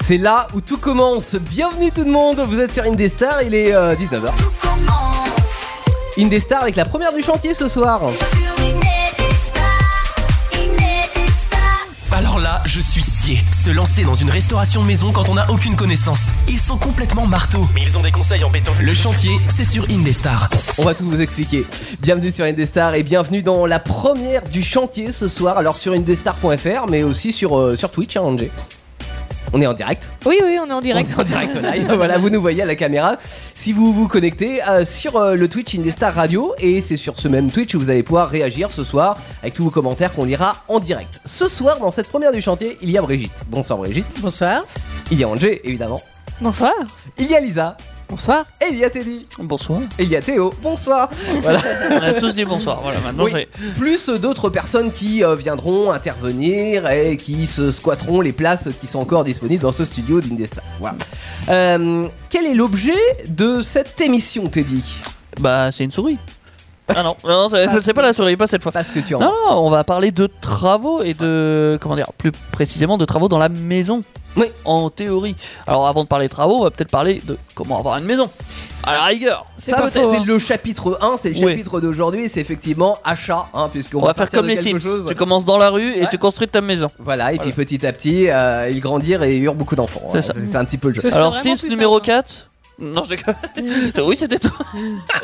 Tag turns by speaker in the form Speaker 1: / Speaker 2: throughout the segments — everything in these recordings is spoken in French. Speaker 1: C'est là où tout commence. Bienvenue tout le monde, vous êtes sur Indestar, il est euh, 19h. Indestar avec la première du chantier ce soir.
Speaker 2: Alors là, je suis scié. Se lancer dans une restauration de maison quand on n'a aucune connaissance. Ils sont complètement marteaux. Mais ils ont des conseils en béton. Le chantier, c'est sur Indestar.
Speaker 1: On va tout vous expliquer. Bienvenue sur Indestar et bienvenue dans la première du chantier ce soir. Alors sur indestar.fr mais aussi sur, euh, sur Twitch, hein, Angé. On est en direct.
Speaker 3: Oui, oui, on est en direct.
Speaker 1: On est en direct live. voilà, vous nous voyez à la caméra. Si vous vous connectez euh, sur euh, le Twitch Indestar Radio, et c'est sur ce même Twitch où vous allez pouvoir réagir ce soir avec tous vos commentaires qu'on lira en direct. Ce soir, dans cette première du chantier, il y a Brigitte. Bonsoir Brigitte.
Speaker 3: Bonsoir.
Speaker 1: Il y a Angé, évidemment.
Speaker 3: Bonsoir.
Speaker 1: Il y a Lisa.
Speaker 3: Bonsoir.
Speaker 1: Et il y a Teddy.
Speaker 4: Bonsoir.
Speaker 1: Et il y a Théo. Bonsoir. Voilà.
Speaker 4: On a tous dit bonsoir. Voilà, maintenant
Speaker 1: Oui.
Speaker 4: c'est.
Speaker 1: Plus d'autres personnes qui euh, viendront intervenir et qui se squatteront les places qui sont encore disponibles dans ce studio d'Indestar. Voilà. Euh, quel est l'objet de cette émission, Teddy
Speaker 4: Bah, c'est une souris. Ah non, non, non, c'est c'est pas la souris, pas cette fois.
Speaker 1: Parce que tu en.
Speaker 4: Non, non, on va parler de travaux et de. Comment dire Plus précisément, de travaux dans la maison.
Speaker 1: Oui.
Speaker 4: En théorie. Alors, avant de parler de travaux, on va peut-être parler de comment avoir une maison. À la rigueur.
Speaker 1: Ça,
Speaker 4: pas
Speaker 1: c'est
Speaker 4: faux, hein.
Speaker 1: le chapitre 1, c'est le
Speaker 4: Oui.
Speaker 1: chapitre d'aujourd'hui, c'est effectivement achat, hein, puisqu'on
Speaker 4: On va faire
Speaker 1: partir
Speaker 4: comme
Speaker 1: de
Speaker 4: les
Speaker 1: quelque
Speaker 4: Sims.
Speaker 1: chose.
Speaker 4: Tu commences dans la rue et
Speaker 1: Ouais.
Speaker 4: tu construis ta maison.
Speaker 1: Voilà, et puis petit à petit, euh, ils grandirent et eurent beaucoup d'enfants.
Speaker 4: C'est
Speaker 1: hein.
Speaker 4: ça.
Speaker 1: C'est c'est un petit peu le jeu.
Speaker 5: Ce serait
Speaker 4: Alors,
Speaker 5: vraiment
Speaker 4: Sims
Speaker 5: plus
Speaker 4: numéro
Speaker 5: simple,
Speaker 4: 4. Non, je déconne. oui, c'était toi.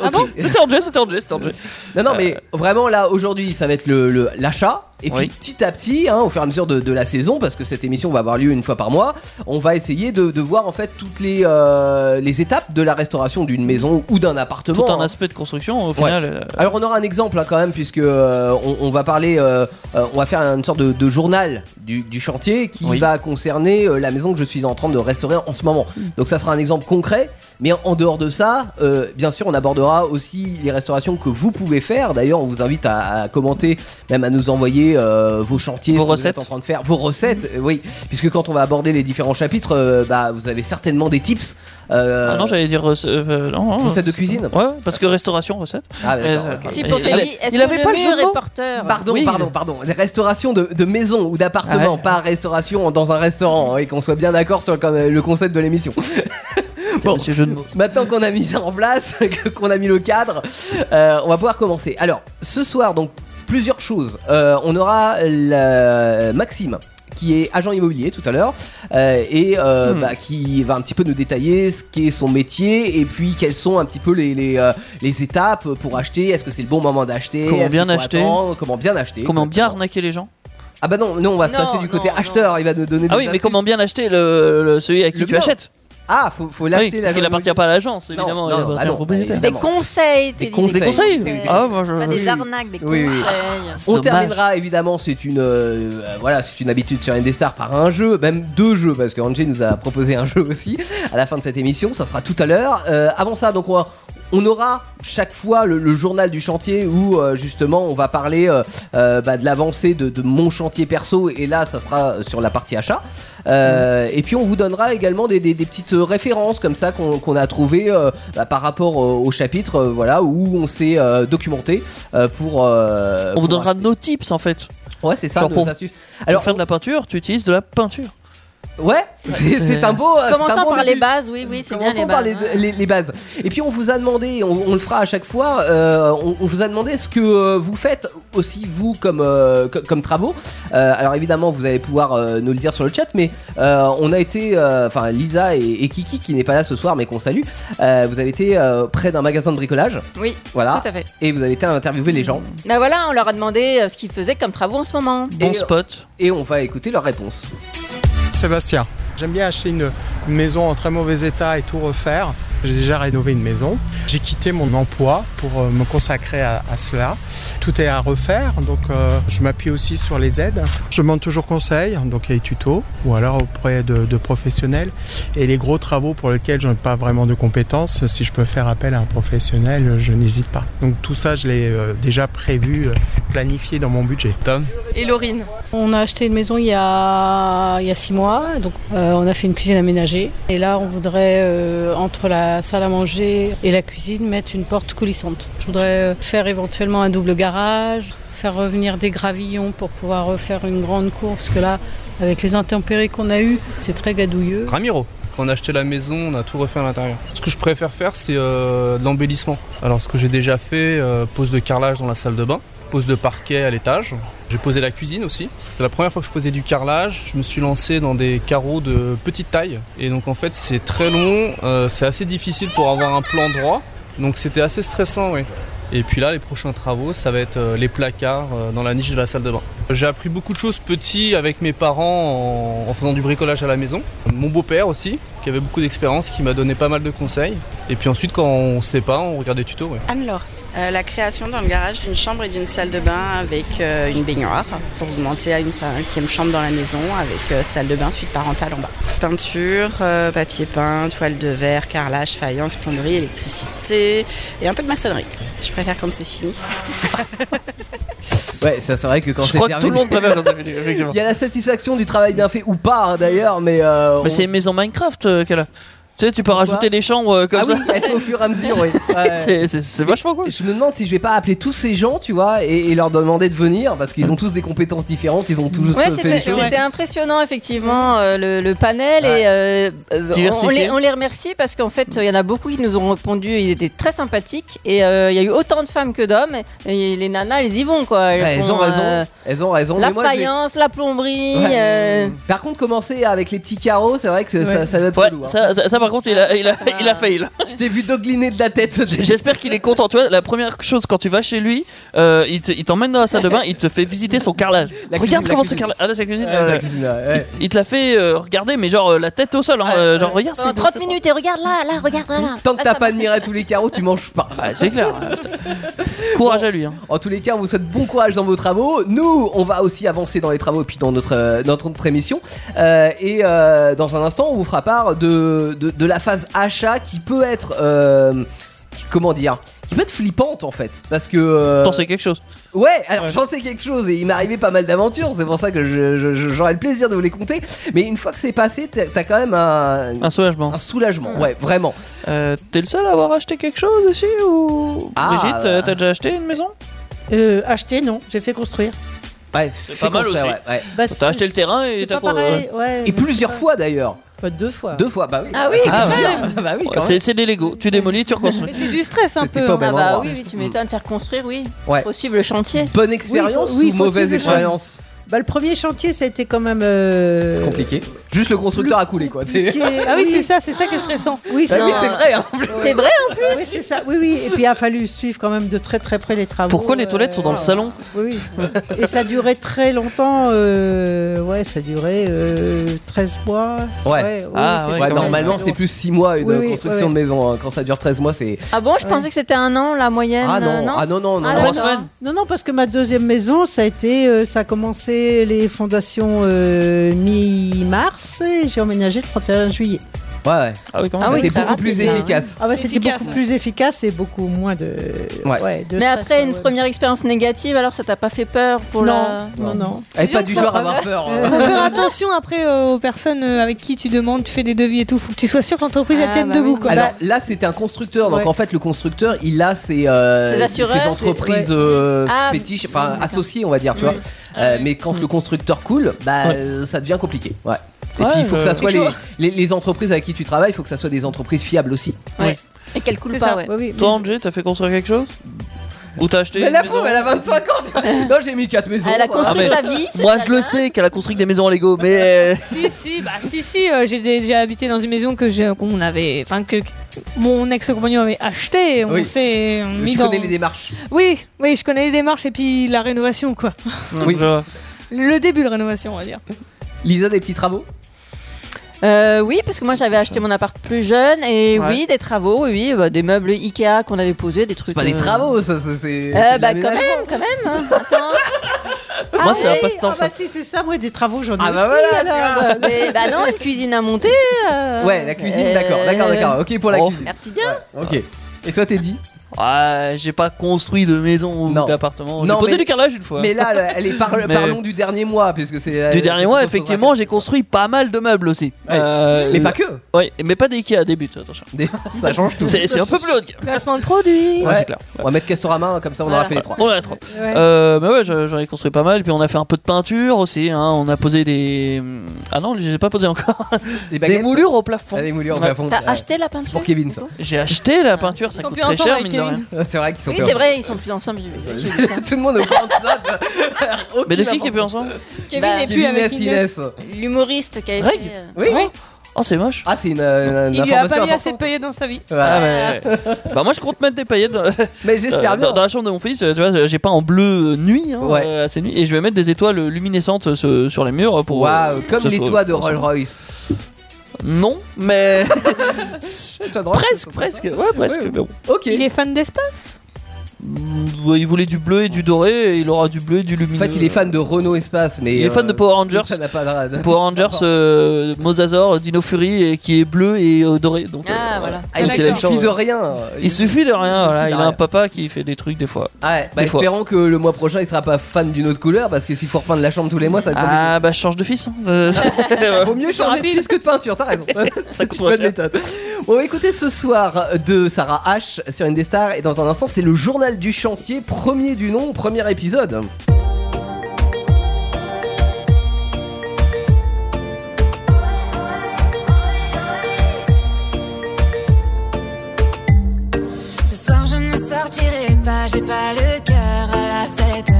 Speaker 5: Ah
Speaker 1: Ok.
Speaker 4: C'était André, c'était André, c'était André.
Speaker 1: Non, non, mais vraiment là aujourd'hui, ça va être le- le- l'achat. et puis
Speaker 4: Oui.
Speaker 1: petit à petit, hein, au fur et à mesure de, de la saison, parce que cette émission va avoir lieu une fois par mois, on va essayer de, de voir en fait toutes les, euh, les étapes de la restauration d'une maison ou d'un appartement.
Speaker 4: Tout un
Speaker 1: hein.
Speaker 4: aspect de construction, au
Speaker 1: Ouais.
Speaker 4: final. euh,
Speaker 1: Alors on aura un exemple hein, quand même puisque euh, on, on va parler, euh, euh, on va faire une sorte de, de journal du, du chantier qui
Speaker 4: Oui.
Speaker 1: va concerner euh, la maison que je suis en train de restaurer en ce moment.
Speaker 4: Mm.
Speaker 1: Donc ça sera un exemple concret, mais en, en dehors de ça, euh, bien sûr on abordera aussi les restaurations que vous pouvez faire. D'ailleurs on vous invite à, à commenter, même à nous envoyer euh, vos chantiers,
Speaker 4: Vos
Speaker 1: ce que vous êtes
Speaker 4: recettes.
Speaker 1: en train de faire, vos recettes, euh, oui, puisque quand on va aborder les différents chapitres, euh, bah, vous avez certainement des tips. euh,
Speaker 4: Ah non, j'allais dire rece- euh, non, non,
Speaker 1: recettes de cuisine.
Speaker 4: Ouais, parce que restauration, recette.
Speaker 1: Ah, d'accord,
Speaker 4: Euh,
Speaker 1: ok.
Speaker 5: ça. Si pour
Speaker 4: Il
Speaker 5: Teddy,
Speaker 4: avait-
Speaker 5: est-ce
Speaker 4: il
Speaker 5: que
Speaker 4: avait
Speaker 5: le euh,
Speaker 4: pas le
Speaker 5: mur
Speaker 4: jeu de
Speaker 5: est
Speaker 4: mots
Speaker 5: porteur
Speaker 1: Pardon,
Speaker 4: Oui.
Speaker 1: pardon, pardon. Des restaurations de, de maison ou d'appartement,
Speaker 4: Ah ouais.
Speaker 1: pas restauration dans un restaurant, hein, et qu'on soit bien d'accord sur le, le concept de l'émission. bon,
Speaker 4: Monsieur jeu de mots.
Speaker 1: maintenant qu'on a mis ça en place, que- qu'on a mis le cadre, euh, on va pouvoir commencer. Alors, ce soir, donc, plusieurs choses. Euh, on aura la- Maxime qui est agent immobilier tout à l'heure euh, et euh,
Speaker 4: Hmm.
Speaker 1: bah, qui va un petit peu nous détailler ce qu'est son métier et puis quelles sont un petit peu les, les, euh, les étapes pour acheter est-ce que c'est le bon moment d'acheter
Speaker 4: Comment
Speaker 1: est-ce qu'il
Speaker 4: bien
Speaker 1: faut
Speaker 4: acheter
Speaker 1: attendre comment bien acheter
Speaker 4: Comment bien
Speaker 1: exactement.
Speaker 4: arnaquer les gens
Speaker 1: Ah bah non, non, on va se
Speaker 5: Non,
Speaker 1: passer du côté
Speaker 5: non,
Speaker 1: acheteur, il va nous donner
Speaker 4: Ah
Speaker 1: des
Speaker 4: oui, mais
Speaker 1: astuces.
Speaker 4: comment bien acheter le, le- celui à qui
Speaker 1: Le
Speaker 4: tu
Speaker 1: bien.
Speaker 4: achètes
Speaker 1: Ah, faut, faut
Speaker 4: Oui,
Speaker 1: l'acheter
Speaker 4: Parce qu'il appartient pas à l'agence,
Speaker 1: non,
Speaker 4: évidemment. il
Speaker 1: non,
Speaker 4: appartient
Speaker 1: bah non,
Speaker 4: au propriétaire.
Speaker 1: bah,
Speaker 5: Des
Speaker 1: évidemment.
Speaker 5: conseils,
Speaker 1: Des
Speaker 5: Teddy,
Speaker 1: conseils.
Speaker 4: Des conseils
Speaker 5: conseils.
Speaker 4: Ah, moi je.
Speaker 5: Pas
Speaker 1: Oui,
Speaker 5: des
Speaker 1: oui.
Speaker 5: arnaques, des
Speaker 1: Oui, oui, oui.
Speaker 5: conseils.
Speaker 4: C'est
Speaker 1: On
Speaker 4: dommage.
Speaker 1: terminera évidemment, c'est une euh, euh, voilà, c'est une habitude sur Indestar par un jeu, même deux jeux parce que Angie nous a proposé un jeu aussi à la fin de cette émission, ça sera tout à l'heure. Euh, avant ça, donc on, va- on aura chaque fois le, le journal du chantier où euh, justement on va parler euh, euh, bah, de l'avancée de, de mon chantier perso et là ça sera sur la partie achat. Euh, Et puis on vous donnera également des, des- des petites références comme ça qu'on qu'on a trouvées euh, bah, par rapport euh, au chapitre euh, voilà où on s'est euh, documenté euh, pour. euh,
Speaker 4: On vous
Speaker 1: pour
Speaker 4: donnera
Speaker 1: acheter.
Speaker 4: nos tips en fait.
Speaker 1: Ouais, c'est ça,
Speaker 4: Genre
Speaker 1: nos
Speaker 4: pour-
Speaker 1: astuces.
Speaker 4: Alors,
Speaker 1: Alors,
Speaker 4: pour faire de la peinture, tu utilises de la peinture.
Speaker 1: ouais, c'est
Speaker 4: c'est-
Speaker 1: c'est un beau. c'est un
Speaker 5: Commençons
Speaker 1: bon
Speaker 5: par
Speaker 1: début.
Speaker 5: les bases, oui, oui, c'est bien
Speaker 1: Commençons
Speaker 5: les
Speaker 1: par
Speaker 5: bases. hein.
Speaker 1: les, les-
Speaker 5: ouais.
Speaker 1: les bases. Et puis on vous a demandé, on, on le fera à chaque fois, euh, on, on vous a demandé ce que euh, vous faites aussi vous comme, euh, co- comme travaux. Euh, alors évidemment vous allez pouvoir euh, nous le dire sur le chat, mais euh, on a été, euh, enfin Lisa et, et Kiki qui n'est pas là ce soir mais qu'on salue, euh, vous avez été euh, près d'un magasin de bricolage,
Speaker 5: Oui,
Speaker 1: voilà,
Speaker 5: tout à fait.
Speaker 1: et vous avez été interviewer les gens.
Speaker 5: Bah voilà, on leur a demandé euh, ce qu'ils faisaient comme travaux en ce moment.
Speaker 4: Bon
Speaker 1: Et- euh,
Speaker 4: spot.
Speaker 1: Et on va écouter leurs réponses.
Speaker 6: Sébastien. J'aime bien acheter une, une maison en très mauvais état et tout refaire. J'ai déjà rénové une maison. J'ai quitté mon emploi pour euh, me consacrer à, à cela. Tout est à refaire, donc euh, je m'appuie aussi sur les aides. Je demande toujours conseil, hein, donc il y a les tutos, ou alors auprès de, de professionnels. Et les gros travaux pour lesquels je n'ai pas vraiment de compétences, si je peux faire appel à un professionnel, je n'hésite pas. Donc tout ça, je l'ai euh, déjà prévu, euh, planifié dans mon budget.
Speaker 7: Et Laurine
Speaker 8: On a acheté une maison il y a, il y a six mois, donc euh, on a fait une cuisine aménagée. Et là, on voudrait, euh, entre la salle à manger et la cuisine, mettre une porte coulissante. Je voudrais euh, faire éventuellement un double garage, faire revenir des gravillons pour pouvoir refaire une grande cour, parce que là, Avec les intempéries qu'on a eues, c'est très gadouilleux.
Speaker 3: Ramiro. Quand on a acheté la maison, on a tout refait à l'intérieur. Ce que je préfère faire, c'est euh, de l'embellissement. Alors, ce que j'ai déjà fait, euh, pose de carrelage dans la salle de bain, pose de parquet à l'étage. J'ai posé la cuisine aussi, parce que c'est la première fois que je posais du carrelage. Je me suis lancé dans des carreaux de petite taille. Et donc, en fait, c'est très long, euh, c'est assez difficile pour avoir un plan droit. Donc, c'était assez stressant, oui. Et puis là, les prochains travaux, ça va être euh, les placards euh, dans la niche de la salle de bain. J'ai appris beaucoup de choses petit avec mes parents en, en faisant du bricolage à la maison. Mon beau-père aussi, qui avait beaucoup d'expérience, qui m'a donné pas mal de conseils. Et puis ensuite, quand on sait pas, on regarde des tutos. ouais.
Speaker 7: Anne-Laure. Euh, la création dans le garage d'une chambre et d'une salle de bain avec euh, une baignoire pour augmenter à une cinquième chambre dans la maison avec euh, salle de bain, suite parentale en bas. Peinture, euh, papier peint, toile de verre, carrelage, faïence, plomberie, électricité et un peu de maçonnerie. Je préfère quand c'est fini.
Speaker 1: Ouais, ça c'est vrai que quand
Speaker 4: Je
Speaker 1: c'est
Speaker 4: crois que tout le
Speaker 1: terminé,
Speaker 4: monde préfère quand ça finit, effectivement.
Speaker 1: il y a la satisfaction du travail bien fait ou pas hein, d'ailleurs, mais. euh, on-
Speaker 4: Mais c'est une maison Minecraft euh, qu'elle a. Tu sais, tu peux rajouter des chambres euh, comme
Speaker 1: Ah
Speaker 4: ça.
Speaker 1: oui, elle fait au fur et à mesure, oui. Ouais.
Speaker 4: C'est- C'est c'est vachement cool.
Speaker 1: Je me demande si je vais pas appeler tous ces gens, tu vois, et, et leur demander de venir parce qu'ils ont tous des compétences différentes, ils ont tous
Speaker 5: Ouais,
Speaker 1: euh, fait
Speaker 5: c'était
Speaker 1: des choses.
Speaker 5: c'était impressionnant effectivement euh, le, le panel
Speaker 1: Ouais.
Speaker 5: et euh, euh, on,
Speaker 4: Diversifié.
Speaker 5: les, on les remercie parce qu'en fait il y en a beaucoup qui nous ont répondu, ils étaient très sympathiques et euh, il y a eu autant de femmes que d'hommes et les nanas elles y vont quoi.
Speaker 1: Ouais, elles
Speaker 5: font,
Speaker 1: ont raison,
Speaker 5: euh,
Speaker 1: elles ont raison.
Speaker 5: la
Speaker 1: mais moi, je vais-
Speaker 5: faïence, la plomberie.
Speaker 1: Ouais.
Speaker 5: euh,
Speaker 1: Par contre, commencer avec les petits carreaux, c'est vrai que ça- ça, ça doit être
Speaker 4: Ouais,
Speaker 1: relou, hein. Ah.
Speaker 4: ça, ça- ça, par contre, il a, il a, il a failli. là.
Speaker 1: Je t'ai vu dogliner de la tête.
Speaker 4: J'espère qu'il est content. Tu vois, la première chose quand tu vas chez lui, euh, il te- il t'emmène dans la salle de bain, il te fait visiter son carrelage.
Speaker 1: La cuisine,
Speaker 4: Regarde
Speaker 1: la
Speaker 4: comment ce
Speaker 1: cuisine.
Speaker 4: carrelage. Ah, là, c'est la cuisine.
Speaker 1: Ouais,
Speaker 4: euh,
Speaker 1: la cuisine, ouais.
Speaker 4: Il, il te l'a fait euh, regarder, mais genre euh, la tête au sol. hein, euh, genre, regarde,
Speaker 5: pendant
Speaker 4: c'est
Speaker 5: 30 minutes et regarde là, là, regarde là. là.
Speaker 1: Tant que
Speaker 5: Là,
Speaker 1: t'as
Speaker 5: ça
Speaker 1: pas admiré tous les carreaux, tu manges pas.
Speaker 4: Ouais, c'est clair. hein, putain. Courage à lui. hein.
Speaker 1: En tous les cas, on vous souhaite bon courage dans vos travaux. Nous, on va aussi avancer dans les travaux et puis dans notre, euh, notre autre émission. Euh, et euh, dans un instant, on vous fera part de, de, de la phase achat qui peut être. euh, qui- comment dire qui peut être flippante en fait parce que euh,
Speaker 4: T'en sais quelque chose.
Speaker 1: ouais alors j'en sais quelque chose et il m'est arrivé pas mal d'aventures c'est pour ça que je- je- je- j'aurai le plaisir de vous les compter mais une fois que c'est passé t'as t'as quand même un,
Speaker 4: Un soulagement.
Speaker 1: un soulagement ouais vraiment
Speaker 4: Euh, T'es le seul à avoir acheté quelque chose aussi ou
Speaker 1: Ah,
Speaker 4: Brigitte, euh,
Speaker 1: bah.
Speaker 4: t'as déjà acheté une maison
Speaker 9: Euh, acheter, non, j'ai fait construire.
Speaker 1: ouais
Speaker 4: pas
Speaker 1: fait
Speaker 4: mal
Speaker 1: construire,
Speaker 4: aussi.
Speaker 1: ouais, ouais.
Speaker 9: Bah, c'est-
Speaker 4: T'as acheté le terrain et
Speaker 9: C'est
Speaker 4: t'as euh,
Speaker 9: pas
Speaker 4: con-
Speaker 9: pareil. Ouais,
Speaker 1: et
Speaker 9: non,
Speaker 1: plusieurs
Speaker 9: c'est pas-
Speaker 1: fois d'ailleurs
Speaker 9: Bah, deux fois.
Speaker 1: deux fois bah oui
Speaker 5: Ah oui,
Speaker 4: Ah,
Speaker 5: quand
Speaker 4: oui.
Speaker 5: même.
Speaker 1: bah oui
Speaker 4: Ouais,
Speaker 1: quand même.
Speaker 4: c'est- C'est des Lego. Tu démolis, tu reconstruis.
Speaker 10: Mais c'est du stress un
Speaker 1: C'était
Speaker 10: peu.
Speaker 1: pas au
Speaker 10: hein.
Speaker 1: même
Speaker 5: Ah bah
Speaker 1: endroit.
Speaker 5: oui, oui, tu m'étonnes, faire construire, oui.
Speaker 1: Ouais.
Speaker 5: Faut suivre le chantier.
Speaker 1: Bonne expérience
Speaker 9: Oui, faut- oui,
Speaker 1: ou
Speaker 9: faut
Speaker 1: mauvaise
Speaker 9: suivre les
Speaker 1: expérience
Speaker 9: Bah, le premier chantier, ça a été quand même. euh,
Speaker 1: Compliqué. Juste le constructeur a coulé quoi. t'es-
Speaker 9: compliqué.
Speaker 10: Ah oui, c'est ça, c'est ça qui est stressant.
Speaker 9: Oui,
Speaker 1: Bah
Speaker 9: c'est
Speaker 1: oui,
Speaker 9: ça. Ah
Speaker 1: c'est vrai. hein.
Speaker 5: C'est vrai,
Speaker 9: Oui, c'est ça. Oui, oui. Et puis, il a fallu suivre quand même de très très près les travaux.
Speaker 4: Pourquoi les toilettes sont dans le
Speaker 9: euh,
Speaker 4: salon
Speaker 9: Oui, oui. Et ça a duré très longtemps. euh, Ouais, ça a duré euh, 13 mois.
Speaker 1: Ouais.
Speaker 9: oui,
Speaker 4: Ah,
Speaker 9: c'est
Speaker 4: ouais,
Speaker 9: quand
Speaker 1: Ouais,
Speaker 9: même
Speaker 1: normalement
Speaker 9: très
Speaker 1: c'est
Speaker 9: long.
Speaker 1: plus 6 mois une
Speaker 9: Oui, oui,
Speaker 1: construction
Speaker 9: ouais,
Speaker 1: de maison. hein. Quand ça dure 13 mois c'est...
Speaker 5: Ah bon, je pensais que c'était un an la moyenne.
Speaker 1: Ah
Speaker 5: euh,
Speaker 1: non, ah non, non, non.
Speaker 5: Ah,
Speaker 1: non.
Speaker 4: Trois
Speaker 5: d'accord.
Speaker 4: semaines
Speaker 9: Non, non, parce que ma deuxième maison, ça a été, euh, ça a commencé les fondations euh, mi-mars et j'ai emménagé le 31 juillet.
Speaker 1: Ouais, ouais.
Speaker 4: Ah oui, quand
Speaker 5: Ah
Speaker 4: même.
Speaker 5: oui,
Speaker 1: C'était
Speaker 5: ça
Speaker 1: beaucoup
Speaker 5: va,
Speaker 1: plus
Speaker 5: c'est bien.
Speaker 1: efficace.
Speaker 9: Ah ouais, c'était
Speaker 10: Efficace,
Speaker 9: beaucoup
Speaker 10: ouais.
Speaker 9: plus efficace et beaucoup moins de.
Speaker 1: Ouais.
Speaker 9: de
Speaker 5: Mais
Speaker 9: stress,
Speaker 5: après une
Speaker 9: ouais.
Speaker 5: première expérience négative, alors ça t'a pas fait peur pour la.
Speaker 9: Non, non, non. Euh,
Speaker 1: Elle est
Speaker 10: Disons
Speaker 1: pas du
Speaker 10: que ça
Speaker 1: genre à
Speaker 10: va
Speaker 1: avoir peur. hein.
Speaker 10: Faut faire attention après euh, aux personnes euh, avec qui tu demandes, tu fais des devis et tout. Faut que tu sois sûr que l'entreprise elle
Speaker 5: Ah,
Speaker 10: tienne
Speaker 5: bah
Speaker 10: debout.
Speaker 5: oui.
Speaker 10: Quoi.
Speaker 1: Alors là c'était un constructeur donc
Speaker 9: Ouais.
Speaker 1: en fait le constructeur il a ses, euh,
Speaker 5: Ses assureurs,
Speaker 1: ses entreprises euh,
Speaker 5: Ah,
Speaker 1: fétiches enfin
Speaker 5: d'accord.
Speaker 1: associées on va dire tu vois Euh, mais quand le constructeur coule bah euh, ça devient compliqué ouais et
Speaker 4: Ouais,
Speaker 1: puis il faut que ça
Speaker 4: euh,
Speaker 1: soit
Speaker 10: c'est
Speaker 1: les,
Speaker 10: chaud.
Speaker 1: les, les entreprises avec qui tu travailles il faut que ça soit des entreprises fiables aussi
Speaker 5: Et qu'elle coule
Speaker 9: C'est
Speaker 5: pas,
Speaker 9: ça.
Speaker 5: ouais.
Speaker 9: Ouais, oui,
Speaker 4: Toi, Angé, t'as fait construire quelque chose Ou t'as acheté
Speaker 1: Mais
Speaker 4: une
Speaker 1: la
Speaker 4: maison
Speaker 1: pauvre, elle a 25 ans. tu vois. Non, j'ai mis 4 maisons.
Speaker 5: Elle a
Speaker 1: ça.
Speaker 5: construit
Speaker 4: Ah,
Speaker 5: sa vie. c'est
Speaker 4: Moi,
Speaker 5: ça. hein.
Speaker 4: je le sais qu'elle a construit des maisons en Lego, mais.
Speaker 10: si, si, bah si, si. euh, j'ai déjà habité dans une maison que j'ai- qu'on avait, enfin que mon ex-compagnon avait acheté. On
Speaker 1: Oui.
Speaker 10: s'est euh,
Speaker 1: Mais
Speaker 10: mis
Speaker 1: tu
Speaker 10: dans.
Speaker 1: connais les démarches.
Speaker 10: Oui, oui, je connais les démarches et puis la rénovation quoi.
Speaker 1: Oui.
Speaker 4: Je-
Speaker 10: Le début de rénovation, on va dire.
Speaker 1: Lisa, des petits travaux
Speaker 5: Euh, oui, parce que moi j'avais acheté mon appart plus jeune et
Speaker 4: Ouais.
Speaker 5: oui, des travaux, oui, bah, des meubles Ikea qu'on avait posés, des trucs.
Speaker 1: C'est pas des
Speaker 5: euh,
Speaker 1: travaux, ça, ça, c'est.
Speaker 5: Euh,
Speaker 1: c'est de
Speaker 5: bah quand
Speaker 1: l'aménagement.
Speaker 5: même, quand même. hein. Attends.
Speaker 4: Moi, c'est un
Speaker 9: oui,
Speaker 4: passe-temps,
Speaker 9: Ah bah
Speaker 4: ça.
Speaker 9: si, c'est ça, moi, des travaux, j'en ai
Speaker 1: Ah bah
Speaker 9: aussi,
Speaker 1: voilà,
Speaker 9: alors.
Speaker 5: Mais, bah non, une cuisine à monter. euh,
Speaker 1: Ouais, la cuisine,
Speaker 5: euh,
Speaker 1: d'accord, d'accord, d'accord. Ok pour la
Speaker 4: Oh.
Speaker 1: cuisine.
Speaker 5: Merci bien.
Speaker 1: Ok. Et toi, t'es dit
Speaker 4: Ouais, j'ai pas construit de maison ou
Speaker 1: Non.
Speaker 4: d'appartement. J'ai
Speaker 1: Non,
Speaker 4: posé
Speaker 1: mais-
Speaker 4: du carrelage une fois.
Speaker 1: Mais là, là, elle est par-
Speaker 4: Mais-
Speaker 1: parlons du dernier mois, puisque c'est.
Speaker 4: Du
Speaker 1: euh,
Speaker 4: dernier
Speaker 1: c'est
Speaker 4: mois,
Speaker 1: ce qu'on
Speaker 4: effectivement, j'ai construit pas mal de meubles aussi. Euh,
Speaker 1: Mais pas
Speaker 4: le-
Speaker 1: que.
Speaker 4: Oui, mais pas des Ikea, des buts, attention.
Speaker 1: Ça change tout.
Speaker 4: C'est c'est un peu plus haut de gamme.
Speaker 10: Placement de produit.
Speaker 1: Ouais.
Speaker 4: Ouais, c'est clair.
Speaker 1: On va mettre Castorama, comme ça on aura fait les trois.
Speaker 4: On en a trois. Euh, mais ouais, je- j'en ai construit pas mal. Puis on a fait un peu de peinture aussi. hein. On a posé des. Ah non, je les ai pas posé encore.
Speaker 1: Des,
Speaker 4: Des moulures au plafond.
Speaker 1: Ah, des moulures au
Speaker 4: Ouais.
Speaker 1: plafond.
Speaker 5: T'as
Speaker 1: ouais.
Speaker 5: acheté la
Speaker 1: C'est
Speaker 5: peinture
Speaker 1: pour Kevin, ça.
Speaker 4: J'ai acheté la peinture, ça
Speaker 10: Ils sont
Speaker 4: coûte
Speaker 10: plus
Speaker 4: très
Speaker 10: ensemble
Speaker 4: cher,
Speaker 10: avec
Speaker 4: mine de rien.
Speaker 10: Kevin.
Speaker 1: C'est vrai qu'ils sont
Speaker 5: Oui,
Speaker 1: perdus.
Speaker 5: c'est vrai, ils sont plus ensemble. j'ai vu- j'ai vu ça.
Speaker 1: Tout le monde est au courant de ça. ça.
Speaker 4: Mais de
Speaker 1: Aucune
Speaker 4: qui qui est plus
Speaker 1: importance.
Speaker 4: ensemble
Speaker 10: Kevin
Speaker 5: Bah,
Speaker 10: est plus
Speaker 1: Kevin
Speaker 10: avec
Speaker 1: Inès,
Speaker 10: Inès.
Speaker 1: Inès.
Speaker 5: L'humoriste qui a
Speaker 4: Greg
Speaker 5: fait, euh,
Speaker 1: Oui.
Speaker 4: Oh, c'est moche.
Speaker 1: Ah, c'est une, euh, une
Speaker 10: Il lui a pas
Speaker 1: information
Speaker 10: mis assez de
Speaker 1: importante.
Speaker 10: paillettes dans sa vie.
Speaker 1: Ouais.
Speaker 4: Ah, ouais, ouais. bah moi je compte mettre des paillettes dans,
Speaker 1: Mais j'espère
Speaker 4: euh,
Speaker 1: bien.
Speaker 4: dans- dans la chambre de mon fils, euh, tu vois, j'ai pas en bleu euh, nuit, hein,
Speaker 1: Ouais.
Speaker 4: euh, assez nuit, et je vais mettre des étoiles euh, luminescentes euh, sur, sur les murs pour.
Speaker 1: Waouh,
Speaker 4: euh,
Speaker 1: comme
Speaker 4: que ce
Speaker 1: les
Speaker 4: soit-
Speaker 1: toits de Rolls Royce.
Speaker 4: Non, mais
Speaker 1: Les toits de Rolls Royce,
Speaker 4: presque,
Speaker 1: sont-
Speaker 4: presque, ouais, presque.
Speaker 1: Ouais.
Speaker 4: mais bon.
Speaker 1: Ok.
Speaker 10: Il est fan d'espace.
Speaker 4: Mm, ouais, il voulait du bleu et du doré, et il aura du bleu et du lumineux.
Speaker 1: En fait, il est fan de Renault Espace, mais. euh,
Speaker 4: Il est fan de Power Rangers.
Speaker 1: Ça n'a pas de.
Speaker 4: Power Rangers, euh, Mosazor, Dino Fury, et qui est bleu et euh, doré. Donc,
Speaker 5: Ah,
Speaker 4: euh,
Speaker 5: voilà.
Speaker 1: Ah, il
Speaker 4: Donc, il a une
Speaker 1: suffit
Speaker 4: chance,
Speaker 1: de
Speaker 4: ouais.
Speaker 1: rien.
Speaker 4: Il suffit de rien,
Speaker 1: Il
Speaker 4: voilà. Il
Speaker 1: a
Speaker 4: a
Speaker 1: rien.
Speaker 4: un papa qui fait des trucs des fois.
Speaker 1: Ah ouais, bah
Speaker 4: Des fois.
Speaker 1: espérons que le mois prochain il sera pas fan d'une autre couleur parce que s'il faut repeindre la chambre tous les mois ça va être compliqué.
Speaker 4: Ah bah je change de fils. hein. Euh,
Speaker 1: Vaut mieux changer de fils que de peinture, t'as raison.
Speaker 4: Ça
Speaker 1: C'est
Speaker 4: coûte
Speaker 1: une
Speaker 4: moins
Speaker 1: bonne
Speaker 4: cher.
Speaker 1: méthode. Bon, bah, écoutez, ce soir de Sarah H sur une des stars et dans un instant, c'est le journal du chantier, premier du nom, premier épisode.
Speaker 11: Ce soir je ne sortirai pas, j'ai pas le cœur à la fête.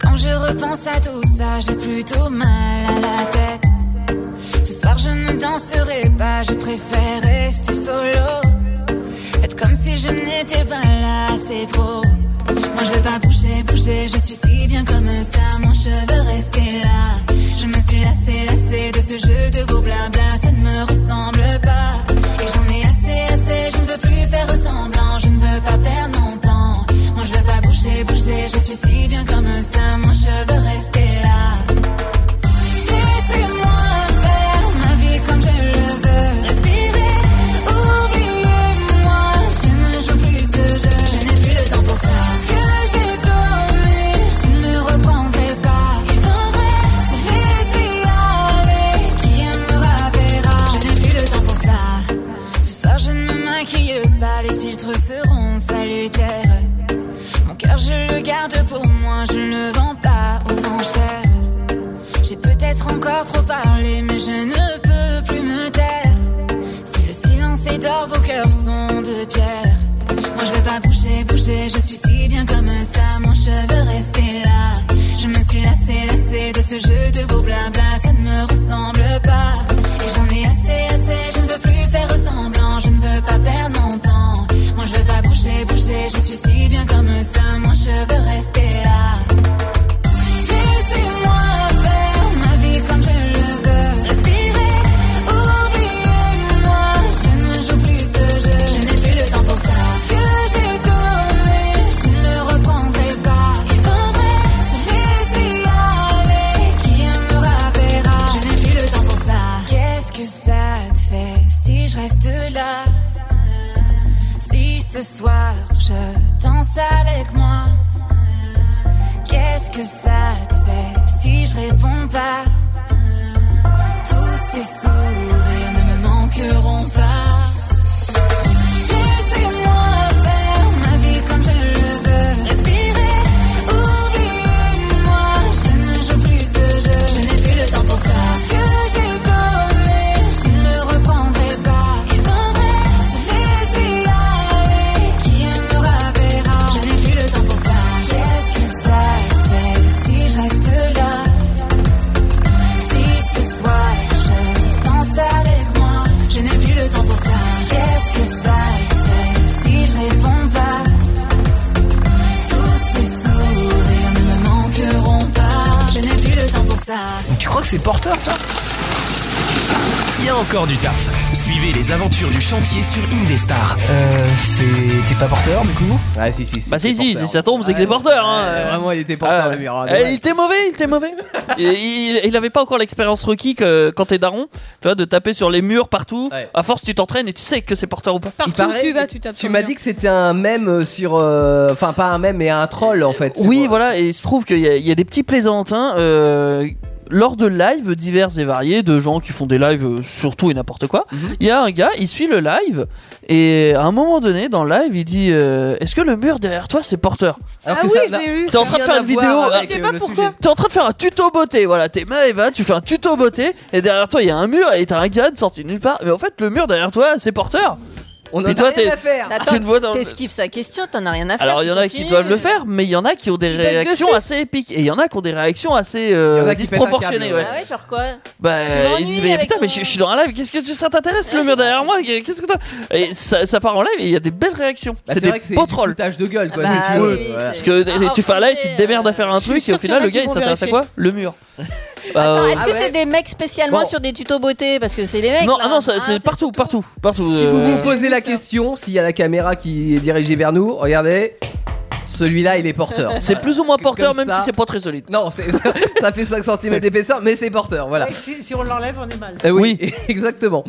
Speaker 11: Quand je repense à tout ça, j'ai plutôt mal à la tête. Ce soir je ne danserai pas, je préfère rester solo. Être comme si je n'étais pas là, c'est trop. Moi je veux pas bouger, bouger, je suis si bien comme ça. Moi je veux rester là. Je me suis lassée, lassée de ce jeu de beau blabla, ça ne me ressemble pas. Et j'en ai assez, assez, je ne veux plus faire ressemblant. Je ne veux pas perdre mon temps. Moi je veux pas bouger, bouger, je suis si bien comme ça. Moi je veux rester là. Laissez-moi faire ma vie comme je le veux. Respirer, oubliez-moi. Je ne joue plus ce jeu. Je n'ai plus le temps pour ça. Ce que j'ai donné, je ne reprendrai pas. Il faudrait se laisser aller. Qui aimera verra. Je n'ai plus le temps pour ça. Ce soir, je ne me maquille pas. Les filtres seront salutaires. Mon cœur, je le garde pour moi. Je ne le vends pas aux enchères. J'ai peut-être encore trop parlé, mais je ne peux plus me taire. Si le silence est d'or, vos cœurs sont de pierre. Moi je veux pas bouger, bouger, je suis si bien comme ça. Moi je veux rester là. Je me suis lassée, lassée de ce jeu de beau blabla, ça ne me ressemble pas. Et j'en ai assez, assez, je ne veux plus faire ressemblant. Je ne veux pas perdre mon temps. Moi je veux pas bouger, bouger, je suis si bien comme ça. Moi je veux rester là. Laissez-moi faire ma vie comme je le veux. Respirer, oubliez-moi. Je ne joue plus ce jeu. Je n'ai plus le temps pour ça. Ce que j'ai donné, je ne le reprendrai pas. Il faudrait se laisser aller. Qui aimera verra. Je n'ai plus le temps pour ça. Qu'est-ce que ça te fait si je reste là? Si ce soir je danse avec moi. Qu'est-ce que ça te fait si je réponds pas Tous ces sourires ne me manqueront pas. Laissez-moi faire ma vie comme je le veux. Respirer, oubliez-moi. Je ne joue plus ce jeu. Je n'ai plus le temps pour ça. Ce que j'ai donné, je ne le reprendrai pas. Il faudrait se laisser aller. Qui aimera verra. Je n'ai plus le temps pour ça. Qu'est-ce que ça te fait si je reste là Si ce soir je danse avec moi, je n'ai plus le temps pour ça. Qu'est-ce que ça te fait si je réponds pas Tous ces sourires ne me manqueront pas. Je n'ai plus le temps pour ça.
Speaker 2: Tu crois que c'est porteur ça il y a encore du taf. Suivez les aventures du chantier sur Indestar. Euh, c'est. T'es pas porteur du coup
Speaker 1: Ah, si, si.
Speaker 4: Bah, si, si, si ça tombe, c'est que t'es porteur. hein.
Speaker 1: Vraiment, il était porteur, le mur. hein,
Speaker 4: Eh,
Speaker 1: dommage.
Speaker 4: il était mauvais, il était mauvais. il, il- il avait pas encore l'expérience requise que, quand t'es daron, tu vois, de taper sur les murs partout. À force, tu t'entraînes et tu sais que c'est porteur ou pas.
Speaker 1: Il paraît- Tu m'as dit que c'était un mème sur. euh, Enfin, pas un mème, mais un troll en fait.
Speaker 4: Oui, voilà, et il se trouve qu'il y, a- il y a des petits plaisantins euh, lors de lives divers et variés, de gens qui font des lives euh, sur tout et n'importe quoi.
Speaker 10: Mhm.
Speaker 4: Il y a un gars, il suit le live, et à un moment donné, dans le live, il dit euh, Est-ce que le mur derrière toi, c'est porteur
Speaker 1: Alors
Speaker 10: Ah que oui, ça, je l'ai là, vu.
Speaker 4: T'es en train de
Speaker 10: ça
Speaker 4: faire
Speaker 10: a
Speaker 4: une
Speaker 10: rien à
Speaker 4: vidéo.
Speaker 10: voir avec, Je sais pas euh, le pourquoi. sujet.
Speaker 4: T'es en train de faire un tuto beauté, voilà. T'es Maëva, tu fais un tuto beauté, et derrière toi, il y a un mur, et t'as un gars de sorti de nulle part. Mais en fait, le mur derrière toi, c'est porteur.
Speaker 1: On
Speaker 4: Mais toi, t'es- Tu le vois dans le-
Speaker 5: T'esquives sa question, t'en as rien à faire.
Speaker 4: alors il y
Speaker 5: tu
Speaker 4: en a qui
Speaker 5: continues.
Speaker 4: doivent le faire, mais il y en a qui ont des
Speaker 5: Ils bug
Speaker 4: réactions
Speaker 5: dessus.
Speaker 4: assez épiques et il y en a qui ont des réactions assez euh,
Speaker 1: Il y en a qui pètent un
Speaker 4: disproportionnées.
Speaker 1: câble,
Speaker 4: ouais.
Speaker 5: Ah ouais, genre quoi
Speaker 4: Bah ils
Speaker 5: m'ennuies
Speaker 4: disent mais
Speaker 5: avec
Speaker 4: putain mais je, je suis dans un live, qu'est-ce que tu, ça t'intéresse le mur derrière moi Qu'est-ce que t'as Et ça, ça part en live et il y a des belles réactions.
Speaker 1: Bah,
Speaker 4: c'est
Speaker 1: c'est vrai que
Speaker 4: des
Speaker 1: c'est
Speaker 4: beaux
Speaker 1: du
Speaker 4: trolls.
Speaker 1: foutage de gueule, quoi,
Speaker 4: Ah
Speaker 1: si
Speaker 4: bah
Speaker 1: tu veux.
Speaker 4: oui, oui,
Speaker 1: Voilà.
Speaker 4: Parce que
Speaker 1: Ah,
Speaker 4: tu fais un live,
Speaker 1: en
Speaker 4: tu te démerdes à faire un truc et au
Speaker 1: sûre qu'il y en a
Speaker 4: final le
Speaker 1: qui
Speaker 4: gars il
Speaker 1: vont
Speaker 4: s'intéresse à
Speaker 1: vérifier.
Speaker 4: quoi Le mur.
Speaker 1: Ah,
Speaker 4: Bah,
Speaker 5: Attends,
Speaker 4: euh,
Speaker 5: est-ce que c'est des mecs spécialement
Speaker 4: Bon.
Speaker 5: sur des tutos beauté Parce que c'est des mecs.
Speaker 4: Non,
Speaker 5: là.
Speaker 4: ah non, ça- c'est partout, partout, partout.
Speaker 1: Si vous
Speaker 4: euh,
Speaker 1: vous posez la question, s'il y a la caméra qui est dirigée vers nous, regardez. Celui-là, il est porteur.
Speaker 4: C'est plus ou moins porteur, même si c'est pas très solide.
Speaker 1: Non, c'est- ça, ça fait 5 cm d'épaisseur, mais c'est porteur, voilà.
Speaker 9: Et Si, si on l'enlève, on est mal.
Speaker 1: Eh oui, exactement.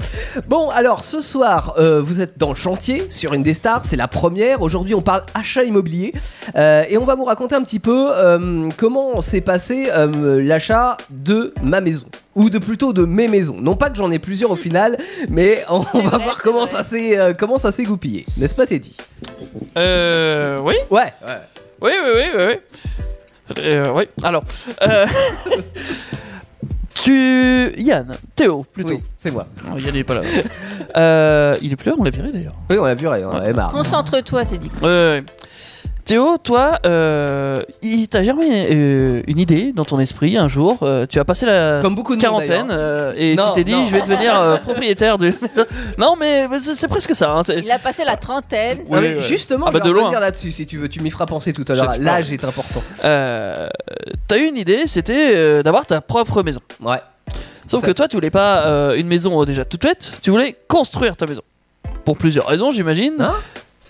Speaker 1: Bon, alors ce soir, euh, vous êtes dans le chantier sur une des stars, c'est la première. Aujourd'hui, on parle achat immobilier Euh, et on va vous raconter un petit peu euh, comment s'est passé euh, l'achat de ma maison ou de plutôt de mes maisons. Non pas que j'en ai plusieurs au final, mais on, on va voir comment ça s'est euh, comment ça s'est goupillé, n'est-ce pas Teddy
Speaker 4: Euh. Oui
Speaker 1: Ouais
Speaker 4: Oui, oui, oui, oui. oui. Euh, oui, alors. euh, tu. Yann, Théo, plutôt. Ah,
Speaker 1: c'est moi.
Speaker 4: Yann, il est pas là. Euh, il est plus là, on l'a viré d'ailleurs.
Speaker 1: Oui, on l'a viré, on avait marre.
Speaker 5: Concentre-toi, t'es dit.
Speaker 4: Ouais, ouais. Théo, toi, euh, il t'a germé euh, une idée dans ton esprit un jour. euh, tu as passé la
Speaker 1: Comme beaucoup de monde,
Speaker 4: quarantaine
Speaker 1: d'ailleurs.
Speaker 4: euh, et
Speaker 1: Non,
Speaker 4: tu t'es dit,
Speaker 1: non.
Speaker 4: je vais devenir euh, propriétaire de. non, mais mais c'est c'est presque ça. hein, c'est-
Speaker 5: Il a passé la trentaine.
Speaker 1: Non, mais Justement,
Speaker 4: Ah bah
Speaker 1: je
Speaker 4: de
Speaker 1: vais
Speaker 4: loin.
Speaker 1: revenir là-dessus si tu veux. Tu m'y feras penser tout à l'heure. Ah,
Speaker 4: Je te parle.
Speaker 1: L'âge est important.
Speaker 4: Euh, t'as eu une idée, c'était euh, d'avoir ta propre maison.
Speaker 1: Ouais.
Speaker 4: Sauf que toi, tu voulais pas euh, une maison euh, déjà toute faite, tu voulais construire ta maison. Pour plusieurs raisons, j'imagine.
Speaker 1: Hein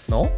Speaker 1: non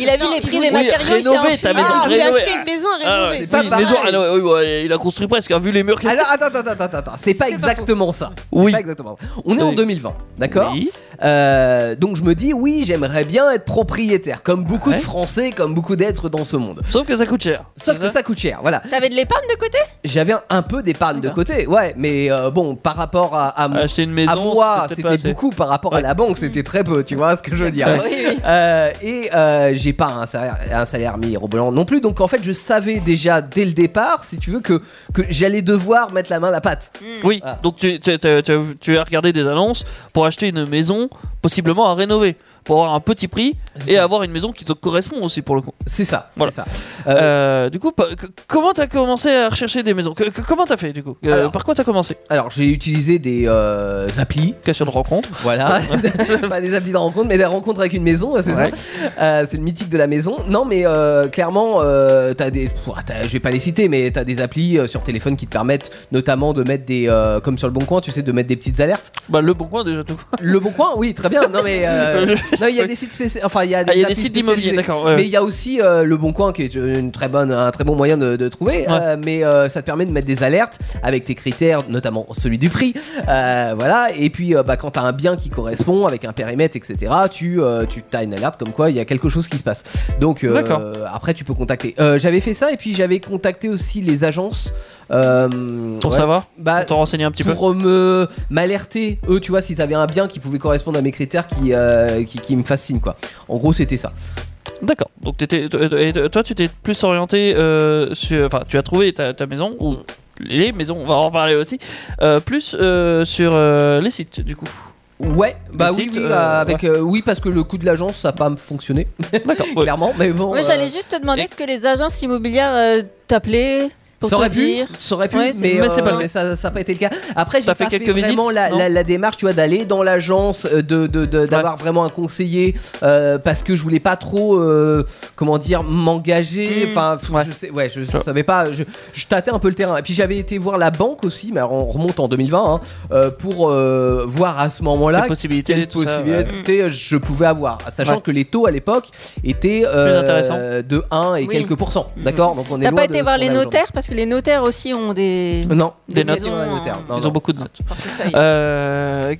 Speaker 5: Il a vu les prix des
Speaker 10: voulait-
Speaker 4: Oui,
Speaker 5: matériaux. il s'est
Speaker 4: rénover
Speaker 5: enfui.
Speaker 4: ta maison.
Speaker 10: Ah, il voulait
Speaker 4: rénover.
Speaker 10: acheter une maison à
Speaker 4: Ah,
Speaker 10: rénover.
Speaker 4: ouais,
Speaker 10: C'est pas
Speaker 4: oui, maison,
Speaker 10: pareil.
Speaker 4: ah, ouais, ouais, ouais, il a construit presque, hein, vu les murs qu'il
Speaker 1: Alors attends, attends, attends, attends, attends. c'est pas exactement ça. C'est
Speaker 4: Oui.
Speaker 1: pas exactement ça. On est en
Speaker 4: Oui.
Speaker 1: 2020, d'accord
Speaker 4: Oui.
Speaker 1: Euh, Donc je me dis, oui, j'aimerais bien être propriétaire, comme beaucoup de Français, comme beaucoup d'êtres dans ce monde.
Speaker 4: Sauf que ça coûte cher.
Speaker 1: Sauf que ça coûte cher, voilà.
Speaker 5: T'avais de l'épargne de côté
Speaker 1: J'avais un- un peu d'épargne de côté, ouais, mais euh, bon, par rapport à, à, mon-
Speaker 4: Acheter une maison,
Speaker 1: à moi,
Speaker 4: c'était peut-être pas
Speaker 1: c'était
Speaker 4: assez.
Speaker 1: beaucoup, par rapport à la banque, c'était très peu, tu vois ce que je veux dire.
Speaker 4: Oui, oui.
Speaker 1: Euh, et euh, j'ai pas un salaire, un salaire mirobolant non plus, donc en fait, je savais déjà dès le départ, si tu veux, que, que j'allais devoir mettre la main à la pâte.
Speaker 4: Oui,
Speaker 1: Ah.
Speaker 4: donc tu, tu- tu- tu- tu as regardé des annonces pour acheter une maison, possiblement à rénover, pour avoir un petit prix et avoir une maison qui te correspond aussi pour le coup.
Speaker 1: C'est ça,
Speaker 4: voilà. Euh,
Speaker 1: ça. Euh,
Speaker 4: du coup, pa- que- comment t'as commencé à rechercher des maisons Que- que- Comment t'as fait du coup Euh, Par quoi t'as commencé
Speaker 1: Alors j'ai utilisé des euh, applis.
Speaker 4: Question de rencontre.
Speaker 1: Voilà.
Speaker 4: Euh,
Speaker 1: pas des applis de rencontre, mais des rencontres avec une maison, c'est
Speaker 4: Ouais.
Speaker 1: ça. Euh, c'est le mythique de la maison. Non, mais euh, clairement, euh, t'as des. Pouah, t'as- je vais pas les citer, mais t'as des applis euh, sur téléphone qui te permettent notamment de mettre des. euh, comme sur le bon coin, tu sais, de mettre des petites alertes.
Speaker 4: Bah le bon coin déjà tout.
Speaker 1: Le bon coin, oui, très bien. Non, mais. euh, non, il y a des sites spéciaux. Enfin, il y a des,
Speaker 4: Ah, il y a des
Speaker 1: applis
Speaker 4: sites d'immobilier,
Speaker 1: spécialisés.
Speaker 4: d'accord, ouais,
Speaker 1: mais
Speaker 4: ouais.
Speaker 1: il y a aussi euh, le bon coin qui est une très bonne, un très bon moyen de, de trouver. euh, mais euh, ça te permet de mettre des alertes avec tes critères, notamment celui du prix. Euh, voilà. Et puis, euh, bah, quand t'as un bien qui correspond avec un périmètre, etc., tu, euh, tu as une alerte comme quoi il y a quelque chose qui se passe. Donc, euh,
Speaker 4: D'accord.
Speaker 1: après, tu peux contacter. Euh, j'avais fait ça et puis j'avais contacté aussi les agences. euh,
Speaker 4: Pour
Speaker 1: ouais.
Speaker 4: savoir
Speaker 1: Bah,
Speaker 4: Pour t'en renseigner un petit peu
Speaker 1: pour me m'alerter eux tu vois s'ils avaient un bien qui pouvait correspondre à mes critères qui euh, qui, qui me fascinent quoi en gros c'était ça
Speaker 4: D'accord. Donc t'étais, t- t- et toi, tu t'es plus orienté euh, sur, enfin, tu as trouvé ta, ta maison ou les maisons, on va en parler aussi, euh, plus euh, sur euh, les sites du coup.
Speaker 1: ouais bah
Speaker 4: Le
Speaker 1: oui,
Speaker 4: site,
Speaker 1: oui,
Speaker 4: euh,
Speaker 1: bah, avec euh, oui parce que le coût de l'agence ça n'a pas fonctionné
Speaker 4: d'accord
Speaker 1: clairement mais bon
Speaker 5: Moi,
Speaker 1: euh,
Speaker 5: j'allais juste te demander est-ce que les agences immobilières euh, t'appelaient pour
Speaker 1: ça aurait
Speaker 5: te
Speaker 1: pu,
Speaker 5: dire.
Speaker 1: ça aurait pu,
Speaker 5: Ouais, c'est-
Speaker 1: mais, euh,
Speaker 5: Mais c'est pas le cas.
Speaker 1: ça n'a pas été le cas. Après, j'ai
Speaker 4: T'as
Speaker 1: pas
Speaker 4: fait
Speaker 1: fait,
Speaker 4: quelques visites,
Speaker 1: vraiment la,
Speaker 4: non
Speaker 1: la- la démarche, tu vois, d'aller dans l'agence, euh, de de- de- d'avoir vraiment un conseiller, euh, parce que je voulais pas trop, euh, comment dire, m'engager.
Speaker 4: Mm.
Speaker 1: Enfin, pff, je sais, ouais, je savais pas, je, je tâtais un peu le terrain. Et puis j'avais été voir la banque aussi, mais alors on remonte en 2020, hein, euh, pour euh, voir à ce moment-là
Speaker 4: Les possibilités,
Speaker 1: quelles
Speaker 4: tout ça,
Speaker 1: possibilités je pouvais avoir, sachant
Speaker 4: Ouais.
Speaker 1: que les taux à l'époque étaient euh,
Speaker 4: intéressants. Hmm.
Speaker 1: de 1 et
Speaker 5: Oui.
Speaker 1: quelques pourcents. D'accord, donc on est
Speaker 5: T'as
Speaker 1: loin
Speaker 5: pas
Speaker 1: de
Speaker 5: été
Speaker 1: ce
Speaker 5: voir
Speaker 1: qu'on
Speaker 5: les
Speaker 1: a aujourd'hui. Euh,
Speaker 5: notaires parce que les notaires aussi ont des.
Speaker 1: Non,
Speaker 5: Des notes. maisons,
Speaker 1: Ouais, notaires.
Speaker 5: hein.
Speaker 1: Non,
Speaker 4: Ils
Speaker 1: non.
Speaker 4: ont beaucoup de notes.
Speaker 5: portefeuille.
Speaker 4: Euh,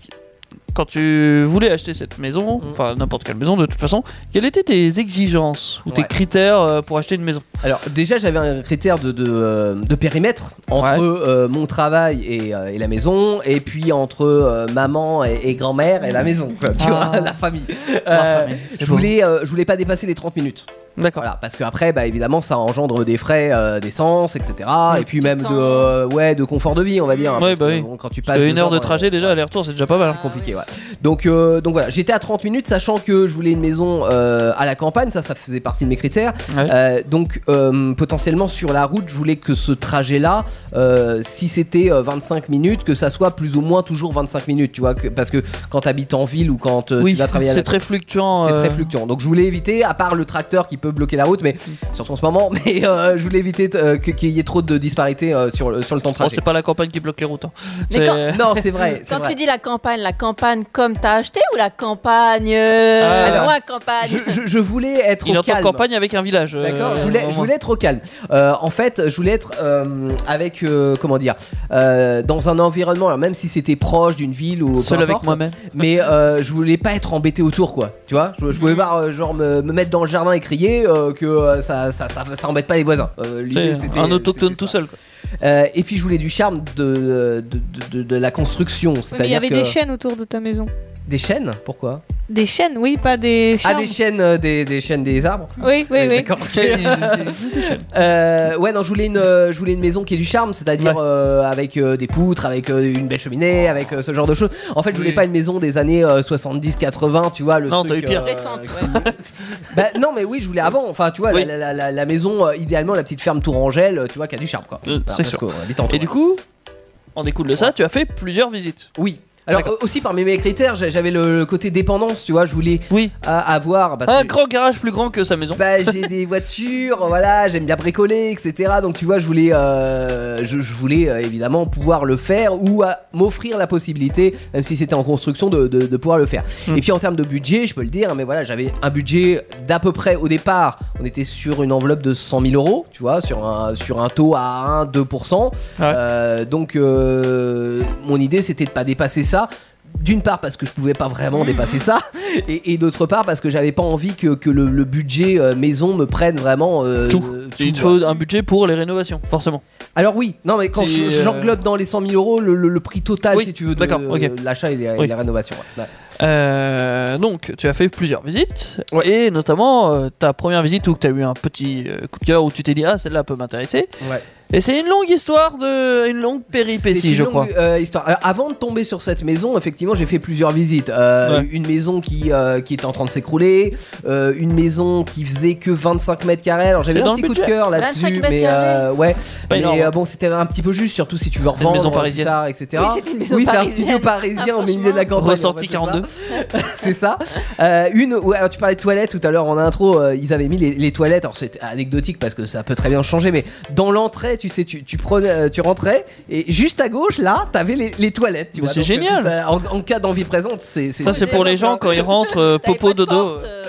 Speaker 4: quand tu voulais acheter cette maison,
Speaker 1: Mm.
Speaker 4: enfin n'importe quelle maison de toute façon, quelles étaient tes exigences ou tes
Speaker 1: Ouais.
Speaker 4: critères euh, pour acheter une maison
Speaker 1: Alors déjà j'avais un critère de, de, euh, de périmètre entre euh, mon travail et, euh, et la maison et puis entre euh, maman et, et grand-mère et la maison quoi, tu
Speaker 4: Ah.
Speaker 1: vois la famille. Euh,
Speaker 4: famille, c'est
Speaker 1: je
Speaker 4: beau.
Speaker 1: voulais euh, je voulais pas dépasser les 30 minutes.
Speaker 4: D'accord.
Speaker 1: Voilà, parce qu'après bah évidemment ça engendre des frais euh, d'essence etc et puis même de euh, ouais de confort de vie on va dire. hein,
Speaker 4: Ouais,
Speaker 1: parce
Speaker 4: bah
Speaker 1: que,
Speaker 4: oui.
Speaker 1: bon, quand tu
Speaker 4: Parce
Speaker 1: passes
Speaker 4: que
Speaker 1: deux
Speaker 4: une heure
Speaker 1: ans,
Speaker 4: de
Speaker 1: euh,
Speaker 4: trajet déjà aller-retour, c'est déjà pas mal. hein.
Speaker 1: C'est compliqué, ouais. Donc, euh, donc voilà, j'étais à 30 minutes, sachant que je voulais une maison euh, à la campagne, ça, ça faisait partie de mes critères.
Speaker 4: Ouais.
Speaker 1: Euh, donc, euh, potentiellement sur la route, je voulais que ce trajet-là, euh, si c'était euh, 25 minutes, que ça soit plus ou moins toujours 25 minutes, tu vois, que- parce que quand t'habites en ville ou quand euh,
Speaker 4: Oui,
Speaker 1: tu vas travailler à la
Speaker 4: c'est très fluctuant.
Speaker 1: c'est très
Speaker 4: euh,
Speaker 1: fluctuant. Donc je voulais éviter, à part le tracteur qui peut bloquer la route, mais surtout en ce moment, mais euh, je voulais éviter euh, que- qu'il y ait trop de disparités euh, sur, le- sur le temps de
Speaker 4: Bon,
Speaker 1: trajet.
Speaker 4: c'est pas la campagne qui bloque les routes. hein.
Speaker 5: Mais
Speaker 4: C'est-
Speaker 5: quand-
Speaker 1: Non, c'est vrai. c'est
Speaker 5: Quand
Speaker 1: vrai.
Speaker 5: tu dis la campagne, la campagne comme t'as acheté ou la campagne euh,
Speaker 1: Ah,
Speaker 5: loin campagne
Speaker 1: Je, je- je voulais être
Speaker 4: Il
Speaker 1: au
Speaker 4: entend
Speaker 1: calme.
Speaker 4: campagne avec un village. euh,
Speaker 1: D'accord, je, voulais,
Speaker 4: au
Speaker 1: je
Speaker 4: moins.
Speaker 1: voulais être au calme. Euh, en fait, je voulais être euh, avec, euh, comment dire, euh, dans un environnement, alors même si c'était proche d'une ville ou peu
Speaker 4: Seul avec
Speaker 1: importe,
Speaker 4: moi-même.
Speaker 1: Mais euh, je voulais pas être embêté autour, quoi. Tu vois, je, je voulais
Speaker 4: Mhm.
Speaker 1: pas, euh, genre, me, me mettre dans le jardin et crier euh, que euh, ça, ça, ça, ça embête pas les voisins. Euh, l'idée,
Speaker 4: C'est
Speaker 1: c'était-
Speaker 4: Un autochtone tout seul. quoi.
Speaker 1: Euh, et puis, je voulais du charme de, de, de- de- de la construction.
Speaker 10: Mais il y
Speaker 1: c'est-à-dire
Speaker 10: avait
Speaker 1: que-
Speaker 10: des chaînes autour de ta maison.
Speaker 1: Des chaînes Pourquoi
Speaker 10: Des chaînes, oui, pas des
Speaker 1: Ah,
Speaker 10: charmes.
Speaker 1: des chaînes, euh, des, des chaînes des arbres
Speaker 10: Oui, oui, oui.
Speaker 1: D'accord, ok. Euh, ouais, non, je voulais une, euh, je voulais une maison qui ait du charme, c'est-à-dire euh, avec euh, des poutres, avec euh, une belle cheminée, avec euh, ce genre de choses. En fait, je voulais
Speaker 4: Oui.
Speaker 1: pas une maison des années 70-80, tu vois le
Speaker 4: Non,
Speaker 1: truc. euh,
Speaker 4: t'as eu pire.
Speaker 5: Récente, ouais.
Speaker 1: bah, non, mais oui, je voulais avant. Enfin, tu vois,
Speaker 4: Oui.
Speaker 1: la, la- la- la maison, euh, idéalement la petite ferme Tourangelle, euh, tu vois, qui a du charme, quoi.
Speaker 4: Euh, c'est
Speaker 1: parce
Speaker 4: sûr.
Speaker 1: qu'on habite en
Speaker 4: Et
Speaker 1: Touraine.
Speaker 4: du coup, on découle de ça, tu as fait plusieurs visites.
Speaker 1: oui. Alors
Speaker 4: D'accord.
Speaker 1: euh, aussi parmi mes critères, j'a- j'avais le côté dépendance, tu vois, je voulais
Speaker 4: Oui. Ah,
Speaker 1: euh, avoir. parce
Speaker 4: Un
Speaker 1: que-
Speaker 4: grand garage plus grand que sa maison.
Speaker 1: Bah, j'ai des voitures, voilà, j'aime bien bricoler, etc. Donc tu vois, je voulais, euh, je, je voulais euh, évidemment pouvoir le faire ou à- m'offrir la possibilité, même si c'était en construction, de, de- de pouvoir le faire. Et puis en termes de budget, je peux le dire, hein, mais voilà, j'avais un budget d'à peu près au départ, on était sur une enveloppe de 100 000 euros, tu vois, sur un, sur un taux à 1-2%.
Speaker 4: Ouais.
Speaker 1: Euh, donc euh, mon idée c'était de pas dépasser ça. D'une part parce que je pouvais pas vraiment dépasser ça, et, et d'autre part parce que j'avais pas envie que, que le, le budget euh, maison me prenne vraiment euh,
Speaker 4: Tout. Il te
Speaker 1: quoi.
Speaker 4: faut un budget pour les rénovations, forcément.
Speaker 1: Alors oui, non mais quand
Speaker 4: C'est,
Speaker 1: je-
Speaker 4: euh,
Speaker 1: j'englobe dans les 100 000 euros le, le- le prix total
Speaker 4: Oui,
Speaker 1: si tu veux de,
Speaker 4: d'accord, ok.
Speaker 1: de l'achat et des
Speaker 4: Oui.
Speaker 1: et des rénovations. ouais. Ouais.
Speaker 4: Euh, donc, tu as fait plusieurs visites, et notamment euh, ta première visite où tu as eu un petit euh, coup de cœur où tu t'es dit ah celle-là peut m'intéresser.
Speaker 1: Ouais.
Speaker 4: Et c'est une longue histoire de une longue
Speaker 1: C'est
Speaker 4: péripétie,
Speaker 1: une
Speaker 4: je
Speaker 1: longue,
Speaker 4: crois.
Speaker 1: euh, histoire. Alors, avant de tomber sur cette maison, effectivement, j'ai fait plusieurs visites. Euh,
Speaker 4: Ouais.
Speaker 1: Une maison qui, euh, qui était en train de s'écrouler, euh, une maison qui faisait que 25 mètres carrés. Alors j'avais
Speaker 4: C'est dans
Speaker 1: un
Speaker 4: le
Speaker 1: petit coup de
Speaker 4: budget.
Speaker 1: cœur
Speaker 5: 25
Speaker 1: là-dessus,
Speaker 5: mètres
Speaker 1: mais euh, ouais.
Speaker 4: pas
Speaker 1: Mais
Speaker 4: énorme. hein.
Speaker 1: euh, bon, c'était un petit peu juste, surtout si tu veux
Speaker 4: C'était une
Speaker 1: revendre euh,
Speaker 4: maison
Speaker 1: plus
Speaker 4: parisienne.
Speaker 1: tard, etc.
Speaker 5: Oui, c'était une maison
Speaker 1: Oui, c'est un
Speaker 5: parisienne.
Speaker 1: studio parisien
Speaker 5: Ah,
Speaker 1: au milieu de la campagne.
Speaker 4: Ressorti
Speaker 1: en fait,
Speaker 4: 42.
Speaker 1: C'est ça. Euh, une, ouais, alors tu parlais de toilettes tout à l'heure en intro, euh, ils avaient mis les, les toilettes. Alors c'est anecdotique parce que ça peut très bien changer, mais dans l'entrée, tu sais, tu, tu prenais, euh, tu rentrais et juste à gauche, là, t'avais les, les toilettes. Tu
Speaker 4: Mais
Speaker 1: vois,
Speaker 4: c'est
Speaker 1: donc, euh,
Speaker 4: génial.
Speaker 1: tout, euh, en, en cas d'envie présente, c'est. c'est-
Speaker 4: Ça c'est pour les gens quand ils rentrent euh,
Speaker 5: T'avais
Speaker 4: popo
Speaker 5: pas de
Speaker 4: dodo.
Speaker 5: porte, euh.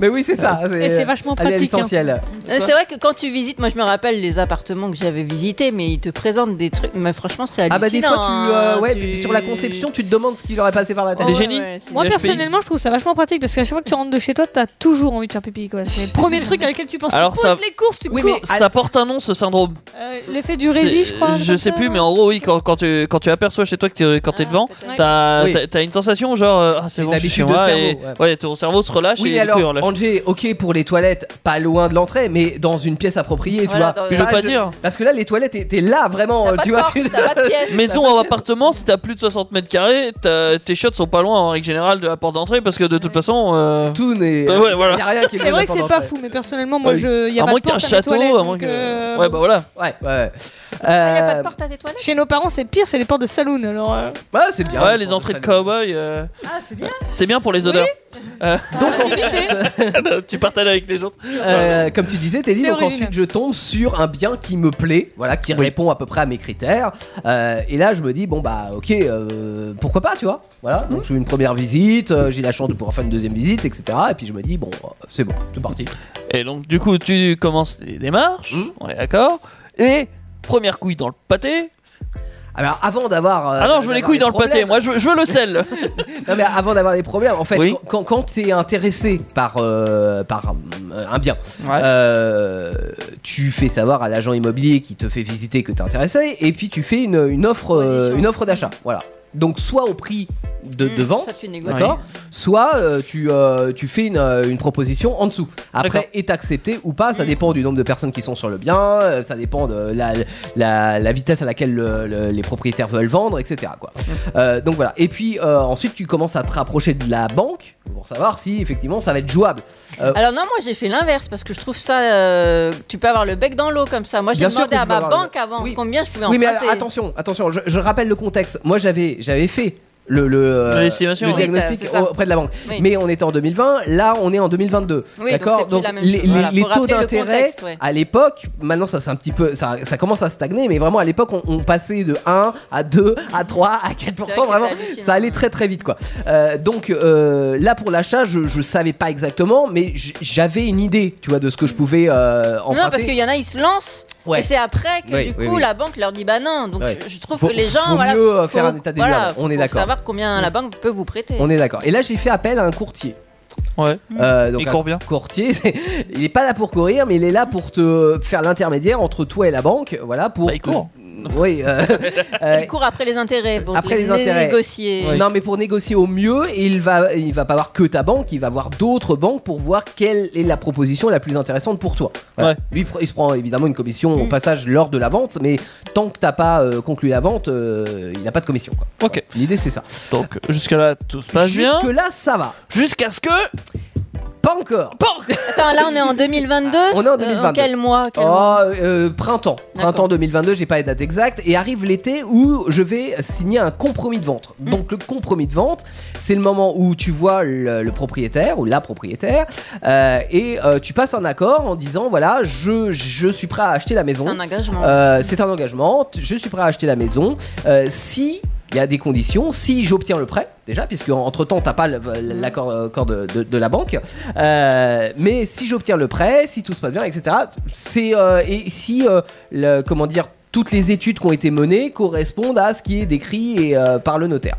Speaker 1: Mais oui, Ah, c'est ça.
Speaker 10: Et c'est vachement
Speaker 1: aller à
Speaker 10: pratique. hein.
Speaker 1: l'essentiel.
Speaker 5: Euh, C'est vrai que quand tu visites, moi je me rappelle les appartements que j'avais visités, mais ils te présentent des trucs. Mais franchement, c'est
Speaker 1: Ah
Speaker 5: hallucinant.
Speaker 1: bah des fois, tu, euh,
Speaker 5: hein,
Speaker 1: ouais,
Speaker 5: tu-
Speaker 1: sur la conception, tu te demandes ce qui leur est passé par la tête.
Speaker 4: Des génies.
Speaker 5: c'est-
Speaker 10: Moi
Speaker 4: Le HPI.
Speaker 10: personnellement, je trouve ça vachement pratique parce qu'à chaque fois que tu rentres de chez toi, t'as toujours envie de faire pipi. quoi. C'est le premier truc à lequel tu penses.
Speaker 4: Alors
Speaker 10: tu
Speaker 4: ça-
Speaker 10: poses les courses, tu
Speaker 1: Oui,
Speaker 10: cours.
Speaker 1: mais-
Speaker 4: Ça porte un nom ce syndrome.
Speaker 10: Euh, L'effet du
Speaker 4: C'est-
Speaker 10: rési, je crois.
Speaker 4: Euh, Je sais plus, mais en gros, oui, quand, quand tu, quand tu aperçois chez toi que t'es- quand t'es
Speaker 5: Ah,
Speaker 4: devant,
Speaker 5: peut-être.
Speaker 4: t'as
Speaker 1: Oui.
Speaker 4: t'as- t'as une sensation genre, euh, ah, c'est
Speaker 1: une
Speaker 4: bon, je suis chez
Speaker 1: habitude de
Speaker 4: moi,
Speaker 1: cerveau,
Speaker 4: et
Speaker 1: ouais.
Speaker 4: ouais, ton cerveau se relâche
Speaker 1: Oui,
Speaker 4: et
Speaker 1: mais alors,
Speaker 4: conclure, là.
Speaker 1: Angé, ok pour les toilettes, pas loin de l'entrée, mais dans une pièce appropriée, tu
Speaker 4: Voilà,
Speaker 1: vois.
Speaker 4: dans- Je veux pas
Speaker 1: je-
Speaker 4: dire.
Speaker 1: Parce que là, les toilettes, t'es- t'es là vraiment, euh, tu vois. tu-
Speaker 4: Maison ou appartement, si t'as plus de 60 mètres carrés, t'as- tes shots sont pas loin en règle générale de la porte d'entrée parce que de toute façon. euh,
Speaker 1: Tout n'est.
Speaker 4: Ouais, voilà.
Speaker 10: C'est vrai que c'est pas fou, mais personnellement, moi,
Speaker 4: Ah Oui.
Speaker 10: je. Y a
Speaker 4: à
Speaker 10: pas
Speaker 4: moins
Speaker 10: de
Speaker 4: qu'il y ait un
Speaker 10: porte à mes
Speaker 4: château,
Speaker 10: toilettes,
Speaker 4: à moins
Speaker 10: donc,
Speaker 4: que. Ah,
Speaker 10: euh,
Speaker 4: Ouais, bah voilà.
Speaker 1: Ouais, ouais.
Speaker 10: y
Speaker 1: Euh,
Speaker 10: porte à Chez nos parents, c'est pire, c'est les portes de saloon. Alors, euh,
Speaker 1: Ouais, Bah, Ah, c'est bien.
Speaker 4: Ouais, les entrées de cowboy. euh,
Speaker 9: Ah, c'est bien.
Speaker 4: C'est bien pour les odeurs. Euh,
Speaker 10: Ah,
Speaker 1: Donc,
Speaker 4: tu partages avec les autres.
Speaker 1: Euh, comme tu disais, Teddy,
Speaker 4: C'est
Speaker 1: donc
Speaker 4: original.
Speaker 1: ensuite je tombe sur un bien qui me plaît, voilà, qui répond à peu près à mes critères. Euh, et là, je me dis, bon bah, ok, euh, pourquoi pas, tu vois Voilà, donc je fais une première visite, euh, j'ai la chance de pouvoir faire une deuxième visite, etc. Et puis je me dis, bon, euh, c'est bon, c'est parti.
Speaker 4: Et donc, du coup, tu commences les démarches, on
Speaker 1: Euh,
Speaker 4: est d'accord. Et première couille dans le pâté.
Speaker 1: Alors, avant d'avoir. euh,
Speaker 4: Ah non, je veux les
Speaker 1: d'avoir
Speaker 4: couilles dans le pâté,
Speaker 1: problèmes-
Speaker 4: moi je veux, je veux le sel.
Speaker 1: non, mais avant d'avoir des problèmes, en fait,
Speaker 4: Oui.
Speaker 1: quand, quand tu es intéressé par, euh, par euh, un bien, euh, tu fais savoir à l'agent immobilier qui te fait visiter que tu es intéressé, et puis tu fais une, une offre, euh, une offre d'achat. Voilà. Donc, soit au prix de, de
Speaker 5: Mmh,
Speaker 1: vente,
Speaker 5: ça, tu négocies.
Speaker 1: d'accord, soit euh, tu, euh, tu fais une, euh, une proposition en dessous.
Speaker 4: D'accord.
Speaker 1: Après, est accepté ou pas, ça dépend du nombre de personnes qui sont sur le bien, euh, ça dépend de la, la- la vitesse à laquelle le- le- les propriétaires veulent vendre, etc. Quoi. Euh, donc voilà. Et puis euh, ensuite, tu commences à te rapprocher de la banque pour savoir si effectivement ça va être jouable. Euh,
Speaker 5: Alors non, moi j'ai fait l'inverse parce que je trouve ça. euh, tu peux avoir le bec dans l'eau comme ça. Moi j'ai
Speaker 1: Bien sûr
Speaker 5: demandé
Speaker 1: que
Speaker 5: à
Speaker 1: tu peux
Speaker 5: ma
Speaker 1: avoir le-
Speaker 5: banque avant combien je pouvais
Speaker 1: oui, mais
Speaker 5: emprunter.
Speaker 1: alors, attention, attention, je, je rappelle le contexte. Moi, j'avais, j'avais fait le, le, euh,
Speaker 4: l'estimation,
Speaker 1: le
Speaker 4: oui.
Speaker 1: diagnostic
Speaker 5: Oui, t'as- c'est ça.
Speaker 1: auprès de la banque.
Speaker 5: Oui.
Speaker 1: Mais on était en 2020, là, on est en 2022.
Speaker 5: Oui, donc c'est
Speaker 1: D'accord
Speaker 5: plus
Speaker 1: Donc,
Speaker 5: la même
Speaker 1: les,
Speaker 5: chose. Voilà,
Speaker 1: les- les
Speaker 5: faut
Speaker 1: taux
Speaker 5: rappeler le
Speaker 1: d'intérêt
Speaker 5: contexte, ouais.
Speaker 1: à l'époque, maintenant, ça, c'est un petit peu, ça, ça commence à stagner, mais vraiment, à l'époque, on, on passait de 1 à 2, à 3, à 4
Speaker 5: C'est vrai que
Speaker 1: Vraiment,
Speaker 5: c'était hallucinant.
Speaker 1: ça allait très très vite, quoi. Euh, donc euh, là, pour l'achat, je, je savais pas exactement, mais j- j'avais une idée, tu vois, de ce que je pouvais euh, emprunter.
Speaker 5: Non, parce qu'il y en a, ils se lancent.
Speaker 1: Ouais.
Speaker 5: Et c'est après que
Speaker 1: Oui,
Speaker 5: du coup
Speaker 1: oui, oui.
Speaker 5: la banque leur dit bah non. Donc
Speaker 1: Ouais.
Speaker 5: je, je trouve
Speaker 1: Faut-
Speaker 5: que les gens.
Speaker 1: faut
Speaker 5: voilà,
Speaker 1: mieux, euh, faire un état des lieux
Speaker 5: voilà,
Speaker 1: avant. On est
Speaker 5: faut
Speaker 1: d'accord.
Speaker 5: savoir combien la banque peut vous prêter.
Speaker 1: On est d'accord. Et là, j'ai fait appel à un courtier.
Speaker 4: Ouais.
Speaker 1: Euh, donc
Speaker 4: Il
Speaker 1: un
Speaker 4: court bien.
Speaker 1: courtier, c'est- il est pas là pour courir, mais il est là pour te faire l'intermédiaire entre toi et la banque. Voilà pour.
Speaker 4: Bah, il court.
Speaker 1: Oui. euh, euh,
Speaker 5: Ils courent après les intérêts pour
Speaker 1: après les
Speaker 5: les
Speaker 1: intérêts.
Speaker 5: négocier.
Speaker 1: Non, mais pour négocier au mieux, il va, il va pas voir que ta banque, il va voir d'autres banques pour voir quelle est la proposition la plus intéressante pour toi. Voilà.
Speaker 4: Ouais.
Speaker 1: Lui, il pr- il se prend évidemment une commission
Speaker 5: Mm.
Speaker 1: au passage lors de la vente, mais tant que t'as pas euh, conclu la vente, euh, il n'a pas de commission. quoi.
Speaker 4: Ok.
Speaker 1: L'idée, c'est ça.
Speaker 4: Donc, jusque-là, tout se passe bien.
Speaker 1: Jusque là, ça va.
Speaker 4: Jusqu'à ce que.
Speaker 1: Pas encore.
Speaker 4: Pas encore.
Speaker 5: Attends, là on est en 2022.
Speaker 1: On est en
Speaker 5: Euh,
Speaker 1: 2022.
Speaker 5: quel mois, quel
Speaker 1: Oh,
Speaker 5: mois
Speaker 1: euh, printemps. Printemps 2022, j'ai pas les dates exactes. Et arrive l'été où je vais signer un compromis de vente.
Speaker 5: Mm.
Speaker 1: Donc le compromis de vente, c'est le moment où tu vois le, le propriétaire ou la propriétaire euh, et euh, tu passes un accord en disant voilà, je, je suis prêt à acheter la maison.
Speaker 5: C'est un engagement.
Speaker 1: Euh, c'est un engagement. T- Je suis prêt à acheter la maison euh, si il y a des conditions. Si j'obtiens le prêt, déjà, puisque entre temps t'as pas le-
Speaker 5: Mm.
Speaker 1: l'accord euh, accord de, de- de la banque. Euh, mais si j'obtiens le prêt, si tout se passe bien, etc. C'est euh, et si euh, le- comment dire toutes les études qui ont été menées correspondent à ce qui est décrit et, euh, par le notaire.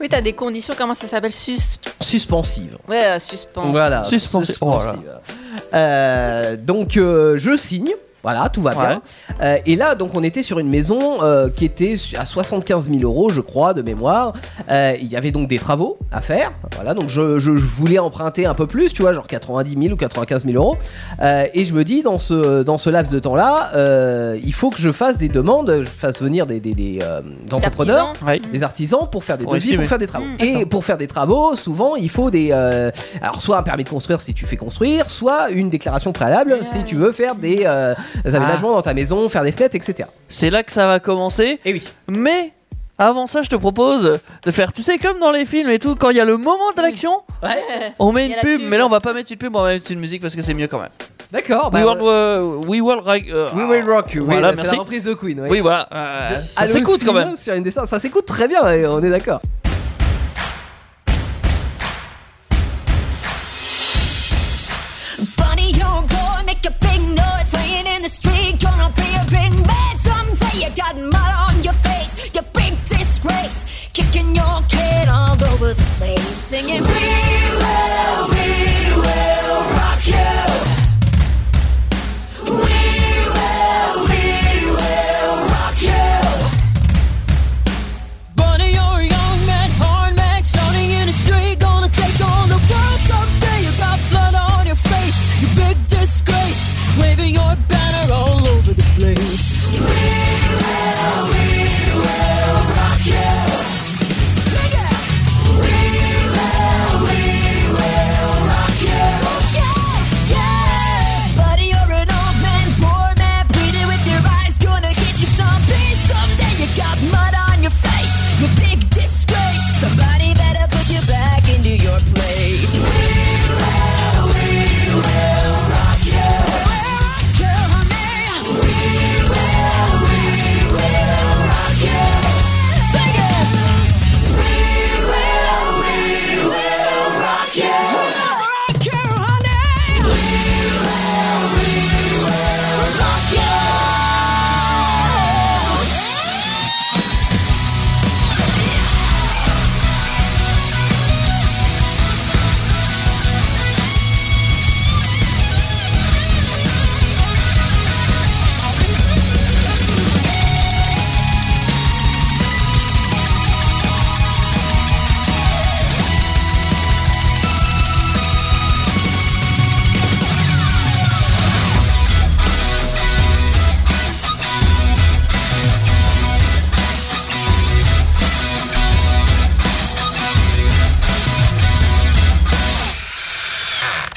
Speaker 5: Oui, t'as des conditions. Comment ça s'appelle Sus.
Speaker 1: Suspensive.
Speaker 5: Ouais, euh, suspense.
Speaker 1: Voilà.
Speaker 4: Suspensive.
Speaker 1: Suspensive. Oh Euh, donc euh, je signe. Voilà, tout va bien. Euh, et là, donc, on était sur une maison euh, qui était su- à 75 000 euros, je crois, de mémoire. Euh, Il y avait donc des travaux à faire. Voilà, donc je, je- je voulais emprunter un peu plus, tu vois, genre 90 000 ou 95 000 euros. Euh, et je me dis, dans ce, dans ce laps de temps-là, euh, il faut que je fasse des demandes, je fasse venir des, des, des, euh, entrepreneurs,
Speaker 4: Ouais.
Speaker 1: des artisans pour faire des
Speaker 4: Pour
Speaker 1: devis,
Speaker 4: estimer.
Speaker 1: pour faire des travaux.
Speaker 5: Mm.
Speaker 1: Et pour faire des travaux, souvent, il faut des. euh, alors, soit un permis de construire si tu fais construire, soit une déclaration préalable si tu veux faire des euh,
Speaker 4: Ah.
Speaker 1: aménagements dans ta maison, faire des fenêtres, etc.
Speaker 4: C'est là que ça va commencer.
Speaker 1: Et Eh oui.
Speaker 4: Mais avant ça, je te propose de faire, tu sais, comme dans les films et tout, quand il y a le moment de l'action,
Speaker 1: Ouais.
Speaker 4: on met
Speaker 5: y a
Speaker 4: une
Speaker 5: la
Speaker 4: pub,
Speaker 5: pub.
Speaker 4: mais là, on va pas mettre une pub, on va mettre une musique parce que c'est mieux quand même.
Speaker 1: D'accord.
Speaker 4: we,
Speaker 1: Bah,
Speaker 4: will, euh, we will rock. euh,
Speaker 1: We Will Rock You. Oui, bah,
Speaker 4: Voilà,
Speaker 1: c'est
Speaker 4: merci.
Speaker 1: la reprise de Queen.
Speaker 4: Oui, voilà. euh,
Speaker 1: De-
Speaker 4: ça
Speaker 1: Allô,
Speaker 4: s'écoute quand
Speaker 1: Sylvain,
Speaker 4: même.
Speaker 1: Sur une dessin, ça s'écoute très bien, ouais, on est d'accord.
Speaker 11: Bunny, you're a boy, make a big noise, playing in the street, gonna be a big man someday. You got mud on your face, your big disgrace, kicking your kid all over the place, singing. We will, we will rock you. We will, we will rock you. Bunny, you're a young man.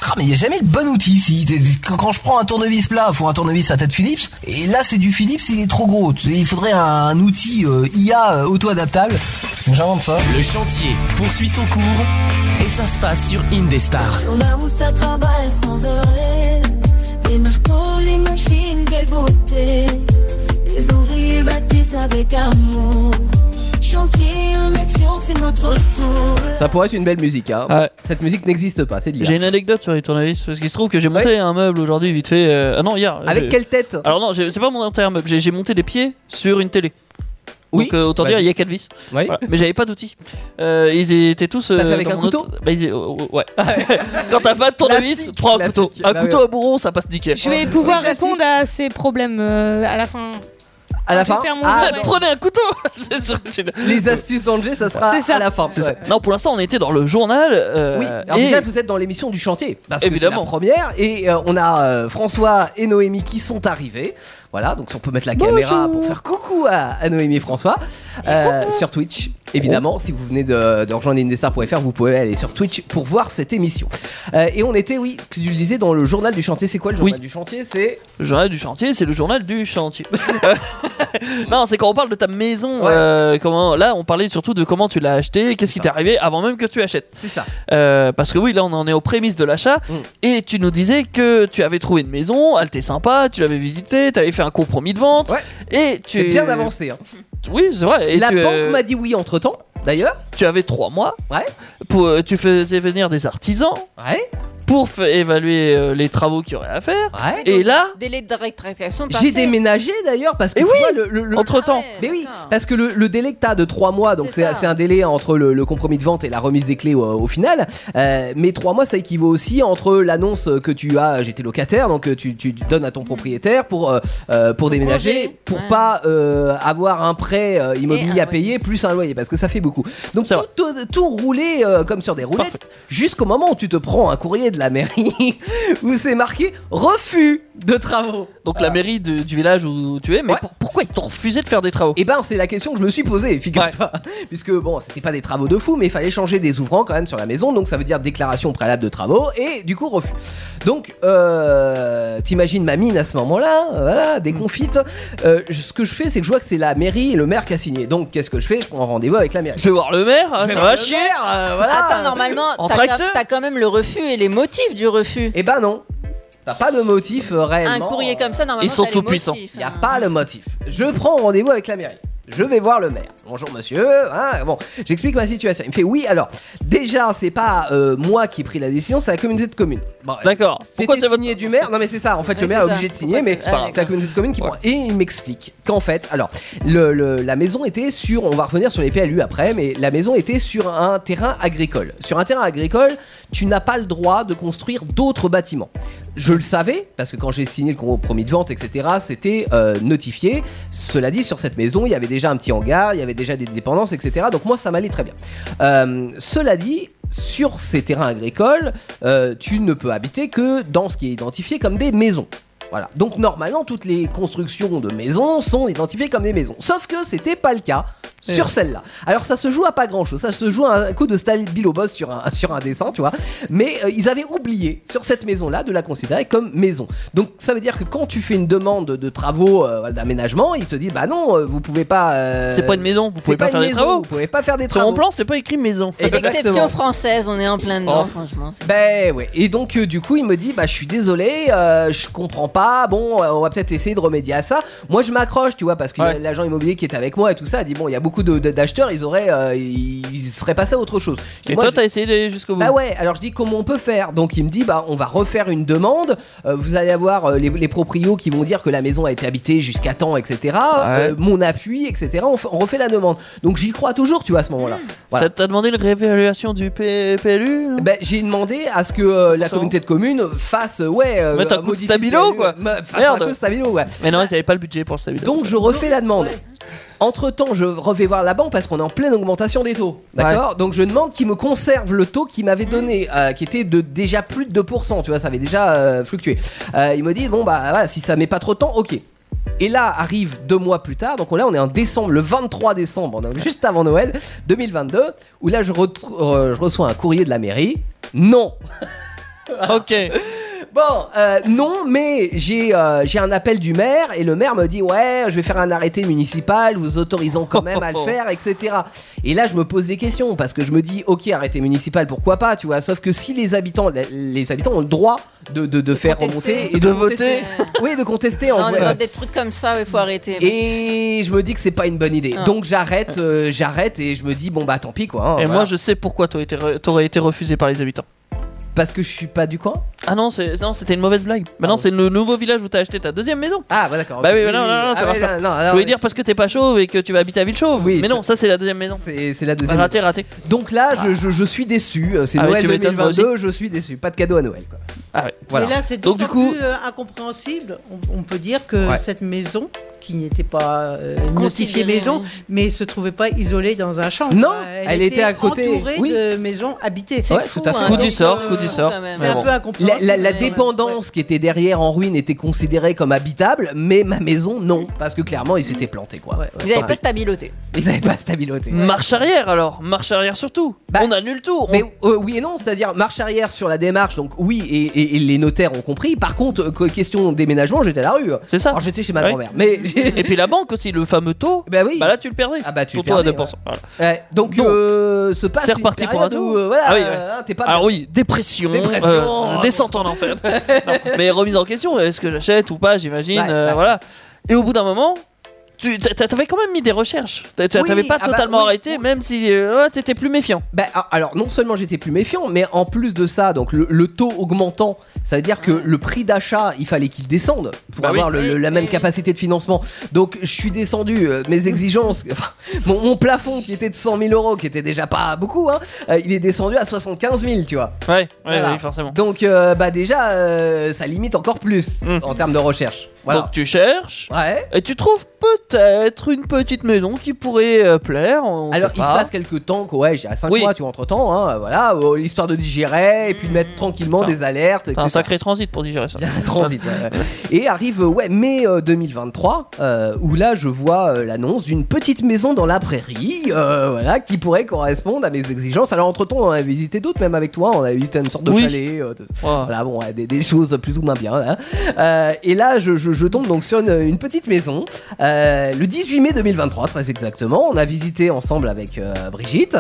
Speaker 12: Ah, mais il n'y a jamais de bon outil ici. T'es- Quand quand je prends un tournevis plat pour un tournevis à tête Philips, et là c'est du Philips, il est trop gros. Il faudrait un outil euh, IA euh, auto-adaptable. J'invente ça.
Speaker 2: Le chantier poursuit son cours et ça se passe sur Indestar.
Speaker 11: Sur là où ça travaille sans arrêt. Les meufs pour les machines, quelle beauté. Les ouvriers bâtissent avec amour. Chantier, action, c'est notre tour.
Speaker 1: Ça pourrait être une belle musique. Hein. Cette musique n'existe pas, c'est de l'IA.
Speaker 4: J'ai une anecdote sur les tournevis parce qu'il se trouve que j'ai monté un meuble aujourd'hui vite fait. euh, ah non, hier.
Speaker 1: Avec
Speaker 4: j'ai-
Speaker 1: quelle tête
Speaker 4: Alors non, j'ai- c'est pas monté un meuble, j'ai j'ai monté des pieds sur une télé.
Speaker 1: Oui.
Speaker 4: Donc euh, autant
Speaker 1: Vas-y.
Speaker 4: dire, il y a quatre vis.
Speaker 1: Oui.
Speaker 4: Voilà. Mais j'avais pas d'outils. Euh, ils étaient tous.
Speaker 1: T'as
Speaker 4: euh,
Speaker 1: fait avec
Speaker 4: dans
Speaker 1: un
Speaker 4: mon
Speaker 1: couteau Ah
Speaker 4: autre- bah, ils- euh, Ouais. Quand t'as pas de tournevis, prends un couteau. Un
Speaker 1: Bah
Speaker 4: couteau
Speaker 1: oui.
Speaker 4: à bourron, ça passe nickel.
Speaker 10: Je vais pouvoir répondre à ces problèmes euh, à la fin.
Speaker 1: À la
Speaker 10: Je vais
Speaker 1: fin
Speaker 10: faire mon
Speaker 1: Ah,
Speaker 10: jeu, ouais.
Speaker 4: Prenez un couteau C'est ça, j'ai-
Speaker 1: Les astuces d'Angers, ça sera
Speaker 4: C'est ça.
Speaker 1: à la fin.
Speaker 4: C'est
Speaker 1: ouais.
Speaker 4: ça. Non, pour l'instant, on était dans le journal. euh,
Speaker 1: Oui, alors
Speaker 4: et-
Speaker 1: déjà vous êtes dans l'émission du chantier, parce
Speaker 4: Évidemment.
Speaker 1: que c'est la première, et euh, on a euh, François et Noémie qui sont arrivés. Voilà, donc si on peut mettre la caméra pour faire coucou à, à Noémie et François euh, sur Twitch.
Speaker 4: Oh.
Speaker 1: Évidemment, si vous venez de, de rejoindre indestar.fr, vous pouvez aller sur Twitch pour voir cette émission. Euh, et on était, oui, tu le disais, dans le journal du chantier. C'est quoi le journal
Speaker 4: Oui.
Speaker 1: du chantier C'est
Speaker 4: Le journal du chantier, c'est le journal du chantier. non, c'est quand on parle de ta maison. euh, comment Là, on parlait surtout de comment tu l'as acheté, qu'est-ce qui t'est arrivé avant même que tu achètes. Euh,
Speaker 1: C'est ça. Mm.
Speaker 4: parce que oui, là, on en est aux prémices de l'achat. Et tu nous disais que tu avais trouvé une maison, elle était sympa, tu l'avais visitée, tu avais fait un compromis de vente. Et tu
Speaker 1: T'es bien avancé, hein.
Speaker 4: Oui, c'est vrai. Et
Speaker 1: La
Speaker 4: tu,
Speaker 1: banque
Speaker 4: euh,
Speaker 1: m'a dit oui entre temps, d'ailleurs.
Speaker 4: Tu avais trois mois.
Speaker 1: Ouais.
Speaker 4: Pour, euh, tu faisais venir des artisans. Pour fa- évaluer euh, les travaux qu'il y aurait à faire. Et là.
Speaker 5: Délai de rectification
Speaker 1: Ah J'ai déménagé d'ailleurs parce que
Speaker 5: Et
Speaker 1: tu
Speaker 5: oui,
Speaker 1: vois, le, le- le-
Speaker 4: entre temps.
Speaker 1: Eh mais oui, parce que le, le délai que t'as de 3 mois, donc c'est c'est un délai entre le, le compromis de vente et la remise des clés au, au final. euh, mais 3 mois, ça équivaut aussi entre l'annonce que tu as, j'étais locataire, donc euh, tu, tu donnes à ton propriétaire pour euh, euh, pour déménager,
Speaker 5: congé,
Speaker 1: pour
Speaker 5: ouais.
Speaker 1: pas euh, avoir un prêt euh, immobilier
Speaker 5: Et un
Speaker 1: à payer plus un loyer parce que ça fait beaucoup. Donc tout, tout- tout roulé euh, comme sur des roulettes jusqu'au moment où tu te prends un courrier de la mairie où c'est marqué refus de travaux.
Speaker 4: Donc la mairie de- du village où tu es, mais pour- pourquoi ils t'ont refusé de faire des travaux
Speaker 1: Eh ben, c'est la question que je me suis posée, figure-toi. Puisque bon, c'était pas des travaux de fou, mais il fallait changer des ouvrants quand même sur la maison, donc ça veut dire déclaration préalable de travaux et du coup refus. Donc, euh, t'imagines ma mine à ce moment-là, euh, voilà, déconfite. Euh, je- ce que je fais, c'est que je vois que c'est la mairie et le maire qui a signé. Donc, qu'est-ce que je fais Je prends rendez-vous avec la mairie.
Speaker 4: Je vais voir le maire,
Speaker 1: Je vais
Speaker 4: ça
Speaker 1: voir
Speaker 4: va
Speaker 1: le
Speaker 4: chier.
Speaker 1: maire, euh, voilà.
Speaker 5: Attends, normalement,
Speaker 1: En
Speaker 5: t'as
Speaker 1: tracteur.
Speaker 5: t'as quand même le refus et les motifs du refus.
Speaker 1: Eh ben non. T'as pas de motif euh,
Speaker 5: Un
Speaker 1: réellement.
Speaker 5: courrier comme ça, normalement,
Speaker 1: Ils sont
Speaker 5: t'as les
Speaker 1: tout
Speaker 5: motifs. hein.
Speaker 1: puissants. Il n'y a pas le motif. Je prends rendez-vous avec la mairie. Je vais voir le maire. Bonjour monsieur. hein, bon, j'explique ma situation. Il me fait oui. Alors déjà, c'est pas euh, moi qui ai pris la décision, c'est la communauté de communes.
Speaker 4: D'accord.
Speaker 1: Pourquoi c'est signé du maire Non mais c'est ça. En fait,
Speaker 4: Oui,
Speaker 1: le maire
Speaker 4: c'est
Speaker 1: est
Speaker 4: ça.
Speaker 1: obligé de signer,
Speaker 4: Pourquoi
Speaker 1: mais
Speaker 4: tu-
Speaker 1: c'est
Speaker 4: Ah, d'accord.
Speaker 1: la communauté de communes qui prend. Et il m'explique qu'en fait, alors le- le- la maison était sur. On va revenir sur les PLU après, mais la maison était sur un terrain agricole. Sur un terrain agricole, tu n'as pas le droit de construire d'autres bâtiments. Je le savais parce que quand j'ai signé le compromis de vente, etc., c'était euh, notifié. Cela dit, sur cette maison, il y avait déjà un petit hangar, il y avait déjà des dépendances, etc. Donc moi, ça m'allait très bien. Euh, cela dit, sur ces terrains agricoles, euh, tu ne peux habiter que dans ce qui est identifié comme des maisons. Voilà. Donc normalement, toutes les constructions de maisons sont identifiées comme des maisons. Sauf que c'était pas le cas
Speaker 4: Eh.
Speaker 1: sur celle-là. Alors ça se joue à pas grand-chose. Ça se joue à un coup de stabilo boss sur un, sur un dessin, tu vois. Mais euh, ils avaient oublié sur cette maison-là de la considérer comme maison. Donc ça veut dire que quand tu fais une demande de travaux euh, d'aménagement, ils te disent bah non, euh, vous pouvez pas. euh,
Speaker 4: C'est pas une maison, vous
Speaker 1: c'est
Speaker 4: pouvez pas,
Speaker 1: une
Speaker 4: faire des
Speaker 1: maison,
Speaker 4: travaux.
Speaker 1: Vous pouvez pas faire des
Speaker 4: Sur
Speaker 1: travaux.
Speaker 4: mon plan, c'est pas écrit maison.
Speaker 5: Exception française, on est en plein dedans,
Speaker 1: Oh.
Speaker 5: franchement.
Speaker 1: Ben ouais. Et donc euh, du coup il me dit bah je suis désolé, euh, je comprends pas. Bon, euh, on va peut-être essayer de remédier à ça. Moi je m'accroche, tu vois, parce que
Speaker 4: Ouais.
Speaker 1: l'agent immobilier qui est avec moi et tout ça a dit bon il y a beaucoup de- de- d'acheteurs, ils auraient, euh, ils seraient passés à autre chose. Je dis,
Speaker 4: Et
Speaker 1: moi,
Speaker 4: toi,
Speaker 1: je-
Speaker 4: t'as essayé d'aller jusqu'au bout.
Speaker 1: bah ouais, alors je dis comment on peut faire Donc il me dit bah on va refaire une demande, Euh, vous allez avoir euh, les, les proprios qui vont dire que la maison a été habitée jusqu'à temps, etc. Euh, mon appui, etc. On, f- on refait la demande. Donc j'y crois toujours, tu vois, à ce moment-là. Voilà.
Speaker 4: T'as- T'as demandé une réévaluation du P- PLU là
Speaker 1: Ben, j'ai demandé à ce que euh, la communauté de communes fasse euh, ouais euh,
Speaker 4: Mettre un coup de
Speaker 1: modifier le
Speaker 4: stabilo,
Speaker 1: PLU,
Speaker 4: quoi.
Speaker 1: me- fasse
Speaker 4: Merde.
Speaker 1: un coup de stabilo ouais.
Speaker 4: Mais non, ils avaient pas le budget pour le stabilo.
Speaker 1: Donc je refais la demande. Entre temps, je refais voir la banque parce qu'on est en pleine augmentation des taux. D'accord Donc je demande qu'ils me conservent le taux qu'ils m'avaient donné, euh, qui était de déjà plus de 2%. Tu vois, ça avait déjà euh, fluctué. Euh, ils me disent bon, bah voilà, si ça met pas trop de temps, ok. Et là arrive deux mois plus tard, donc là on est en décembre, le 23 décembre, donc juste avant Noël 2022, où là je, retr- euh, je reçois un courrier de la mairie. Non
Speaker 4: ok.
Speaker 1: Bon, euh, non, mais j'ai euh, j'ai un appel du maire et le maire me dit ouais, je vais faire un arrêté municipal, vous autorisant quand même à le faire, etc. Et là, je me pose des questions parce que je me dis ok, arrêté municipal, pourquoi pas, tu vois. Sauf que si les habitants, les, les habitants ont le droit de, de, de faire
Speaker 5: contester.
Speaker 1: remonter et
Speaker 5: De
Speaker 1: contester. oui, de contester. en
Speaker 5: Non,
Speaker 1: vrai.
Speaker 5: dans des trucs comme ça, il faut arrêter.
Speaker 1: Et je me dis que c'est pas une bonne idée.
Speaker 5: Ah.
Speaker 1: Donc j'arrête, euh, j'arrête et je me dis bon bah tant pis quoi. hein,
Speaker 4: Et
Speaker 1: voilà.
Speaker 4: moi, je sais pourquoi t'aurais été, re- t'aurais été refusé par les habitants.
Speaker 1: Parce que je suis pas du coin
Speaker 4: Ah non, c'est- non, c'était une mauvaise blague. Maintenant, c'est le nouveau village où t'as acheté ta deuxième maison.
Speaker 1: Ah bah d'accord.
Speaker 4: Bah
Speaker 1: ok.
Speaker 4: oui, non, non, non, ça
Speaker 1: Ah
Speaker 4: marche
Speaker 1: ouais,
Speaker 4: pas.
Speaker 1: non, non,
Speaker 4: je voulais
Speaker 1: non,
Speaker 4: dire parce que t'es pas chauve et que tu vas habiter à Villechauve. mais non, ça c'est la deuxième maison.
Speaker 1: C'est c'est la deuxième.
Speaker 4: Raté, raté.
Speaker 1: Donc là, je, je- je suis déçu. euh, C'est
Speaker 4: Ah oui,
Speaker 1: Noël
Speaker 4: tu m'étonnes, moi
Speaker 1: 2022, je suis déçu. Pas de cadeau à Noël. Quoi.
Speaker 4: Ah ouais.
Speaker 1: Voilà.
Speaker 9: Et là, c'est
Speaker 1: Donc
Speaker 9: d'autant
Speaker 1: du coup,
Speaker 9: plus euh, incompréhensible. On, on peut dire que
Speaker 1: Ouais.
Speaker 9: cette maison, qui n'était pas euh,
Speaker 1: Considérée,
Speaker 9: notifiée maison,
Speaker 1: oui.
Speaker 9: mais se trouvait pas isolée dans un champ.
Speaker 1: Non,
Speaker 9: Euh,
Speaker 1: elle était à côté,
Speaker 9: entourée
Speaker 1: oui.
Speaker 9: de maisons habitées.
Speaker 1: Ouais, tout
Speaker 9: hein,
Speaker 1: à fait.
Speaker 4: Coup du sort,
Speaker 1: hein,
Speaker 4: coup du sort.
Speaker 9: euh, C'est un peu
Speaker 1: La,
Speaker 9: incompréhensible.
Speaker 1: la- la dépendance qui était derrière en ruine était considérée comme habitable, mais ma maison non, parce que clairement ils s'étaient plantés quoi.
Speaker 5: Ils n'avaient pas de stabiloté.
Speaker 1: Ils avaient pas de stabiloté.
Speaker 4: Marche arrière alors, marche arrière surtout. Bah, on annule tout.
Speaker 1: Mais euh, oui et non, c'est-à-dire marche arrière sur la démarche, donc oui, et, et- et les notaires ont compris. Par contre, euh, question déménagement, j'étais à la rue.
Speaker 4: C'est ça.
Speaker 1: Alors j'étais chez ma
Speaker 4: Ouais.
Speaker 1: grand-mère. Mais
Speaker 4: Et puis la banque aussi, le fameux taux.
Speaker 1: Bah oui.
Speaker 4: Bah là, tu le perdais.
Speaker 1: Ah bah tu
Speaker 4: Ton
Speaker 1: le
Speaker 4: taux à
Speaker 1: perdais,
Speaker 4: 2%. voilà.
Speaker 1: Ouais, donc euh, se passe
Speaker 4: C'est
Speaker 1: une
Speaker 4: reparti pour un
Speaker 1: période
Speaker 4: tour.
Speaker 1: où, euh, voilà,
Speaker 4: Ah oui, ouais.
Speaker 1: euh, hein, t'es pas
Speaker 4: Alors oui, dépression,
Speaker 1: Dépression,
Speaker 4: euh,
Speaker 1: euh,
Speaker 4: descente en enfer. Non, mais remise en question, est-ce que j'achète ou pas, j'imagine,
Speaker 1: Ouais,
Speaker 4: euh,
Speaker 1: ouais.
Speaker 4: voilà. Et au bout d'un moment, tu t'a- t'a- t'avais quand même mis des recherches. T'a- t'a-
Speaker 1: Oui,
Speaker 4: T'avais pas
Speaker 1: ah bah
Speaker 4: totalement
Speaker 1: oui.
Speaker 4: arrêté, même si euh, ouais, t'étais plus méfiant.
Speaker 1: Bah, a- alors non seulement j'étais plus méfiant, mais en plus de ça, donc le, le taux augmentant, ça veut dire que le prix d'achat, il fallait qu'il descende pour
Speaker 4: Ah. Bah oui.
Speaker 1: avoir le- le- la même capacité de financement. Donc je suis descendu, euh, mes exigences, enfin, mon, mon plafond qui était de 100 000 euros, qui était déjà pas beaucoup, hein, euh, il est descendu à 75 000, tu vois.
Speaker 4: Ouais, ouais,
Speaker 1: Voilà.
Speaker 4: oui, forcément.
Speaker 1: Donc euh, bah déjà, euh, ça limite encore plus
Speaker 4: Mmh.
Speaker 1: en termes de recherche. Voilà.
Speaker 4: Donc tu cherches
Speaker 1: Ouais.
Speaker 4: et tu trouves peut-être une petite maison qui pourrait euh, plaire. on
Speaker 1: Alors,
Speaker 4: sait
Speaker 1: il se
Speaker 4: pas.
Speaker 1: passe quelques temps, quoi, ouais, j'ai 5
Speaker 4: Oui.
Speaker 1: mois, tu vois, entre temps, voilà, euh, histoire de digérer et puis de mettre tranquillement
Speaker 4: Putain.
Speaker 1: des alertes.
Speaker 4: T'as un
Speaker 1: etc.
Speaker 4: sacré transit pour digérer ça.
Speaker 1: Un transit. ouais, ouais. Et arrive euh, ouais mai euh, 2023 euh, où là je vois euh, l'annonce d'une petite maison dans la prairie, euh, voilà, qui pourrait correspondre à mes exigences. Alors entre temps on en a visité d'autres, même avec toi, on a visité une sorte de
Speaker 4: Oui.
Speaker 1: chalet, euh, de- voilà bon ouais, des, des choses plus ou moins bien. hein. Euh, et là je, je- je tombe donc sur une, une petite maison euh, le 18 mai 2023 très exactement. On a visité ensemble avec euh, Brigitte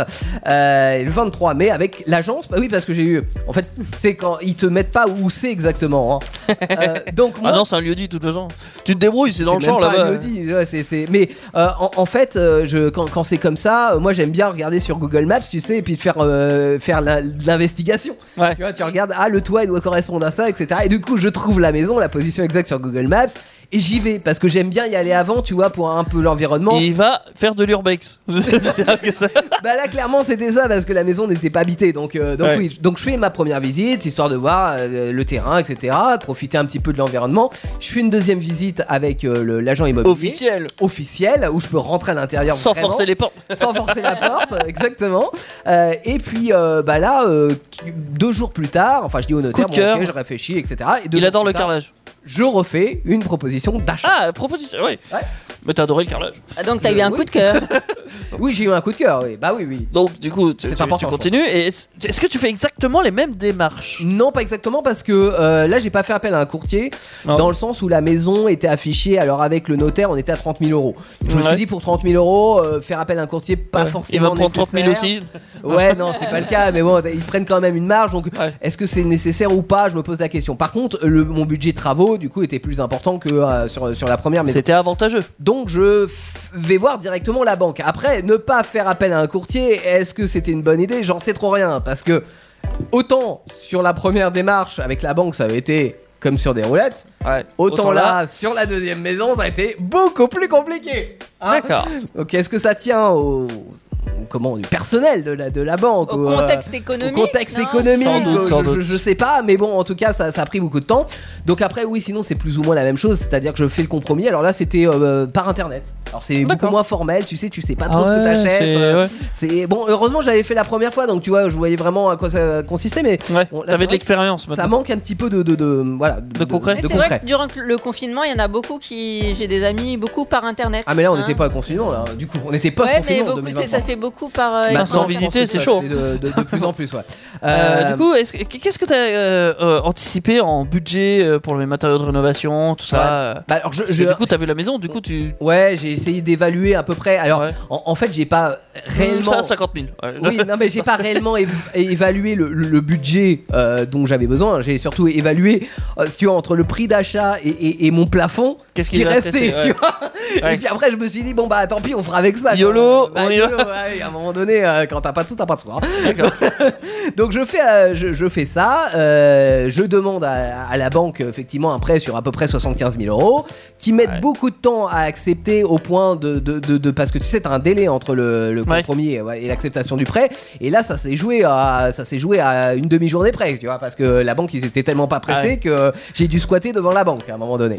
Speaker 1: euh, et le 23 mai avec l'agence. Bah oui parce que j'ai eu. En fait c'est quand ils te mettent pas où c'est exactement. hein. Euh, donc moi,
Speaker 4: Ah non, c'est un lieu dit de toute façon. Tu te débrouilles, c'est dans le
Speaker 1: c'est même
Speaker 4: champ
Speaker 1: pas
Speaker 4: là-bas.
Speaker 1: un Audi, ouais, c'est- c'est- Mais euh, en, en fait, euh, je, quand, quand c'est comme ça, euh, moi j'aime bien regarder sur Google Maps, tu sais, et puis faire, euh, faire la- de l'investigation.
Speaker 4: Ouais.
Speaker 1: Tu vois, tu regardes, ah le toit il doit correspondre à ça, etc. Et du coup, je trouve la maison, la position exacte sur Google Maps, et j'y vais parce que j'aime bien y aller avant, tu vois, pour un peu l'environnement.
Speaker 4: Et il va faire de l'urbex. C'est un peu ça.
Speaker 1: Bah là, clairement, c'était ça parce que la maison n'était pas habitée. Donc, euh, donc
Speaker 4: Ouais.
Speaker 1: oui, donc je fais ma première visite histoire de voir euh, le terrain, etc. Profiter un petit peu de l'environnement. Je fais une deuxième visite avec euh, le- l'agent immobilier
Speaker 4: Officiel.
Speaker 1: officiel où je peux rentrer à l'intérieur
Speaker 4: Sans
Speaker 1: vraiment,
Speaker 4: forcer les portes.
Speaker 1: sans forcer la porte exactement Euh, et puis euh, bah là euh, deux jours plus tard enfin je dis au notaire
Speaker 4: Coup de
Speaker 1: bon, ok,
Speaker 4: cœur.
Speaker 1: je réfléchis etc et deux
Speaker 4: Il
Speaker 1: jours
Speaker 4: adore
Speaker 1: plus
Speaker 4: le
Speaker 1: tard,
Speaker 4: carrelage.
Speaker 1: je refais une proposition d'achat
Speaker 4: Ah, proposition, oui.
Speaker 1: Ouais.
Speaker 4: Mais t'as adoré le carrelage.
Speaker 5: Ah, donc, t'as eu un
Speaker 1: Euh, oui.
Speaker 5: coup de cœur.
Speaker 1: oui j'ai eu un coup de cœur oui bah oui oui
Speaker 4: Donc, du coup, tu,
Speaker 1: C'est
Speaker 4: tu-
Speaker 1: important,
Speaker 4: tu
Speaker 1: je
Speaker 4: continues. Et est-ce est-ce que tu fais exactement les mêmes démarches
Speaker 1: Non, pas exactement parce que euh, là j'ai pas fait appel à un courtier
Speaker 4: Ah.
Speaker 1: dans le sens où la maison était affichée. Alors avec le notaire, on était à 30 000 euros. Donc, Je me
Speaker 4: Ouais.
Speaker 1: suis dit pour 30 000 euros, euh, faire appel à un courtier, pas
Speaker 4: Il
Speaker 1: forcément.
Speaker 4: va prendre 30 000
Speaker 1: nécessaire.
Speaker 4: aussi.
Speaker 1: Ouais, non, c'est pas le cas, mais bon, ils prennent quand même une marge. Donc
Speaker 4: Ouais.
Speaker 1: est-ce que c'est nécessaire ou pas Je me pose la question. Par contre, le, mon budget travaux du coup était plus important que euh, sur, sur la première maison.
Speaker 4: C'était avantageux.
Speaker 1: Donc je f- vais voir directement la banque. Après, ne pas faire appel à un courtier, est-ce que c'était une bonne idée J'en sais trop rien. Parce que autant sur la première démarche avec la banque, ça avait été comme sur des roulettes,
Speaker 4: Ouais.
Speaker 1: autant, là, sur la deuxième maison, ça a été beaucoup plus compliqué. hein.
Speaker 4: D'accord.
Speaker 1: Donc est-ce que ça tient au... au- Comment Du personnel de la, de la banque
Speaker 5: Au
Speaker 1: ou, euh,
Speaker 5: contexte
Speaker 1: au
Speaker 5: économique.
Speaker 1: contexte
Speaker 5: non
Speaker 1: économique,
Speaker 4: Sans doute,
Speaker 1: euh,
Speaker 4: sans
Speaker 1: je,
Speaker 4: doute.
Speaker 1: je- je sais pas, mais bon, en tout cas, ça, ça a pris beaucoup de temps. Donc après, oui, sinon c'est plus ou moins la même chose, c'est-à-dire que je fais le compromis. Alors là, c'était euh, par internet. Alors c'est beaucoup moins formel, tu sais, tu sais pas trop
Speaker 4: Ah
Speaker 1: ce que
Speaker 4: ouais,
Speaker 1: t'achètes.
Speaker 4: c'est-
Speaker 1: euh,
Speaker 4: ouais.
Speaker 1: C'est bon, heureusement j'avais fait la première fois, donc tu vois, je voyais vraiment à quoi ça consistait, mais bon, là,
Speaker 4: t'avais
Speaker 1: c'est
Speaker 4: de
Speaker 1: vrai que
Speaker 4: l'expérience
Speaker 1: Ça
Speaker 4: maintenant.
Speaker 1: manque un petit peu de de, de- voilà de, de-
Speaker 4: concret.
Speaker 1: de
Speaker 5: Mais c'est vrai que durant le confinement, il y en a beaucoup qui. J'ai des amis, beaucoup par internet.
Speaker 1: Ah mais là on
Speaker 5: hein.
Speaker 1: n'était pas à confinement là, du coup on n'était pas
Speaker 5: Ouais, mais
Speaker 1: confinement.
Speaker 5: beaucoup, c'est- ça fait beaucoup par. euh,
Speaker 4: sans visiter, c'est chaud.
Speaker 1: De, de- de plus en plus, ouais.
Speaker 4: Euh,
Speaker 1: Euh,
Speaker 4: du coup, est-ce que- qu'est-ce que t'as euh, euh, anticipé en budget euh, pour les matériaux de rénovation, tout ça euh
Speaker 1: Bah, alors, je-
Speaker 4: Parce
Speaker 1: je-
Speaker 4: que Du coup, t'avais la maison, du coup, tu.
Speaker 1: Ouais, j'ai essayé d'évaluer à peu près. Alors, en, en fait, j'ai pas réellement.
Speaker 4: Ça, 50 000. Ouais.
Speaker 1: Oui, non, mais j'ai pas réellement év- évalué le, le- le budget euh, dont j'avais besoin. J'ai surtout évalué, euh, si tu vois, entre le prix d'achat et, et- et mon plafond,
Speaker 4: Qu'est-ce
Speaker 1: qui
Speaker 4: qui va
Speaker 1: restait,
Speaker 4: rester,
Speaker 1: tu
Speaker 4: ouais.
Speaker 1: vois.
Speaker 4: Ouais.
Speaker 1: Et puis après, je me suis dit, bon, bah tant pis, on fera avec ça. quoi.
Speaker 4: YOLO,
Speaker 1: Bah,
Speaker 4: on y
Speaker 1: YOLO,
Speaker 4: va.
Speaker 1: ouais, À un moment donné, euh, quand t'as pas de tout, t'as pas de tout. hein. Donc je fais, euh, je, je fais ça, euh, je demande à, à la banque euh, effectivement un prêt sur à peu près 75 000 euros, qui mettent beaucoup de temps à accepter au point de, de, de- de- parce que tu sais t'as un délai entre le, le compromis et, ouais, et l'acceptation du prêt, et là ça s'est joué à ça s'est joué à une demi-journée près, tu vois, parce que la banque ils étaient tellement pas pressés
Speaker 5: Ouais.
Speaker 1: que j'ai dû squatter devant la banque à un moment donné.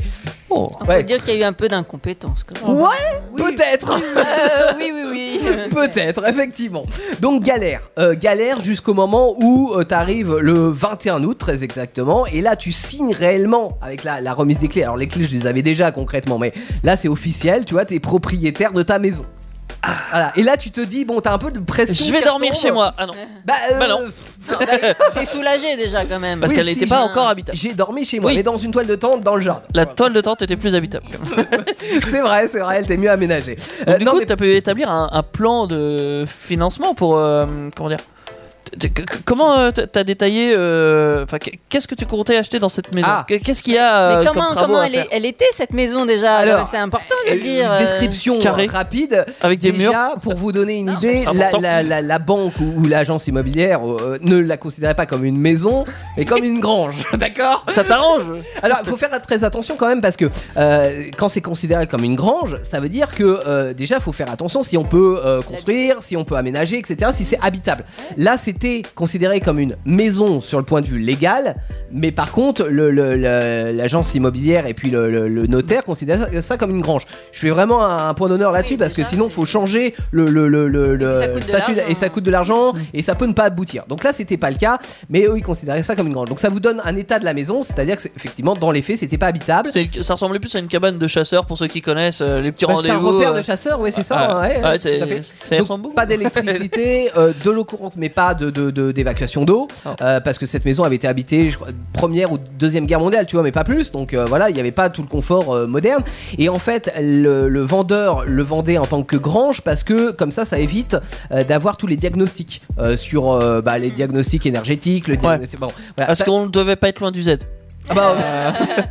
Speaker 5: Faut
Speaker 1: Ouais.
Speaker 5: dire qu'il y a eu un peu d'incompétence. quand même.
Speaker 1: Ouais, peut-être.
Speaker 5: Euh, oui, oui, oui.
Speaker 1: Peut-être, effectivement. Donc galère, Euh, galère jusqu'au moment où euh, t'arrives le 21 août très exactement, et là tu signes réellement avec la, la remise des clés. Alors les clés je les avais déjà concrètement, mais là c'est officiel, tu vois, t'es propriétaire de ta maison. Voilà. Et là tu te dis bon t'as un peu de pression.
Speaker 4: Je vais
Speaker 1: qui
Speaker 4: dormir
Speaker 1: retombe.
Speaker 4: chez moi. Ah non.
Speaker 1: Bah, euh,
Speaker 4: Bah non.
Speaker 5: Non, bah, T'es soulagé déjà quand même.
Speaker 4: Parce qu'elle n'était pas encore habitable.
Speaker 1: J'ai dormi chez moi,
Speaker 4: Oui.
Speaker 1: mais dans une toile de tente dans le jardin.
Speaker 4: La toile de tente était plus habitable.
Speaker 1: c'est vrai, c'est vrai, elle t'est mieux aménagée.
Speaker 4: Donc, du coup, Euh, t'as pu établir un, un plan de financement pour. euh, comment dire T- t- c- Comment euh, t- t'as détaillé. euh, Enfin, qu- qu'est-ce que tu comptais acheter dans cette maison
Speaker 1: Ah.
Speaker 4: Qu- Qu'est-ce qu'il y a euh,
Speaker 5: Mais
Speaker 4: comme
Speaker 5: comment,
Speaker 4: travaux
Speaker 5: comment
Speaker 4: à
Speaker 5: elle,
Speaker 4: faire
Speaker 5: est- elle était cette maison déjà
Speaker 1: Alors,
Speaker 5: quand même, C'est important de le dire.
Speaker 1: Une
Speaker 5: euh.
Speaker 1: description
Speaker 4: Carré.
Speaker 1: rapide.
Speaker 4: Avec des
Speaker 1: Déjà, pour vous donner une idée,
Speaker 4: c'est
Speaker 1: la,
Speaker 4: important.
Speaker 1: la- la- la banque ou, ou l'agence immobilière euh, ne la considérait pas comme une maison, mais comme une grange. D'accord
Speaker 4: Ça t'arrange
Speaker 1: Alors, il faut faire très attention quand même parce que euh, quand c'est considéré comme une grange, ça veut dire que euh, déjà, il faut faire attention si on peut euh, construire, si on peut aménager, etc., si c'est habitable. Là, c'était considéré comme une maison sur le point de vue légal, mais par contre, le- le- le- l'agence immobilière et puis le, le- le notaire considèrent ça- ça comme une grange. Je fais vraiment un, un point d'honneur là-dessus parce que sinon, il faut changer le, le- le- le- le
Speaker 5: ça coûte de
Speaker 1: statut
Speaker 5: l'argent. Mm.
Speaker 1: et ça coûte de l'argent et ça peut ne pas aboutir. Donc là, c'était pas le cas, mais eux, ils considéraient ça comme une grange. Donc ça vous donne un état de la maison, c'est-à-dire que c'est- effectivement, dans les faits, c'était pas habitable.
Speaker 4: Ah, C'est- Ça ressemblait plus à une cabane de chasseurs pour ceux qui connaissent euh, les petits
Speaker 1: Bah, c'est un
Speaker 4: rendez-vous.
Speaker 1: repère
Speaker 4: euh,
Speaker 1: de chasseur, ouais, c'est ça.
Speaker 4: ouais.
Speaker 1: ouais,
Speaker 4: Ouais,
Speaker 1: ouais,
Speaker 4: c'est-
Speaker 1: tout à fait.
Speaker 4: ça y
Speaker 1: Donc, pas d'électricité, euh, de l'eau courante, mais pas de- de- de- d'évacuation de, d'eau, euh, parce que cette maison avait été habitée je crois, première ou deuxième guerre mondiale, tu vois, mais pas plus. Donc euh, voilà, il n'y avait pas tout le confort euh, moderne. Et en fait, le, le vendeur le vendait en tant que grange parce que comme ça, ça évite euh, d'avoir tous les diagnostics euh, sur euh, bah, les diagnostics énergétiques, le diagnostic. bon, voilà.
Speaker 4: Parce
Speaker 1: Ça-
Speaker 4: qu'on ne devait pas être loin du Z.
Speaker 1: ah bah, euh,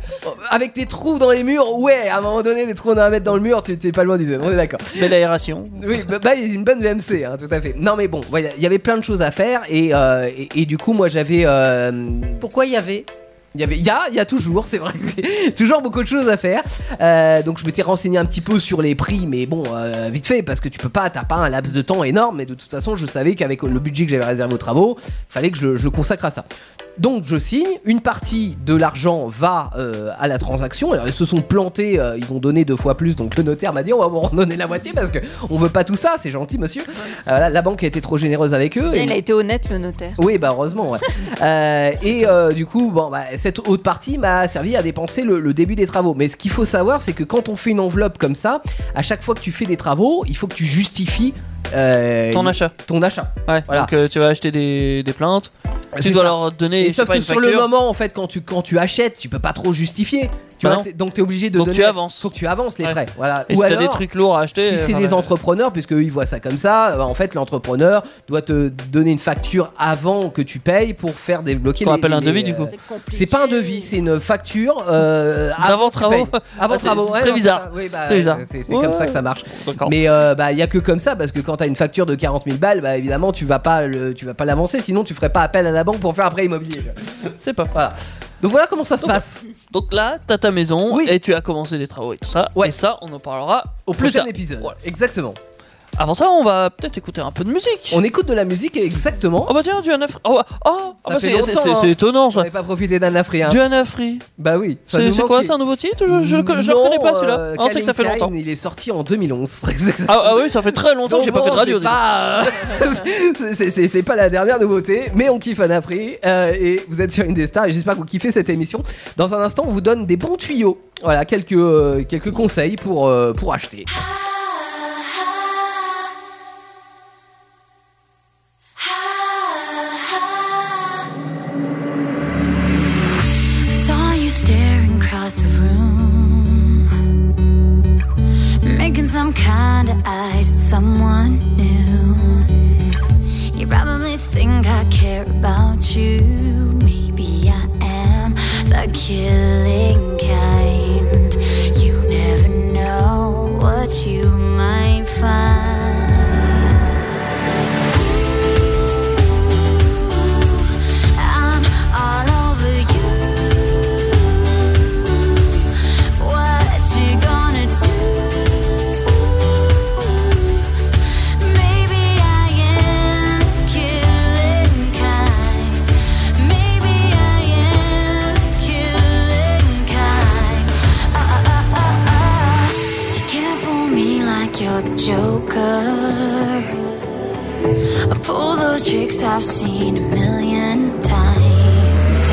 Speaker 1: avec des trous dans les murs, ouais, à un moment donné, des trous d'un mètre dans le mur, tu t'es pas loin du zone, on est d'accord.
Speaker 4: Belle aération.
Speaker 1: Oui, bah, bah, une bonne VMC, hein, tout à fait. Non, mais bon, voilà, il y avait plein de choses à faire, et, euh, et, et du coup, moi j'avais. euh,
Speaker 9: Pourquoi il y avait
Speaker 1: il y avait, il y a, il y a toujours, c'est vrai, c'est toujours beaucoup de choses à faire. Euh, donc je m'étais renseigné un petit peu sur les prix, mais bon, euh, vite fait, parce que tu peux pas, t'as pas un laps de temps énorme, mais de toute façon, je savais qu'avec le budget que j'avais réservé aux travaux, fallait que je, je consacre à ça. Donc je signe, une partie de l'argent va euh, à la transaction. Alors ils se sont plantés, euh, ils ont donné deux fois plus, donc le notaire m'a dit on va vous en donner la moitié parce que on veut pas tout ça, c'est gentil monsieur. Euh, la- la banque a été trop généreuse avec eux.
Speaker 5: Là,
Speaker 1: et-
Speaker 5: il Ah, a été honnête le notaire.
Speaker 1: oui, bah heureusement. ouais. Euh, et euh, du coup, bon, bah, cette autre partie m'a servi à dépenser le, le début des travaux. Mais ce qu'il faut savoir, c'est que quand on fait une enveloppe comme ça, à chaque fois que tu fais des travaux, il faut que tu justifies euh,
Speaker 4: Ton achat.
Speaker 1: Ton achat.
Speaker 4: Ouais, donc euh, tu vas acheter des, des plaintes. Tu
Speaker 1: C'est
Speaker 4: dois
Speaker 1: ça.
Speaker 4: leur donner.
Speaker 1: Et
Speaker 4: je sais
Speaker 1: sauf
Speaker 4: pas,
Speaker 1: que
Speaker 4: une
Speaker 1: sur le
Speaker 4: facture.
Speaker 1: moment, en fait, quand tu quand tu achètes, tu peux pas trop justifier. Tu
Speaker 4: Bah
Speaker 1: vois,
Speaker 4: non.
Speaker 1: t'es- donc t'es obligé de
Speaker 4: Donc
Speaker 1: donner.
Speaker 4: tu avances.
Speaker 1: Faut que tu avances les
Speaker 4: Ouais.
Speaker 1: frais. Voilà.
Speaker 4: Et
Speaker 1: Ou
Speaker 4: si t'as
Speaker 1: alors,
Speaker 4: des trucs lourds à acheter.
Speaker 1: Si
Speaker 4: euh,
Speaker 1: c'est
Speaker 4: enfin,
Speaker 1: des
Speaker 4: ouais.
Speaker 1: entrepreneurs, puisque eux, ils voient ça comme ça, euh, en fait l'entrepreneur doit te donner une facture avant que tu payes pour faire débloquer.
Speaker 4: Qu'on
Speaker 1: les-
Speaker 4: appelle un
Speaker 1: les, euh,
Speaker 4: devis, du coup.
Speaker 1: C'est pas un devis, c'est une facture euh,
Speaker 4: D'avant
Speaker 1: avant que tu
Speaker 4: travaux.
Speaker 1: payes. Avant
Speaker 4: Ah, c'est-
Speaker 1: travaux.
Speaker 4: c'est
Speaker 1: ouais,
Speaker 4: très
Speaker 1: non,
Speaker 4: bizarre.
Speaker 1: ça. Oui, bah,
Speaker 4: Très bizarre.
Speaker 1: C'est c'est comme ça que ça marche.
Speaker 4: D'accord.
Speaker 1: Mais euh, bah il y a que comme ça parce que quand t'as une facture de 40 000 balles, bah évidemment tu vas pas le, tu vas pas l'avancer, sinon tu ferais pas appel à la banque pour faire un prêt immobilier.
Speaker 4: C'est pas.
Speaker 1: Voilà. Donc voilà comment ça se passe.
Speaker 4: Donc là, t'as ta maison et tu as commencé des travaux et tout ça. Et ça, on en parlera
Speaker 1: Au
Speaker 4: plus
Speaker 1: prochain
Speaker 4: tard.
Speaker 1: épisode.
Speaker 4: Voilà.
Speaker 1: Exactement.
Speaker 4: Avant ça, on va peut-être écouter un peu de musique.
Speaker 1: On écoute de la musique exactement.
Speaker 4: Oh bah tiens, du Anafri. Oh, oh,
Speaker 1: Ça fait
Speaker 4: bah c'est- c'est-
Speaker 1: longtemps,
Speaker 4: c'est-
Speaker 1: hein.
Speaker 4: c'est étonnant ça.
Speaker 1: J'avais pas profité d'un Afri. hein.
Speaker 4: Du Anafri.
Speaker 1: Bah oui. ça
Speaker 4: C'est
Speaker 1: nous
Speaker 4: c'est quoi,
Speaker 1: manquait.
Speaker 4: c'est un nouveau titre Je, je le co- je le
Speaker 1: Non,
Speaker 4: reconnais pas celui-là.
Speaker 1: euh,
Speaker 4: Ah, c'est que ça fait
Speaker 1: Calvin
Speaker 4: longtemps.
Speaker 1: Klein, Il est sorti en 2011. très exactement.
Speaker 4: Ah, ah oui, ça fait très longtemps que j'ai
Speaker 1: Donc
Speaker 4: pas fait de
Speaker 1: bon,
Speaker 4: radio.
Speaker 1: c'est pas- c'est- c'est- c'est- C'est pas la dernière nouveauté, mais on kiffe un après. euh, et vous êtes sur Indestar et j'espère que vous kiffez cette émission. Dans un instant, on vous donne des bons tuyaux. Voilà, quelques, euh, quelques conseils pour, euh, pour acheter.
Speaker 13: Saw you staring across the room, making some kind of eyes at someone new. You probably think I care about you. Maybe I am the killing kind. You never know what you might find. I'm all over you. What you gonna do? Maybe I am killing kind. Maybe I am killing kind. You can't fool me like you're the Joker. I pull those tricks I've seen a million times.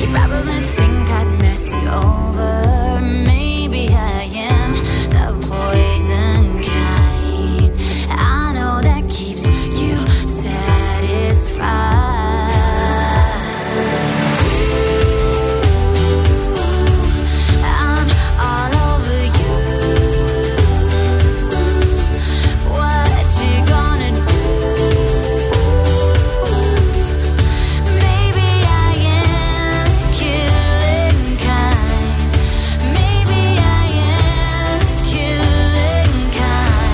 Speaker 13: You probably think I'd mess you over. Maybe I am the poison kind. I know that keeps you satisfied. I'm all over you. What you gonna do? Maybe I am killing kind. Maybe I am killing kind.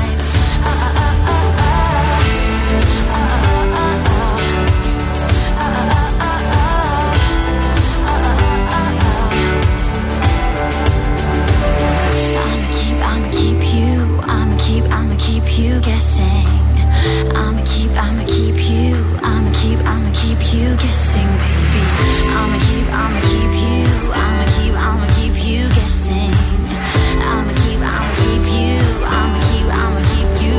Speaker 13: I'ma keep, I'ma keep you. I'ma keep, I'ma keep you guessing. I'ma keep, I'ma keep you. I'ma keep, I'ma keep you guessing, baby. I'ma keep, I'ma keep you. I'ma keep, I'ma keep you guessing. I'ma keep, I'ma keep you. I'ma keep, I'ma keep you.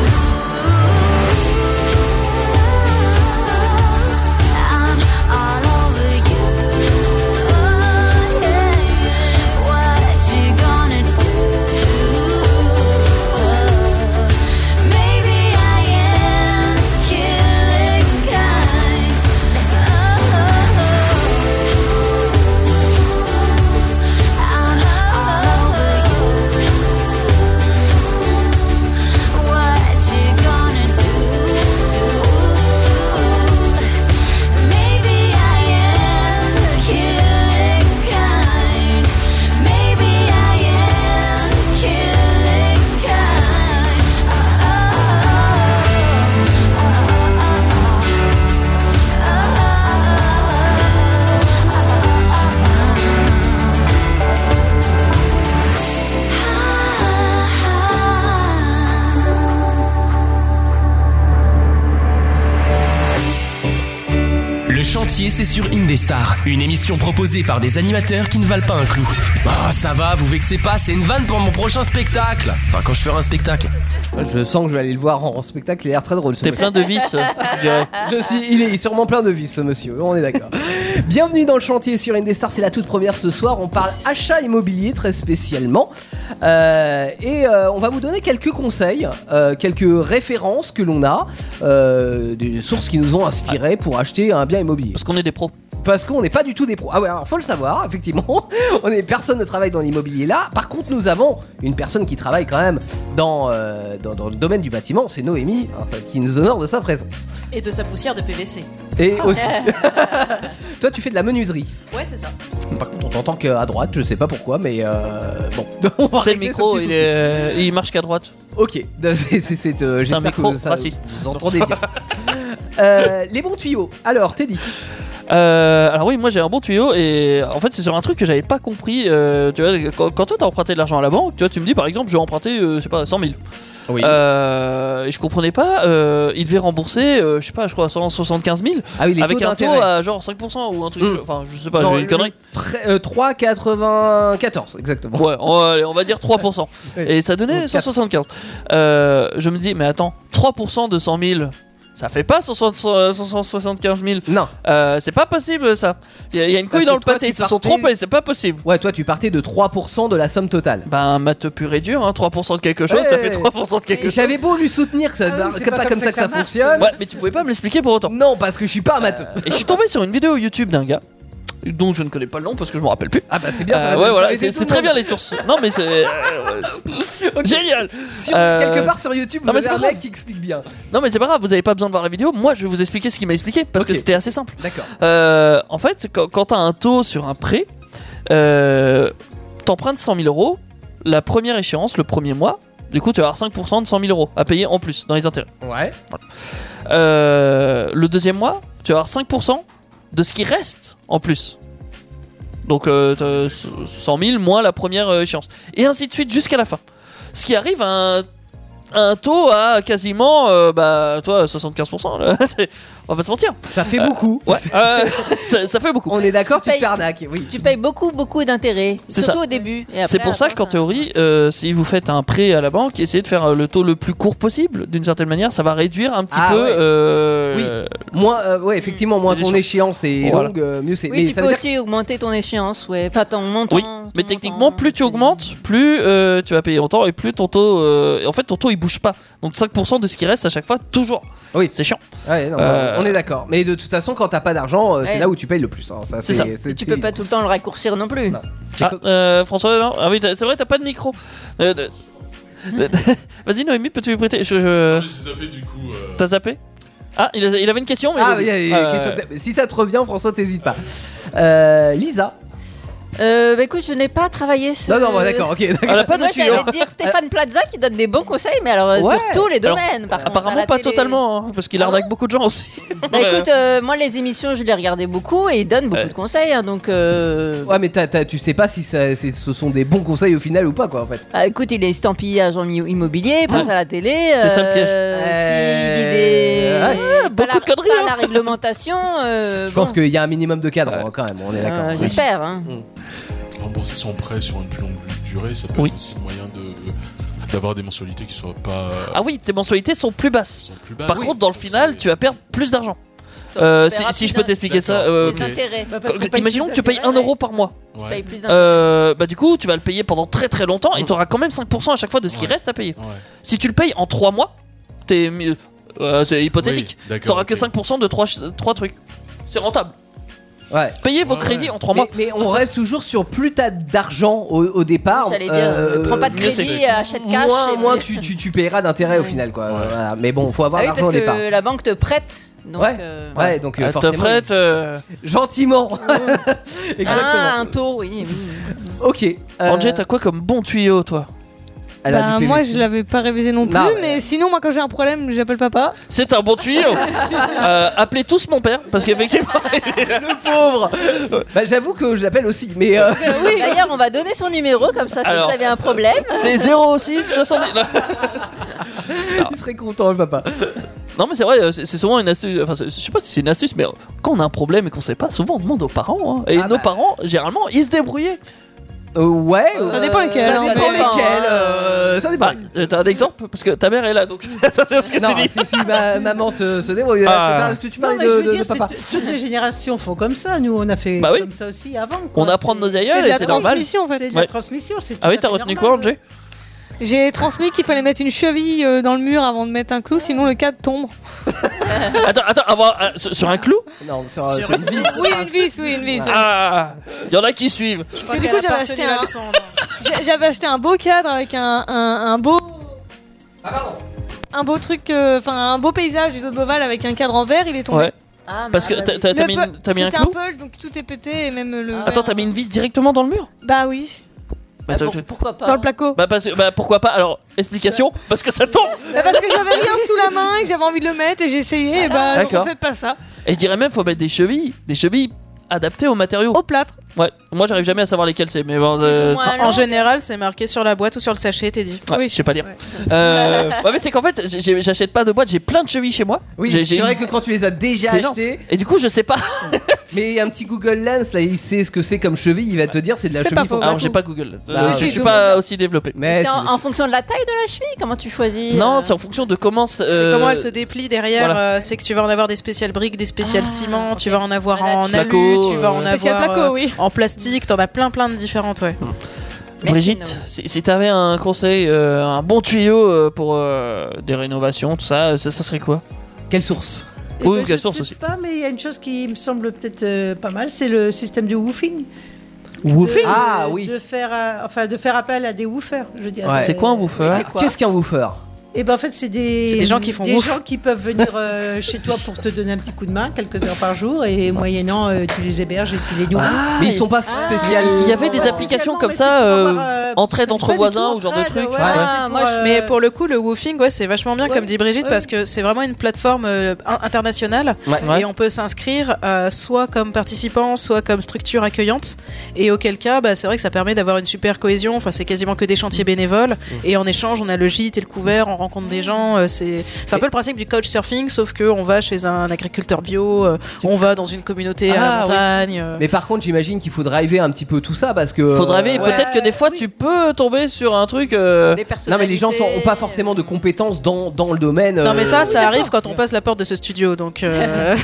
Speaker 13: I'm all over you. Oh, yeah. What you gonna do? Oh, Maybe I am killing kind. I'm all over you. What you gonna do? Maybe I am killing kind. Maybe I am killing kind.
Speaker 2: Le chantier, c'est sur Indestar, une émission proposée par des animateurs qui ne valent pas un clou. Ah, ça va, vous vexez pas, c'est une vanne pour mon prochain spectacle. Enfin, quand je ferai un spectacle.
Speaker 1: Je sens que je vais aller le voir en, en spectacle, il a l'air très drôle.
Speaker 2: T'es plein de vices,
Speaker 1: je suis, il est sûrement plein de vices, ce monsieur, on est d'accord. Bienvenue dans le chantier sur Indestar, c'est la toute première ce soir. On parle achat immobilier très spécialement. Euh, et euh, on va vous donner quelques conseils, euh, quelques références que l'on a, euh, des sources qui nous ont inspirés pour acheter un bien immobilier. Parce
Speaker 4: qu'on est des pros.
Speaker 1: Parce qu'on n'est pas du tout des pros. Ah ouais, alors faut le savoir, effectivement. On est, personne ne travaille dans l'immobilier là. Par contre, nous avons une personne qui travaille quand même dans, euh, dans, dans le domaine du bâtiment, c'est Noémie, hein, ça- qui nous honore de sa présence.
Speaker 14: Et de sa poussière de PVC.
Speaker 1: Et aussi. Toi, tu fais de la menuiserie.
Speaker 14: Ah. Ouais, c'est ça.
Speaker 1: Par contre, on t'entend qu'à droite, je sais pas pourquoi, mais euh, bon. On va
Speaker 4: C'est le
Speaker 1: régler ce
Speaker 4: micro,
Speaker 1: petit
Speaker 4: il,
Speaker 1: souci.
Speaker 4: est- il marche qu'à droite.
Speaker 1: Ok, c'est- c'est c'est, euh,
Speaker 4: C'est
Speaker 1: j'espère
Speaker 4: un micro
Speaker 1: que ça,
Speaker 4: raciste.
Speaker 1: vous entendez bien. Euh, les bons tuyaux. Alors, Teddy.
Speaker 4: Euh, alors oui, moi j'ai un bon tuyau et en fait c'est sur un truc que j'avais pas compris. euh, tu vois, quand, quand toi t'as emprunté de l'argent à la banque, tu vois, tu me dis par exemple, je vais emprunter, euh, je sais pas, 100 000. Euh, et je comprenais pas, euh, il devait rembourser, euh, je sais pas, je crois 175 000
Speaker 1: Ah oui, les
Speaker 4: avec
Speaker 1: taux
Speaker 4: un taux
Speaker 1: d'intérêt.
Speaker 4: à genre 5% ou un truc,
Speaker 1: Mm.
Speaker 4: enfin je sais pas,
Speaker 1: Non,
Speaker 4: j'ai une
Speaker 1: le-
Speaker 4: connerie.
Speaker 1: tre- euh, 3,94 exactement.
Speaker 4: Ouais, on, allez, on va dire 3%. Et ça donnait 175. Euh, je me dis, mais attends, 3% de 100 000, ça fait pas 160 euh, 175 000.
Speaker 1: Non.
Speaker 4: Euh, c'est pas possible ça. Il y, a- il y a une couille dans le pâté, ils se sont trompés. c'est pas possible.
Speaker 1: Ouais, toi tu partais de 3% de la somme totale.
Speaker 4: Ben, maths pur et dur, hein, 3% de quelque chose, ça fait 3% de quelque chose.
Speaker 1: J'avais beau lui soutenir que ça
Speaker 4: Ah oui,
Speaker 1: c'est pas, comme ça que ça,
Speaker 4: marche.
Speaker 1: fonctionne.
Speaker 4: Ouais, mais tu pouvais pas me l'expliquer pour autant. Euh,
Speaker 1: Non, parce que je suis pas un matheux.
Speaker 4: et je suis tombé sur une vidéo YouTube d'un gars dont je ne connais pas le nom parce que je me rappelle plus.
Speaker 1: Ah bah c'est bien, ça va nous-
Speaker 4: Euh, ouais
Speaker 1: ça va
Speaker 4: voilà,
Speaker 1: aider
Speaker 4: c'est
Speaker 1: tout
Speaker 4: c'est
Speaker 1: le
Speaker 4: très
Speaker 1: monde.
Speaker 4: bien les sources. Non mais c'est euh, génial. Euh,
Speaker 1: Sur- Quelque part sur YouTube, vous
Speaker 4: non, mais
Speaker 1: avez
Speaker 4: c'est
Speaker 1: un
Speaker 4: pas grave.
Speaker 1: mec qui explique bien.
Speaker 4: Non mais c'est pas grave, vous avez pas besoin de voir la vidéo, moi je vais vous expliquer ce qu'il m'a expliqué parce que c'était assez simple.
Speaker 1: D'accord.
Speaker 4: Euh, en fait, quand, quand t'as un taux sur un prêt, euh, t'empruntes 100 000 euros, la première échéance, le premier mois, du coup tu vas avoir 5% de 100 000 euros à payer en plus dans les intérêts.
Speaker 1: Ouais.
Speaker 4: Euh, le deuxième mois, tu vas avoir 5% de ce qui reste en plus. Donc euh, t'as 100 000 moins la première euh, échéance. Et ainsi de suite jusqu'à la fin. Ce qui arrive à un, un taux à quasiment, euh, bah, toi, 75%. là. On va pas se mentir.
Speaker 1: Ça fait
Speaker 4: beaucoup. Ouais, euh, ça, ça fait beaucoup.
Speaker 1: On est d'accord,
Speaker 5: tu te fais
Speaker 1: arnaquer, oui.
Speaker 5: Tu payes beaucoup, beaucoup d'intérêts,
Speaker 4: C'est
Speaker 5: surtout
Speaker 4: ça.
Speaker 5: au début. Et
Speaker 4: C'est
Speaker 5: après,
Speaker 4: pour ça
Speaker 5: après,
Speaker 4: que, qu'en théorie, euh, si vous faites un prêt à la banque, essayez de faire euh, le taux le plus court possible. D'une certaine manière, ça va réduire un petit
Speaker 1: Ah
Speaker 4: peu.
Speaker 1: ouais.
Speaker 4: euh,
Speaker 1: Oui. Moins, euh, ouais, effectivement, moins ton échéance est
Speaker 4: Voilà.
Speaker 1: longue, euh, mieux c'est.
Speaker 5: Oui, tu
Speaker 1: ça
Speaker 5: peux
Speaker 1: veut dire-
Speaker 5: aussi augmenter ton échéance, ouais. Enfin, ton montant.
Speaker 4: Oui, mais techniquement, plus tu augmentes, plus euh, tu vas payer longtemps et plus ton taux. euh, en fait, ton taux il bouge pas. Donc 5% de ce qui reste à chaque fois, toujours.
Speaker 1: Oui.
Speaker 4: C'est chiant.
Speaker 1: Ouais, non, bah,
Speaker 4: Euh,
Speaker 1: On est d'accord. Mais de toute façon, quand t'as pas d'argent, euh, c'est
Speaker 5: Ouais.
Speaker 1: là où tu payes le plus. hein. Ça, c'est-
Speaker 4: C'est ça.
Speaker 1: c'est-
Speaker 5: Et tu peux
Speaker 1: c'est-
Speaker 5: pas tout le temps le raccourcir non plus.
Speaker 4: Ah, euh, François, non Ah oui, t'as- c'est vrai, t'as pas de micro. Euh, de-
Speaker 1: Hmm.
Speaker 4: de- Vas-y, Noémie, peux-tu lui prêter je,
Speaker 15: Ah,
Speaker 4: je-
Speaker 15: du coup. euh.
Speaker 4: T'as zappé Ah, il, a- il avait une question, mais.
Speaker 1: Ah,
Speaker 4: j'ai oublié.
Speaker 1: il y a une
Speaker 4: Euh,
Speaker 1: question de- Si ça te revient, François, t'hésites pas. Euh, Lisa.
Speaker 5: Euh, bah écoute, je n'ai pas travaillé sur.
Speaker 1: Non, non, bah, d'accord, ok, d'accord. Elle a pas de
Speaker 5: Moi, j'allais
Speaker 1: tuyau.
Speaker 5: dire Stéphane Plaza qui donne des bons conseils, mais alors euh,
Speaker 4: Ouais.
Speaker 5: sur tous les
Speaker 4: Alors,
Speaker 5: domaines. par contre, à
Speaker 4: apparemment,
Speaker 5: la
Speaker 4: pas
Speaker 5: télé. Ah
Speaker 4: totalement, hein, parce qu'il arnaque beaucoup de gens aussi.
Speaker 5: Bah écoute, euh, moi, les émissions, je les regardais beaucoup et il donne beaucoup de conseils, hein, donc. euh,
Speaker 1: Ouais, mais t'as- t'as- tu sais pas si ça- c'est- ce sont des bons conseils au final ou pas, quoi, en fait.
Speaker 5: Bah, écoute, il est estampillé agent mi- immobilier, il passe à la télé.
Speaker 1: C'est ça le piège.
Speaker 5: euh, s'il dit des- pas la- pas la réglementation. euh,
Speaker 1: hein. Je pense
Speaker 5: bon.
Speaker 1: qu'il y a un minimum de cadre hein, quand même, on est
Speaker 5: Euh,
Speaker 1: d'accord. Mm.
Speaker 5: J'espère. hein.
Speaker 15: Rembourser son prêt sur une plus longue durée, ça peut être aussi le moyen de d'avoir des mensualités qui soient pas.
Speaker 4: Ah oui, tes mensualités sont plus basses.
Speaker 15: plus basses.
Speaker 4: Par
Speaker 15: Oui.
Speaker 4: contre, dans le final, tu vas perdre plus d'argent. Euh,
Speaker 5: tu
Speaker 4: si,
Speaker 5: paieras
Speaker 4: si
Speaker 5: plus
Speaker 4: je peux
Speaker 5: d'in-
Speaker 4: t'expliquer ça,
Speaker 5: D'accord.
Speaker 4: euh,
Speaker 5: Plus d'intérêt. Bah, parce
Speaker 4: que-
Speaker 5: qu'on paye
Speaker 4: imaginons
Speaker 5: plus
Speaker 4: que tu payes 1 euro par mois.
Speaker 5: Tu payes plus d'intérêt.
Speaker 4: Euh, bah du coup, tu vas le payer pendant très très longtemps et tu auras quand même 5% à chaque fois de ce qui reste à payer. Si tu le payes en 3 mois, t'es mieux- euh, c'est hypothétique.
Speaker 15: Oui, d'accord,
Speaker 4: T'auras que 5% de 3, trucs. C'est rentable.
Speaker 1: Ouais.
Speaker 4: Payez vos crédits en 3 mois.
Speaker 1: Mais, mais on reste toujours sur plus t'as d'argent au, au départ. euh,
Speaker 5: J'allais dire, ne prends pas de
Speaker 1: mieux
Speaker 5: crédit, euh,
Speaker 1: c'est.
Speaker 5: achète cash
Speaker 1: Moins,
Speaker 5: et-
Speaker 1: moins tu, tu, tu paieras d'intérêt au final, quoi. Voilà. Mais bon, faut avoir
Speaker 5: Ah oui,
Speaker 1: l'argent
Speaker 5: parce
Speaker 1: au départ.
Speaker 5: que la banque te prête. Donc,
Speaker 1: Ouais.
Speaker 5: euh, Oh.
Speaker 1: Ouais, donc euh,
Speaker 4: Elle te
Speaker 1: forcément.
Speaker 4: prête,
Speaker 1: Gentiment. Exactement.
Speaker 5: Ah, un taux, oui.
Speaker 1: Ok. euh,
Speaker 4: Angé, t'as quoi comme bon tuyau, toi
Speaker 10: Bah, moi je l'avais pas révisé non plus,
Speaker 4: Non,
Speaker 10: mais sinon moi quand j'ai un problème j'appelle papa.
Speaker 4: C'est un bon tuyau. Euh, appelez tous mon père, parce qu'effectivement. le
Speaker 1: pauvre Bah, j'avoue que je l'appelle aussi, mais. euh,
Speaker 5: D'ailleurs, on va donner son numéro, comme ça, si
Speaker 1: Alors,
Speaker 5: vous avez un problème. Ah,
Speaker 4: C'est 06 70.
Speaker 1: Il serait content, le papa.
Speaker 4: Ah. Non, mais c'est vrai, euh, c'est c'est souvent une astuce. Enfin, c'est- je sais pas si c'est une astuce, mais euh, quand on a un problème et qu'on sait pas, souvent on demande aux parents. hein. Et
Speaker 1: Ah
Speaker 4: nos parents, généralement, ils se débrouillaient.
Speaker 1: bah. Euh, ouais,
Speaker 4: ça dépend lesquels.
Speaker 1: ça dépend lesquels, euh, ça dépend.
Speaker 4: Bah, T'as un exemple Parce que ta mère est là, donc attention à ce que
Speaker 1: non,
Speaker 4: tu dis.
Speaker 1: si, si, ma- maman se, se débrouille.
Speaker 4: Ah.
Speaker 1: C'est pas- Tu, tu
Speaker 9: Non,
Speaker 1: parles
Speaker 9: mais
Speaker 1: de,
Speaker 9: je veux
Speaker 1: de- de
Speaker 9: dire, c'est
Speaker 1: papa.
Speaker 9: t- toutes les générations font comme ça. Nous, on a fait
Speaker 4: Bah oui.
Speaker 9: comme ça aussi avant.
Speaker 4: On apprend de nos aïeuls
Speaker 10: de
Speaker 4: et
Speaker 10: la
Speaker 4: c'est normal.
Speaker 10: transmission, en fait.
Speaker 9: C'est de
Speaker 4: Ouais.
Speaker 9: la transmission. C'est
Speaker 4: Ah oui,
Speaker 9: tout
Speaker 4: t'as
Speaker 9: à fait
Speaker 4: retenu quoi,
Speaker 9: normal.
Speaker 4: Angé
Speaker 10: J'ai transmis qu'il fallait mettre une cheville euh, dans le mur avant de mettre un clou, sinon le cadre tombe.
Speaker 4: Attends, attends, avoir, euh, sur sur un clou
Speaker 1: Non, sur,
Speaker 4: un
Speaker 1: sur une vis.
Speaker 10: Oui, une vis, oui, une vis. oui.
Speaker 4: Ah Y'en a qui suivent.
Speaker 10: Parce que du coup, j'avais acheté un. J'ai- J'avais acheté un beau cadre avec un, un- un beau.
Speaker 4: Ah,
Speaker 10: Un beau truc, euh, enfin un beau paysage du zoo de Beauval avec un cadre en verre, il est tombé.
Speaker 4: Ouais.
Speaker 9: Ah,
Speaker 4: Parce que t'as- t'as- t'as
Speaker 10: Le
Speaker 4: mis
Speaker 10: pe-
Speaker 4: une- t'as mis un
Speaker 10: c'était
Speaker 4: clou
Speaker 10: Peul, donc tout est pété et même le.
Speaker 9: Ah.
Speaker 4: Attends, t'as mis une vis directement dans le mur
Speaker 10: Bah oui.
Speaker 4: Bah, attends, je-
Speaker 5: Pourquoi pas
Speaker 10: Dans
Speaker 9: hein.
Speaker 10: le placo.
Speaker 4: Bah, parce- bah, pourquoi pas Alors, explication, parce que ça tombe
Speaker 10: Bah, parce que j'avais rien sous la main et que j'avais envie de le mettre et j'ai essayé et bah non,
Speaker 4: D'accord.
Speaker 10: faites pas ça.
Speaker 4: Et je dirais même, faut mettre des chevilles, des chevilles adaptées aux matériaux. Au
Speaker 14: plâtre.
Speaker 4: Ouais, moi j'arrive jamais à savoir lesquels c'est, mais bon, euh, ça-
Speaker 14: en général, c'est marqué sur la boîte ou sur le sachet, t'es dit.
Speaker 4: Ouais, Je sais pas lire. Euh, ouais, mais c'est qu'en fait, j'ai- j'ai- j'achète pas de boîte, j'ai plein de chevilles chez moi.
Speaker 1: Oui,
Speaker 4: J'ai-
Speaker 1: c'est
Speaker 4: j'ai
Speaker 1: vrai
Speaker 4: une-
Speaker 1: que quand tu les as déjà
Speaker 4: C'est énorme.
Speaker 1: achetés.
Speaker 4: Et du coup, je sais pas.
Speaker 1: Mais un petit Google Lens, là, il sait ce que c'est comme cheville, il va te dire c'est de la
Speaker 4: C'est
Speaker 1: cheville.
Speaker 4: pas faux. Alors, j'ai pas Google.
Speaker 1: Bah
Speaker 4: Euh, je suis pas aussi développé.
Speaker 1: Mais
Speaker 5: C'est en, en fonction de la taille de la cheville Comment tu choisis euh,
Speaker 4: Non, c'est en fonction de comment. euh, C'est
Speaker 14: euh, C'est comment elle se déplie derrière.
Speaker 4: voilà.
Speaker 14: euh, c'est que tu vas en avoir des spéciales briques, des spéciales
Speaker 5: Ah,
Speaker 14: ciment, tu vas en avoir en alu,
Speaker 4: Placo,
Speaker 14: tu vas en
Speaker 4: euh, Spécial
Speaker 14: avoir
Speaker 4: placo,
Speaker 14: euh, en plastique, t'en as plein plein de différentes, ouais.
Speaker 4: Hmm. Brigitte, si, si t'avais un conseil, euh, un bon tuyau euh, pour euh, des rénovations, tout ça, euh, ça, ça serait quoi
Speaker 1: Quelle source
Speaker 9: Eh
Speaker 4: Oui,
Speaker 9: ben,
Speaker 4: quelle
Speaker 9: je
Speaker 4: source
Speaker 9: sais
Speaker 4: aussi.
Speaker 9: pas, mais il y a une chose qui me semble peut-être euh, pas mal, c'est le système de woofing.
Speaker 4: Woofing
Speaker 9: De- euh,
Speaker 1: Ah, oui.
Speaker 9: De faire, à- enfin, de faire appel à des woofers, je veux dire.
Speaker 1: Ouais.
Speaker 9: Euh,
Speaker 1: Qu'est-ce qu'un woofer
Speaker 9: Eh ben en fait, c'est des,
Speaker 1: C'est des gens qui font
Speaker 9: des
Speaker 1: ouf.
Speaker 9: gens qui peuvent venir euh, chez toi pour te donner un petit coup de main quelques heures par jour et moyennant euh, tu les héberges et tu les nourris. Ah.
Speaker 1: Mais ils sont pas spécial.
Speaker 4: Il y avait des applications comme ça, euh, entraide entre voisins ou genre de truc.
Speaker 14: Ah, moi, je- Mais pour le coup, le woofing, ouais, c'est vachement bien, comme dit Brigitte, parce que c'est vraiment une plateforme euh, in- internationale
Speaker 4: Ouais.
Speaker 14: et
Speaker 4: Ouais.
Speaker 14: on peut s'inscrire euh, soit comme participant, soit comme structure accueillante. Et auquel cas, bah, c'est vrai que ça permet d'avoir une super cohésion. Enfin, c'est quasiment que des
Speaker 1: Mm.
Speaker 14: chantiers bénévoles. Et en échange, on a le gîte et le couvert, on rencontre des gens. euh, c'est c'est un peu le principe du couchsurfing, sauf que on va chez un agriculteur bio, euh, on va dans une communauté à la
Speaker 1: Ah, oui.
Speaker 14: montagne. euh,
Speaker 1: Mais par contre, j'imagine qu'il faut driver un petit peu tout ça parce que. euh,
Speaker 4: Faut driver, et
Speaker 1: Ouais.
Speaker 4: peut-être que des fois tu peux tomber sur un truc. euh,
Speaker 1: Non, mais les gens n'ont pas forcément de compétences dans, dans le domaine.
Speaker 14: Non,
Speaker 1: euh,
Speaker 14: mais ça, ça arrive quand on passe la porte de ce studio, donc. euh,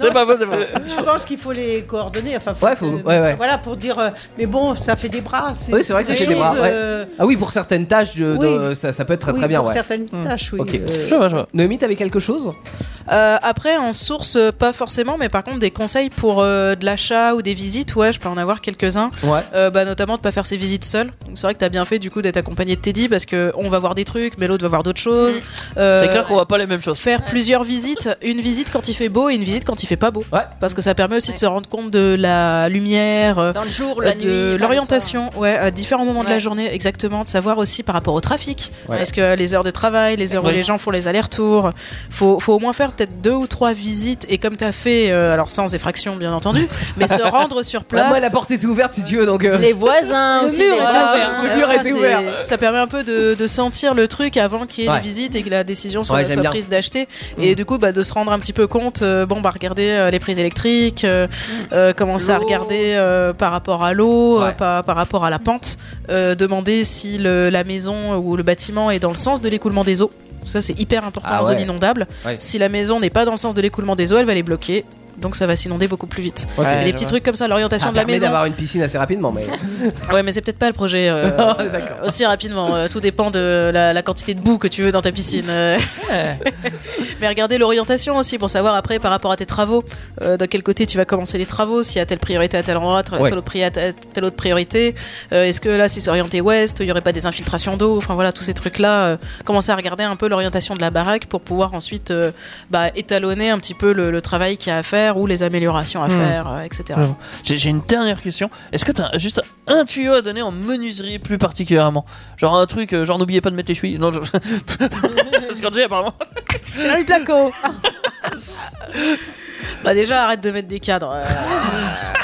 Speaker 4: C'est pas possible.
Speaker 9: Euh, Je pense qu'il faut les coordonner. Enfin,
Speaker 1: Ouais, faut-
Speaker 9: que-
Speaker 1: ouais, ouais.
Speaker 9: Voilà pour dire. euh, mais bon, ça fait des bras.
Speaker 1: Oui, c'est vrai que ça fait des bras.
Speaker 9: choses,
Speaker 1: ouais.
Speaker 9: euh,
Speaker 1: Ah oui, pour certaines tâches, je-
Speaker 9: oui.
Speaker 1: de- ça, ça peut être très
Speaker 9: oui,
Speaker 1: très bien.
Speaker 9: Pour
Speaker 1: ouais. Hmm.
Speaker 9: certaines tâches, oui.
Speaker 1: Ok.
Speaker 9: euh,
Speaker 1: Noémie, t'avais quelque chose
Speaker 14: Euh, après, en source, euh, pas forcément, mais par contre, des conseils pour euh, de l'achat ou des visites, ouais, je peux en avoir quelques-uns.
Speaker 1: Ouais.
Speaker 14: Euh, bah, notamment de pas faire ses visites seul. Donc, c'est vrai que t'as bien fait du coup d'être accompagné de Teddy parce que on va voir des trucs, mais l'autre va voir d'autres choses.
Speaker 5: Mm.
Speaker 14: Euh,
Speaker 4: C'est clair qu'on voit pas les mêmes choses.
Speaker 14: Faire plusieurs visites, une visite quand il fait beau et une visite quand il fait pas beau. Parce que ça permet aussi de se rendre compte de la lumière, euh,
Speaker 5: Dans le jour, la
Speaker 14: euh,
Speaker 5: nuit,
Speaker 14: de
Speaker 5: enfin,
Speaker 14: l'orientation, ouais, à différents moments de la
Speaker 5: Ouais.
Speaker 14: journée, exactement, de savoir aussi par rapport au trafic.
Speaker 5: Ouais.
Speaker 14: Parce que les heures de travail, les heures où
Speaker 5: Ouais.
Speaker 14: les gens font les allers-retours, faut, faut au moins faire peut-être deux ou trois visites et comme t'as fait, euh, alors sans effraction bien entendu, mais se rendre sur place.
Speaker 1: Bah, moi, la porte était ouverte si tu veux, donc. euh,
Speaker 5: Les voisins
Speaker 14: Le
Speaker 5: aussi.
Speaker 14: mur
Speaker 5: les
Speaker 14: est
Speaker 5: voisins.
Speaker 14: ouvert.
Speaker 1: Le mur
Speaker 14: Ah,
Speaker 1: était
Speaker 14: c'est-
Speaker 1: ouvert.
Speaker 14: Ça permet un peu de, de sentir le truc avant qu'il y ait
Speaker 1: Ouais.
Speaker 14: des visites et que la décision soit,
Speaker 1: Ouais, j'aime
Speaker 14: soit
Speaker 1: bien.
Speaker 14: prise d'acheter.
Speaker 1: Mm.
Speaker 14: Et du coup, bah, de se rendre un petit peu compte, euh, bon, bah, regarder euh, les prises électriques, euh,
Speaker 1: Mm.
Speaker 14: euh, commencer à regarder euh, par rapport à l'eau, euh, par, par rapport à la pente, euh, demander si le- la maison ou le bâtiment est dans le sens de l'écoulement des eaux. Ça, c'est hyper important
Speaker 1: Ah
Speaker 14: en zone
Speaker 1: ouais.
Speaker 14: inondable.
Speaker 1: Ouais.
Speaker 14: Si la maison n'est pas dans le sens de l'écoulement des eaux, elle va les bloquer. Donc ça va s'inonder beaucoup plus vite.
Speaker 1: Ok.
Speaker 14: Et les petits trucs comme ça, l'orientation
Speaker 1: Ça
Speaker 14: de la
Speaker 1: permet
Speaker 14: maison.
Speaker 1: Ah, bah, d'avoir une piscine assez rapidement, mais.
Speaker 14: Ouais, mais c'est peut-être pas le projet euh, euh, aussi rapidement. Euh, tout dépend de la, la quantité de boue que tu veux dans ta piscine. Euh, mais regardez l'orientation aussi pour savoir après par rapport à tes travaux, euh, de quel côté tu vas commencer les travaux, s'il y a telle priorité à tel endroit, telle,
Speaker 5: Ouais.
Speaker 14: telle autre, pri- à telle- telle autre priorité. Euh, Est-ce que là, si c'est orienté ouest, il n'y aurait pas des infiltrations d'eau Enfin voilà, tous ces trucs-là. euh, commencer à regarder un peu l'orientation de la baraque pour pouvoir ensuite euh, bah, étalonner un petit peu le, le travail qu'il y a à faire ou les améliorations à
Speaker 4: Hmm.
Speaker 14: faire, euh, etc.
Speaker 4: Vraiment. J'ai j'ai une dernière question. Est-ce que t'as juste un tuyau à donner en menuiserie plus particulièrement Genre un truc, euh, genre n'oubliez pas de mettre les chevilles. Non, je- Parce qu'en apparemment.
Speaker 14: le placo Bah déjà arrête de mettre des cadres. euh,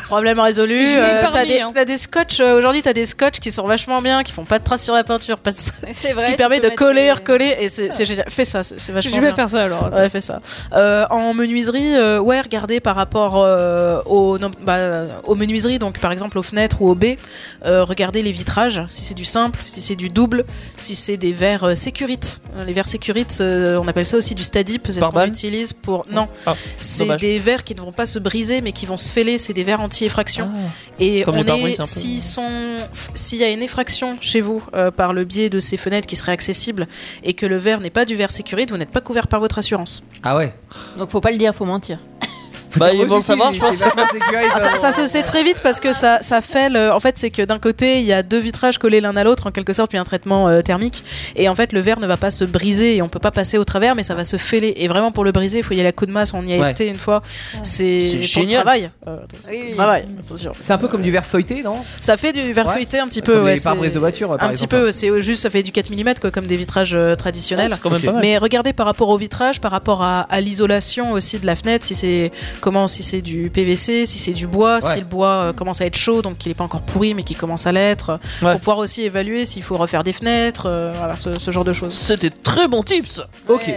Speaker 14: problème résolu.
Speaker 10: Je mets
Speaker 14: Euh,
Speaker 10: parmi,
Speaker 14: t'as des,
Speaker 10: hein.
Speaker 14: t'as des scotch euh, aujourd'hui t'as des scotch qui sont vachement bien, qui font pas de traces sur la peinture, pas de-
Speaker 5: C'est vrai,
Speaker 14: ce qui
Speaker 5: tu
Speaker 14: permet
Speaker 5: peux
Speaker 14: de
Speaker 5: mettre
Speaker 14: coller,
Speaker 5: des-
Speaker 14: recoller et c'est c'est génial. Fais ça, c'est c'est vachement.
Speaker 10: Je vais
Speaker 14: bien.
Speaker 10: faire ça, alors.
Speaker 14: Ouais, fais ça. Euh, en menuiserie, euh, ouais regardez par rapport euh, aux nom- bah, aux menuiseries donc par exemple aux fenêtres ou aux baies, euh, regardez les vitrages. Si c'est du simple, si c'est du double, si c'est des verres euh, sécurites. Euh, Les verres sécurites, euh, on appelle ça aussi du stadip. C'est ce qu'on
Speaker 4: Barbal
Speaker 14: utilise pour non.
Speaker 4: Ah,
Speaker 14: C'est
Speaker 4: dommage.
Speaker 14: des verres qui ne vont pas se briser mais qui vont se fêler, c'est des verres anti-effraction.
Speaker 4: Ah.
Speaker 14: Et
Speaker 4: Comme les
Speaker 14: on
Speaker 4: pare-brises,
Speaker 14: est,
Speaker 4: un peu.
Speaker 14: s'ils sont, s'il y a une effraction chez vous euh, par le biais de ces fenêtres qui seraient accessibles et que le verre n'est pas du verre sécurité, vous n'êtes pas couvert par votre assurance.
Speaker 1: Ah ouais
Speaker 5: Donc faut pas le dire, faut mentir.
Speaker 4: Bah, ils
Speaker 14: dire,
Speaker 4: vont
Speaker 14: oh,
Speaker 4: le
Speaker 14: si,
Speaker 4: savoir,
Speaker 14: si,
Speaker 4: je pense.
Speaker 14: il est vachement Ah, ça, ça se sait très vite parce que ça, ça fait le- En fait, c'est que d'un côté, il y a deux vitrages collés l'un à l'autre, en quelque sorte, puis un traitement euh, thermique. Et en fait, le verre ne va pas se briser et on peut pas passer au travers, mais ça va se fêler. Et vraiment, pour le briser, il faut y aller à coup de masse. On y a
Speaker 1: Ouais.
Speaker 14: été une fois. C'est
Speaker 1: C'est
Speaker 14: pour le
Speaker 1: génial.
Speaker 14: travail. Euh, le travail, attention.
Speaker 1: C'est un peu comme du verre feuilleté, non
Speaker 14: Ça fait du verre
Speaker 1: Ouais.
Speaker 14: feuilleté un petit peu.
Speaker 1: Comme les
Speaker 14: ouais, c'est-
Speaker 1: pare-brises de voiture, par
Speaker 14: Un petit
Speaker 1: exemple.
Speaker 14: peu, c'est juste, ça fait du 4 mm quoi, comme des vitrages euh, traditionnels.
Speaker 1: Ouais, c'est quand même pas mal.
Speaker 14: Mais regardez par rapport au vitrage, par rapport à, à l'isolation aussi de la fenêtre, si c'est comment, si c'est du PVC, si c'est du bois,
Speaker 10: Ouais.
Speaker 14: si le bois euh, commence à être chaud, donc qu'il n'est pas encore pourri, mais qu'il commence à l'être,
Speaker 4: Ouais.
Speaker 14: pour pouvoir aussi évaluer s'il faut refaire des fenêtres, euh, voilà, ce, ce genre de choses.
Speaker 4: C'était très bon tips
Speaker 1: Ok.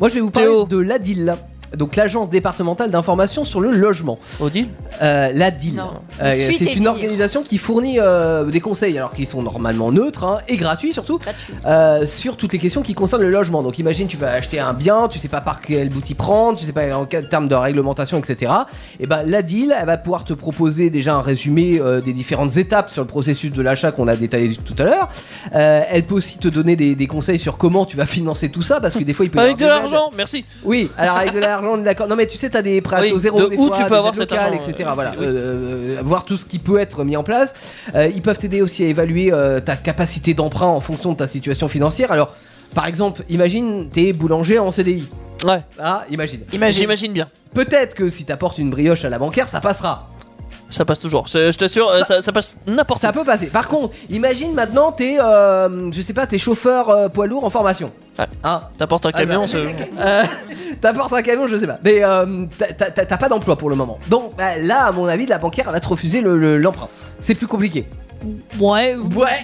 Speaker 1: Moi, je vais vous parler de l'ADIL. Donc l'agence départementale d'information sur le logement.
Speaker 4: Odile
Speaker 1: L'ADIL.
Speaker 4: Non.
Speaker 1: Euh,
Speaker 4: Suite et
Speaker 1: c'est une
Speaker 4: dire.
Speaker 1: organisation qui fournit euh, des conseils, alors qu'ils sont normalement neutres hein, et gratuits surtout, euh, sur toutes les questions qui concernent le logement. Donc imagine, tu vas acheter un bien, tu sais pas par quel bout t'y prendre, tu sais pas en quel terme de réglementation, etc. Et ben l'ADIL, elle va pouvoir te proposer déjà un résumé euh, des différentes étapes sur le processus de l'achat qu'on a détaillé tout à l'heure. Euh, elle peut aussi te donner des, des conseils sur comment tu vas financer tout ça, parce que des fois il peut y
Speaker 4: Avec de
Speaker 1: avoir des aides.
Speaker 4: l'argent, merci
Speaker 1: Oui, alors avec de l'argent, d'accord. Non, mais tu sais, t'as des prêts à
Speaker 4: Oui,
Speaker 1: taux zéro,
Speaker 4: de
Speaker 1: des
Speaker 4: où
Speaker 1: fois,
Speaker 4: tu peux
Speaker 1: des
Speaker 4: avoir
Speaker 1: aides
Speaker 4: cet
Speaker 1: locales,
Speaker 4: argent,
Speaker 1: etc.
Speaker 4: euh,
Speaker 1: Voilà,
Speaker 4: oui.
Speaker 1: Euh, voir tout ce qui peut être mis en place. Euh, ils peuvent t'aider aussi à évaluer euh, ta capacité d'emprunt en fonction de ta situation financière. Alors, par exemple, imagine, t'es boulanger en CDI.
Speaker 4: Ouais.
Speaker 1: Ah, imagine.
Speaker 4: Imagine. J'imagine bien.
Speaker 1: Peut-être que si t'apportes une brioche à la bancaire, ça passera.
Speaker 4: Ça passe toujours, C'est- je t'assure, euh, ça, ça passe n'importe
Speaker 1: Ça peut passer. Par contre, imagine maintenant, t'es, euh, je sais pas, t'es chauffeur euh, poids lourd en formation.
Speaker 4: Ouais. T'apportes un
Speaker 1: Ah,
Speaker 4: camion,
Speaker 1: bah,
Speaker 4: c'est-
Speaker 1: Euh, T'apportes un camion, je sais pas. Mais euh, t'as- t'as t'as- t'as pas d'emploi pour le moment. Donc bah, là, à mon avis, la bancaire elle va te refuser le- le- l'emprunt. C'est plus compliqué.
Speaker 10: Ouais,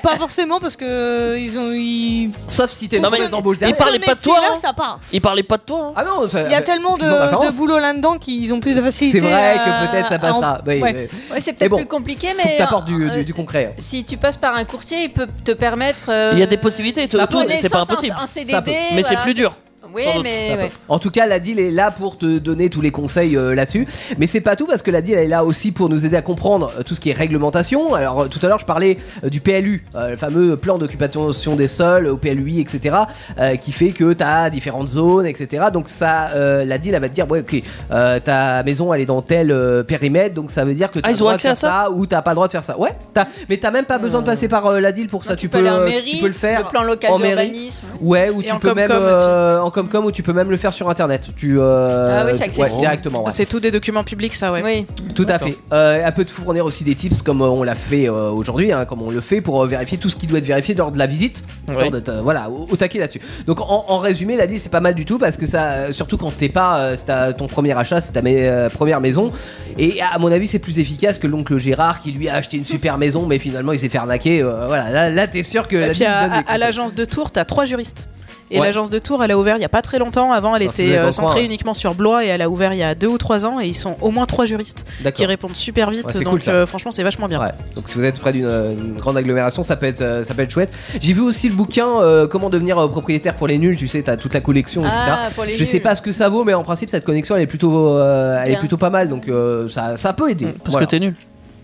Speaker 10: pas forcément parce que ils ont. Ils...
Speaker 1: Sauf si t'es
Speaker 4: Non,
Speaker 1: dans
Speaker 4: mais
Speaker 1: cette embauche
Speaker 4: il
Speaker 1: derrière.
Speaker 4: parlait pas de toi,
Speaker 10: Là,
Speaker 4: hein.
Speaker 10: ça part.
Speaker 4: Il parlait pas de toi hein.
Speaker 1: Ah non, ça-
Speaker 10: Il y a tellement de,
Speaker 1: Non, bah,
Speaker 10: de
Speaker 1: France.
Speaker 10: boulot là-dedans qu'ils ont plus de facilité.
Speaker 1: C'est vrai
Speaker 10: à-
Speaker 1: que peut-être ça
Speaker 5: ah,
Speaker 10: à-
Speaker 1: passera. Oui,
Speaker 10: ouais.
Speaker 1: oui.
Speaker 5: Ouais, c'est
Speaker 1: Mais
Speaker 5: peut-être
Speaker 1: bon,
Speaker 5: plus compliqué,
Speaker 1: Faut
Speaker 5: mais.
Speaker 1: que t'apportes du,
Speaker 5: euh,
Speaker 1: du- du concret.
Speaker 5: Si tu passes par un courtier, il peut te permettre. euh,
Speaker 4: Il y a des possibilités, tout- tout- c'est pas impossible.
Speaker 5: Un, un
Speaker 4: Ça
Speaker 5: CDD,
Speaker 4: peut. Mais c'est
Speaker 5: voilà.
Speaker 4: plus dur.
Speaker 14: Eh,
Speaker 5: Oui,
Speaker 1: Sans doute,
Speaker 5: mais.
Speaker 1: ça peut.
Speaker 5: ouais.
Speaker 1: En tout cas, la deal est là pour te donner tous les conseils euh, là-dessus. Mais c'est pas tout parce que la deal est là aussi pour nous aider à comprendre euh, tout ce qui est réglementation. Alors euh, tout à l'heure, je parlais euh, du PLU, euh, le fameux plan d'occupation des sols euh, au PLUI, etc., euh, qui fait que t'as différentes zones, etc. Donc ça, euh, la deal, elle va te dire, ouais, ok, euh, ta maison, elle est dans tel euh, périmètre, donc ça veut dire que t'as
Speaker 4: Ah,
Speaker 1: le
Speaker 4: ils ont
Speaker 1: droit de
Speaker 4: accès à
Speaker 1: faire ça, ou t'as pas le droit de faire ça. Ouais, t'as- mais t'as même pas besoin de passer par euh, la deal pour ça. Tu,
Speaker 5: peux
Speaker 1: peux,
Speaker 5: aller en
Speaker 1: euh, tu-
Speaker 5: mairie,
Speaker 1: tu peux le faire
Speaker 5: le plan local
Speaker 1: en mairie.
Speaker 5: d'urbanisme.
Speaker 1: Ouais, ou tu
Speaker 5: en
Speaker 1: peux même
Speaker 5: Comcom aussi.
Speaker 1: euh, en Comcom ou tu peux même le faire sur internet. Tu euh,
Speaker 14: Ah oui, c'est
Speaker 1: ouais,
Speaker 14: accessible.
Speaker 1: directement. ouais.
Speaker 14: Ah, C'est tous des documents publics, ça, ouais.
Speaker 5: Oui.
Speaker 1: Tout à fait. Euh, elle peut te fournir aussi des tips comme euh, on l'a fait euh, aujourd'hui, hein, comme on le fait pour euh, vérifier tout ce qui doit être vérifié lors de la visite. histoire
Speaker 4: Oui.
Speaker 1: de te- voilà, au, au taquet là-dessus. Donc en, en résumé, la deal c'est pas mal du tout parce que ça, euh, surtout quand t'es pas, euh, c'est ta- ton premier achat, c'est ta mai- euh, première maison. Et à mon avis, c'est plus efficace que l'oncle Gérard qui lui a acheté une super maison, mais finalement il s'est fait arnaquer. euh, voilà, là, là, t'es sûr que.
Speaker 14: Et
Speaker 1: la
Speaker 14: puis
Speaker 1: deal
Speaker 14: à,
Speaker 1: donne des
Speaker 14: à- à
Speaker 1: conseils.
Speaker 14: l'agence de Tours, t'as trois juristes. Et
Speaker 1: Ouais.
Speaker 14: l'agence de Tours, elle a ouvert il y a pas très longtemps. Avant, elle
Speaker 1: Alors, si vous
Speaker 14: était
Speaker 1: êtes
Speaker 14: euh,
Speaker 1: dans le coin,
Speaker 14: centrée
Speaker 1: ouais.
Speaker 14: uniquement sur Blois et elle a ouvert il y a deux ou trois ans. Et ils sont au moins trois juristes
Speaker 1: D'accord.
Speaker 14: qui répondent super vite.
Speaker 1: Ouais, c'est
Speaker 14: donc
Speaker 1: cool, ça.
Speaker 14: euh, franchement, c'est vachement bien.
Speaker 1: Ouais. Donc si vous êtes près d'une euh, une grande agglomération, ça peut être, euh, ça peut être chouette. J'ai vu aussi le bouquin euh, Comment devenir euh, propriétaire pour les nuls. Tu sais, t'as toute la collection,
Speaker 5: Ah,
Speaker 1: etc.
Speaker 5: pour les
Speaker 1: Je sais
Speaker 5: nuls.
Speaker 1: pas ce que ça vaut, mais en principe, cette connexion, elle est plutôt, euh, elle est
Speaker 5: Bien.
Speaker 1: plutôt pas mal. Donc euh, ça, ça peut aider.
Speaker 4: Parce que t'es nul.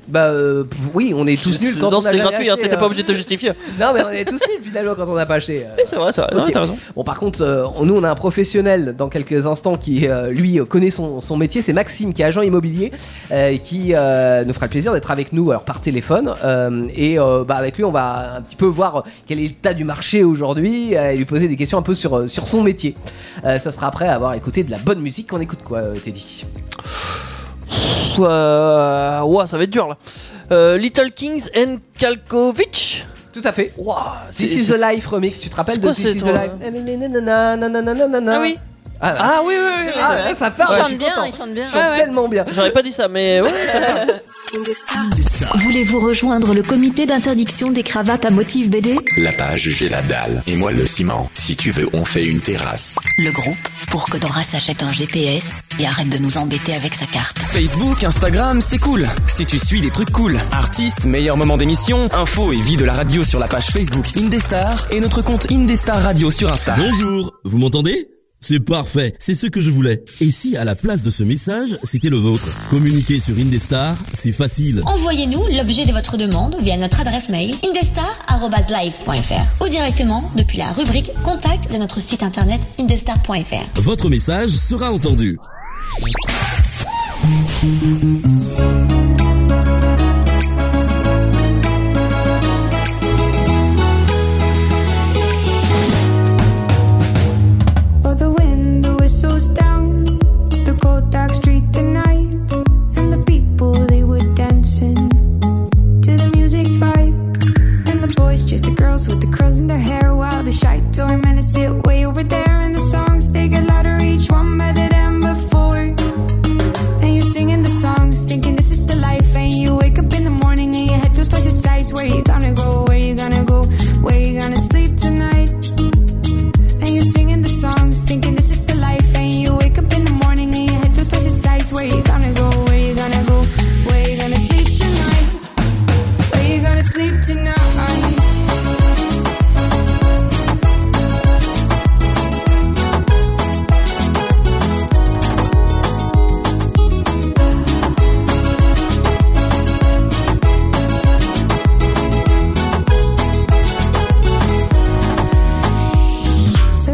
Speaker 1: Bah euh, pff, oui, on est tous nuls quand
Speaker 4: non,
Speaker 1: on a
Speaker 4: c'était
Speaker 1: jamais
Speaker 4: gratuit, hein,
Speaker 1: acheté,
Speaker 4: t'étais
Speaker 1: euh,
Speaker 4: pas obligé de te justifier.
Speaker 1: non mais on est tous nuls finalement quand on n'a pas acheté. euh.
Speaker 4: C'est vrai, c'est vrai. Non,
Speaker 1: Ok.
Speaker 4: t'as raison.
Speaker 1: Bon par contre, euh, on- nous on a un professionnel dans quelques instants qui euh, lui euh, connaît son, son métier, c'est Maxime qui est agent immobilier euh, et qui euh, nous fera le plaisir d'être avec nous alors par téléphone euh, et euh, bah, avec lui on va un petit peu voir quel est l'état du marché aujourd'hui euh, et lui poser des questions un peu sur, euh, sur son métier. Euh, ça sera après avoir écouté de la bonne musique qu'on écoute quoi euh, Teddy.
Speaker 4: Pff, euh, ouah, ça va être dur là. Euh, Little Kings and Kalkovic.
Speaker 1: Tout à fait.
Speaker 4: Ouah,
Speaker 1: This
Speaker 4: c'est-
Speaker 1: is the life remix, tu te rappelles
Speaker 4: C'est
Speaker 1: de
Speaker 4: quoi
Speaker 1: This
Speaker 4: ce
Speaker 1: is the
Speaker 4: ton,
Speaker 1: life Ah
Speaker 5: oui.
Speaker 1: Ah, bah.
Speaker 4: Ah oui, oui, oui.
Speaker 1: Ah, ouais, ça part.
Speaker 5: Ils
Speaker 1: je
Speaker 5: chantent
Speaker 1: suis
Speaker 5: bien,
Speaker 1: content.
Speaker 5: ils chantent bien.
Speaker 1: Ils
Speaker 5: Ah,
Speaker 1: chantent
Speaker 5: Ouais, ouais.
Speaker 1: tellement bien.
Speaker 4: J'aurais pas dit ça, mais ouais.
Speaker 16: Voulez-vous rejoindre le comité d'interdiction des cravates à motif BD
Speaker 17: La page, j'ai la dalle. Et moi, le ciment. Si tu veux, on fait une terrasse.
Speaker 16: Le groupe, pour que Dora s'achète un GPS et arrête de nous embêter avec sa carte.
Speaker 2: Facebook, Instagram, c'est cool. Si tu suis des trucs cool, artistes, meilleurs moments d'émission, infos et vie de la radio sur la page Facebook Indestar et notre compte Indestar Radio sur Insta.
Speaker 18: Bonjour, vous m'entendez C'est parfait, c'est ce que je voulais. Et si à la place de ce message, c'était le vôtre Communiquer sur Indestar, c'est facile.
Speaker 19: Envoyez-nous l'objet de votre demande via notre adresse mail indestar.live.fr ou directement depuis la rubrique Contact de notre site internet indestar.fr.
Speaker 18: Votre message sera entendu.
Speaker 11: Oh, the window whistles down the cold dark street tonight, and the people they were dancing to the music vibe, and the boys just the girls with the curls in their hair, while the shy doormen sit way over there, and the songs they get louder each one better than before. And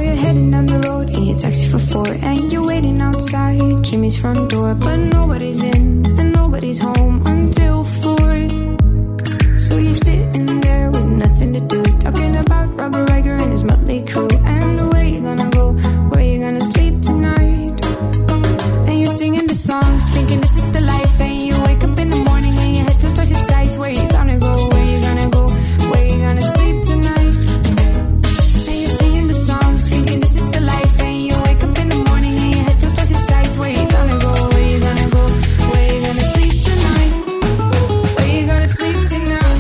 Speaker 20: a taxi for four, and you're waiting outside Jimmy's front door, but nobody's in and nobody's home until four. So you're sitting there with nothing to do, talking about Robert Riker and his motley crew. And where you gonna go? Where you gonna sleep tonight? And you're singing the songs, thinking this is the life. And you wake up in the morning and your head feels twice the size. Where you gonna go? Where you gonna go? Where you gonna sleep tonight? And you're singing the songs, thinking this is the life. And you wake up in the morning and your head feels twice the size. Where you gonna go? Where you gonna go? Where you gonna sleep tonight? Where you gonna sleep tonight?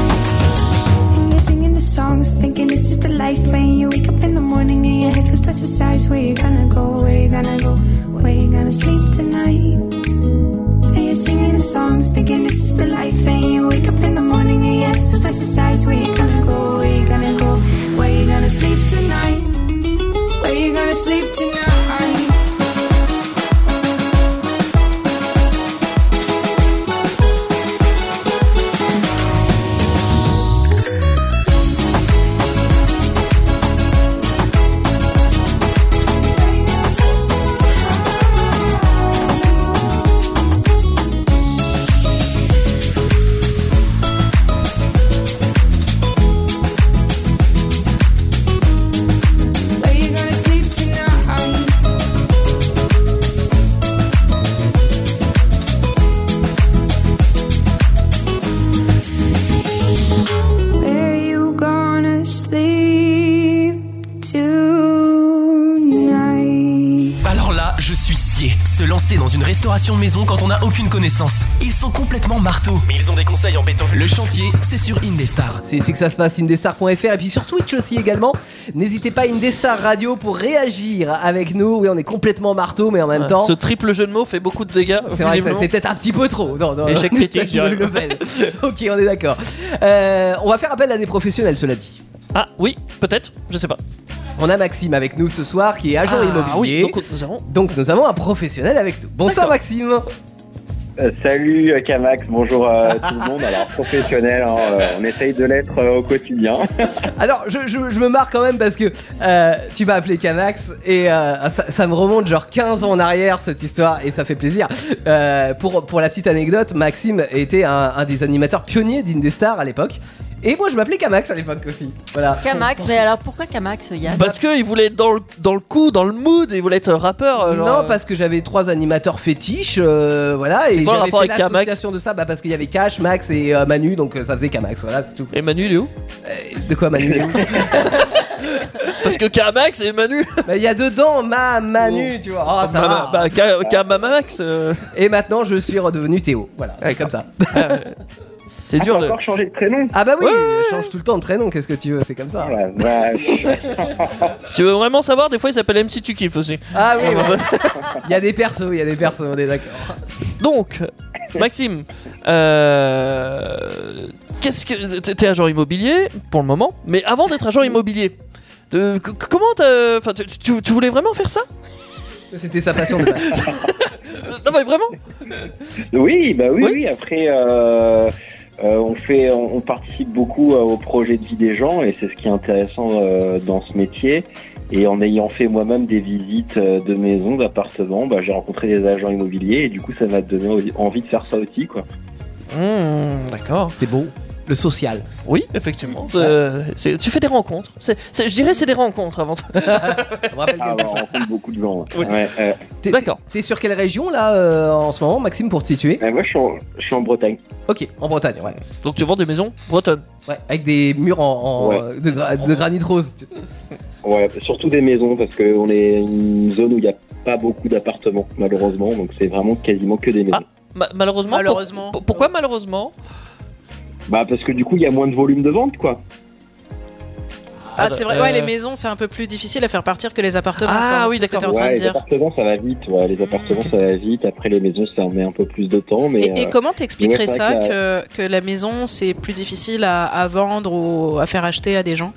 Speaker 20: And you're singing the songs, thinking this is the life. When you wake up in the morning and your head feels twice the size, where you gonna go? Where you gonna go? Where you gonna sleep tonight? And you're singing the songs, thinking this is the life. And you wake up in the morning and your head feels twice the size, where you gonna go? Where you gonna go? Where you gonna sleep tonight? Where you gonna sleep tonight? Where you gonna sleep tonight? Where you gonna sleep tonight?
Speaker 2: Alors là, je suis scié. Se lancer dans une restauration maison quand on n'a aucune connaissance. Ils sont complètement marteaux. Mais ils ont des conseils en béton. Le chantier, c'est sur Indestar.
Speaker 1: C'est c'est que ça se passe, indestar.fr et puis sur Twitch aussi également. N'hésitez pas, Indestar Radio, pour réagir avec nous. Oui, on est complètement marteau, mais en même
Speaker 4: Ouais,
Speaker 1: temps.
Speaker 4: Ce triple jeu de mots fait beaucoup de dégâts.
Speaker 1: C'est vrai que ça-
Speaker 4: visiblement.
Speaker 1: c'est peut-être un petit peu trop. Non, non,
Speaker 4: Échec
Speaker 1: non.
Speaker 4: critique, je dirais.
Speaker 1: Le fait. ok, on est d'accord. Euh, on va faire appel à des professionnels, cela dit.
Speaker 4: Ah oui, peut-être, je sais pas.
Speaker 1: On a Maxime avec nous ce soir qui est agent
Speaker 4: Ah,
Speaker 1: immobilier.
Speaker 4: oui, donc nous avons-
Speaker 1: Donc nous avons un professionnel avec nous. Bonsoir Maxime.
Speaker 21: Euh, Salut euh, Kamax, bonjour à tout le monde. Alors professionnel, hein, euh, on essaye de l'être euh, au quotidien.
Speaker 1: Alors, je, je- je me marre quand même parce que euh, tu m'as appelé Camax et euh, ça, ça me remonte genre 15 ans en arrière cette histoire et ça fait plaisir. Euh, pour, pour la petite anecdote, Maxime était un, un des animateurs pionniers d'Indestar à l'époque. Et moi, je m'appelais Camax à l'époque aussi. Voilà.
Speaker 5: Camax, mais alors pourquoi Camax,
Speaker 1: Ah,
Speaker 5: Yann
Speaker 4: Parce
Speaker 1: bah-
Speaker 4: qu'il voulait être dans le, dans le coup, dans le mood, il voulait être rappeur. euh, genre,
Speaker 1: non,
Speaker 4: euh,
Speaker 1: parce que j'avais trois animateurs fétiches, euh, voilà, et
Speaker 4: quoi le
Speaker 1: j'avais
Speaker 4: rapport
Speaker 1: fait
Speaker 4: avec K-Max
Speaker 1: l'association de ça, bah, parce qu'il y avait Cash, Max et euh, Manu, donc euh, ça faisait Camax, voilà, c'est tout. Euh,
Speaker 4: Et Manu, il est où
Speaker 1: De quoi Manu il est où
Speaker 4: Parce que K-Max et Manu.
Speaker 1: Bah, il y a dedans ma Manu, tu vois. Ah, ça
Speaker 4: Bah,
Speaker 1: va.
Speaker 4: bah, K- K-Max. euh, Ah,
Speaker 1: Et maintenant, je suis redevenu Théo. Voilà, c'est comme ça.
Speaker 4: C'est
Speaker 1: Ah,
Speaker 4: dur de.
Speaker 1: changer de prénom. Ah bah oui, je change tout le temps de prénom, qu'est-ce que tu veux, c'est comme ça.
Speaker 4: Si tu veux vraiment savoir, des fois il s'appelle MC Tu kiffes aussi.
Speaker 1: Ah oui, il y a des persos, il y a des persos, on est d'accord.
Speaker 4: Donc, Maxime, euh, qu'est-ce que t'es t'es agent immobilier pour le moment, mais avant d'être agent immobilier, de- c- comment t'as- enfin, tu, tu- tu voulais vraiment faire ça
Speaker 1: C'était sa passion de ça.
Speaker 4: non mais vraiment
Speaker 21: Oui, bah oui, oui. Après, euh, euh, on fait, on, on participe beaucoup euh, au projet de vie des gens et c'est ce qui est intéressant euh, dans ce métier. Et en ayant fait moi-même des visites euh, de maisons, d'appartements, bah, j'ai rencontré des agents immobiliers et du coup, ça m'a donné envie- envie de faire ça aussi, quoi.
Speaker 4: Mmh, D'accord.
Speaker 1: C'est beau. Le social.
Speaker 4: Oui, effectivement. Euh, c'est- tu fais des rencontres. C'est- c'est- je dirais c'est des rencontres avant tout.
Speaker 21: Ah, bah, on rencontre beaucoup de gens. Ouais, euh, ouais.
Speaker 4: D'accord.
Speaker 1: T'es sur quelle région là euh, en ce moment, Maxime, pour te situer
Speaker 21: Eh, Moi, je suis, en, Bretagne.
Speaker 1: Ok, en Bretagne, ouais.
Speaker 4: Donc tu vends des maisons bretonnes
Speaker 1: Ouais, avec des murs en, en-
Speaker 21: Ouais.
Speaker 1: euh, de, gra- de granit rose.
Speaker 21: Ouais, surtout des maisons parce qu'on est une zone où il n'y a pas beaucoup d'appartements malheureusement, donc c'est vraiment quasiment que des maisons.
Speaker 14: Ah.
Speaker 4: Ma- malheureusement. pour- pour- pourquoi malheureusement
Speaker 21: Bah parce que du coup il y a moins de volume de vente quoi.
Speaker 14: Ah, c'est vrai, ouais,
Speaker 21: Euh,
Speaker 14: les maisons, c'est un peu plus difficile à faire partir que les appartements.
Speaker 4: Ah
Speaker 14: ça,
Speaker 4: oui,
Speaker 14: c'est ce que t'es en train
Speaker 21: Ouais,
Speaker 14: de
Speaker 21: les
Speaker 14: dire.
Speaker 21: appartements ça va vite, ouais, les appartements ça va vite, après les maisons ça met un peu plus de temps mais
Speaker 14: Et, et
Speaker 21: euh,
Speaker 14: comment t'expliquerais
Speaker 21: ouais, c'est
Speaker 14: ça
Speaker 21: vrai que, euh,
Speaker 14: que, que la maison c'est plus difficile à, à vendre ou à faire acheter à des gens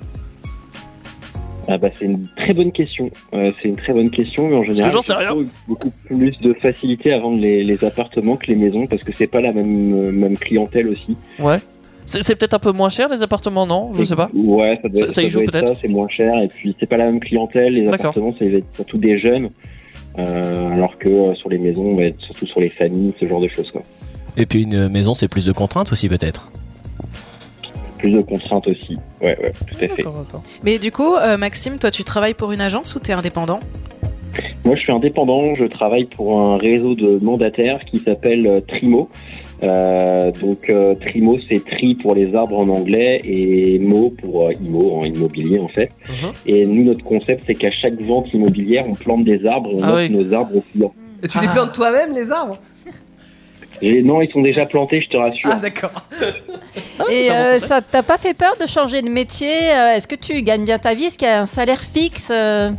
Speaker 21: Ah bah, c'est une très bonne question. Euh, c'est une très bonne question, mais en général,
Speaker 4: j'en sais
Speaker 21: j'ai toujours eu beaucoup plus de facilité à vendre les, les appartements que les maisons parce que c'est pas la même, euh, même clientèle aussi.
Speaker 4: Ouais. C'est c'est peut-être un peu moins cher les appartements, non Je sais pas.
Speaker 21: Ouais, ça, doit,
Speaker 4: Ça- ça y
Speaker 21: doit
Speaker 4: joue
Speaker 21: être
Speaker 4: peut-être
Speaker 21: ça, C'est moins cher et puis c'est pas la même clientèle. Les
Speaker 4: D'accord.
Speaker 21: appartements, c'est surtout des jeunes, euh, alors que euh, sur les maisons, on va être surtout sur les familles, ce genre de choses quoi.
Speaker 22: Et puis une maison, c'est plus de contraintes aussi peut-être.
Speaker 21: Plus de contraintes aussi. Ouais, ouais, tout à fait.
Speaker 14: Mais du coup, euh, Maxime, toi, tu travailles pour une agence ou t'es indépendant
Speaker 21: Moi, je suis indépendant. Je travaille pour un réseau de mandataires qui s'appelle euh, Trimo. Euh, donc, euh, Trimo, c'est tri pour les arbres en anglais et mo pour euh, IMO en immobilier en fait.
Speaker 4: Uh-huh.
Speaker 21: Et nous, notre concept, c'est qu'à chaque vente immobilière, on plante des arbres et on
Speaker 1: Ah
Speaker 21: offre
Speaker 1: oui.
Speaker 21: nos arbres aux clients.
Speaker 1: Et
Speaker 4: Ah.
Speaker 1: tu les plantes toi-même, les arbres
Speaker 21: Et non, ils sont déjà plantés, je te rassure.
Speaker 1: Ah, d'accord.
Speaker 5: Et
Speaker 21: ça
Speaker 5: euh,
Speaker 21: rentre,
Speaker 5: ça t'a pas fait peur de changer de métier Euh, Est-ce que tu gagnes bien ta vie Est-ce qu'il y a un salaire fixe Euh,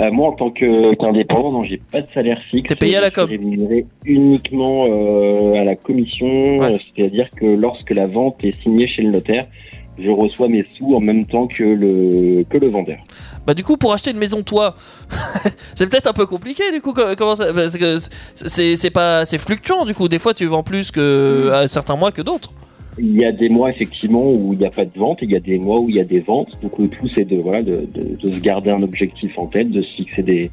Speaker 21: Euh, moi, en tant que- qu'indépendant, non, j'ai pas de salaire fixe. T'es
Speaker 4: payé à la com.
Speaker 21: rémunéré uniquement euh, à la commission, euh, c'est-à-dire que lorsque la vente est signée chez le notaire, je reçois mes sous en même temps que le que le vendeur.
Speaker 4: Bah du coup pour acheter une maison toi, c'est peut-être un peu compliqué du coup co- comment ça parce que c'est c'est pas c'est fluctuant du coup des fois tu vends plus
Speaker 21: Mm.
Speaker 4: que à certains mois que d'autres.
Speaker 21: Il y a des mois effectivement où il n'y a pas de vente, et il y a des mois où il y a des ventes. Donc le tout c'est de voilà de, de- de se garder un objectif en tête, de se fixer des,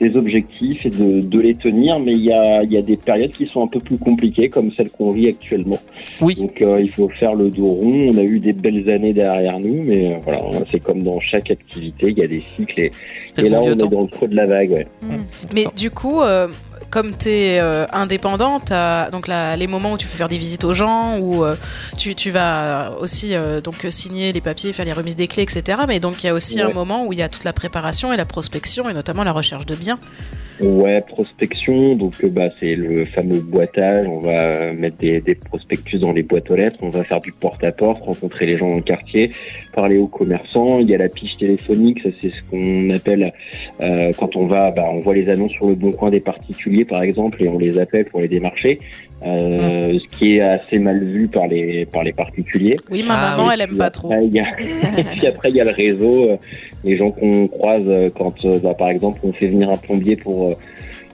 Speaker 21: des objectifs et de, de les tenir. Mais il y a, il y a des périodes qui sont un peu plus compliquées comme celle qu'on vit actuellement.
Speaker 4: Oui.
Speaker 21: Donc euh, il faut faire le dos rond. On a eu des belles années derrière nous, mais euh, voilà c'est comme dans chaque activité, il y a des cycles et,
Speaker 14: C'était
Speaker 21: et
Speaker 14: le
Speaker 21: là
Speaker 14: bon
Speaker 21: on
Speaker 14: vieux
Speaker 21: est
Speaker 14: temps.
Speaker 21: dans le creux de la vague. Ouais.
Speaker 14: Mais du coup, euh, comme tu es indépendant, t'as donc là, les moments où tu fais faire des visites aux gens, où euh, tu, tu vas aussi euh, donc signer les papiers, faire les remises des clés, etc. Mais donc il y a aussi un
Speaker 21: Ouais.
Speaker 14: moment où il y a toute la préparation et la prospection et notamment la recherche de biens.
Speaker 21: Ouais, prospection, donc euh, bah, c'est le fameux boitage, on va euh, mettre des, des prospectus dans les boîtes aux lettres, on va faire du porte-à-porte, rencontrer les gens dans le quartier, parler aux commerçants, il y a la piche téléphonique, ça c'est ce qu'on appelle euh, quand on va, bah, on voit les annonces sur le bon coin des particuliers par exemple et on les appelle pour les démarcher, euh,
Speaker 14: Mmh.
Speaker 21: ce qui est assez mal vu par les, par les particuliers.
Speaker 14: Oui, ma
Speaker 21: Ah,
Speaker 14: maman,
Speaker 21: et
Speaker 14: elle aime
Speaker 21: puis
Speaker 14: pas
Speaker 21: après,
Speaker 14: trop.
Speaker 21: il y a- et puis après, il y a le réseau, euh, les gens qu'on croise euh, quand, euh, bah, par exemple, on fait venir un plombier pour, euh,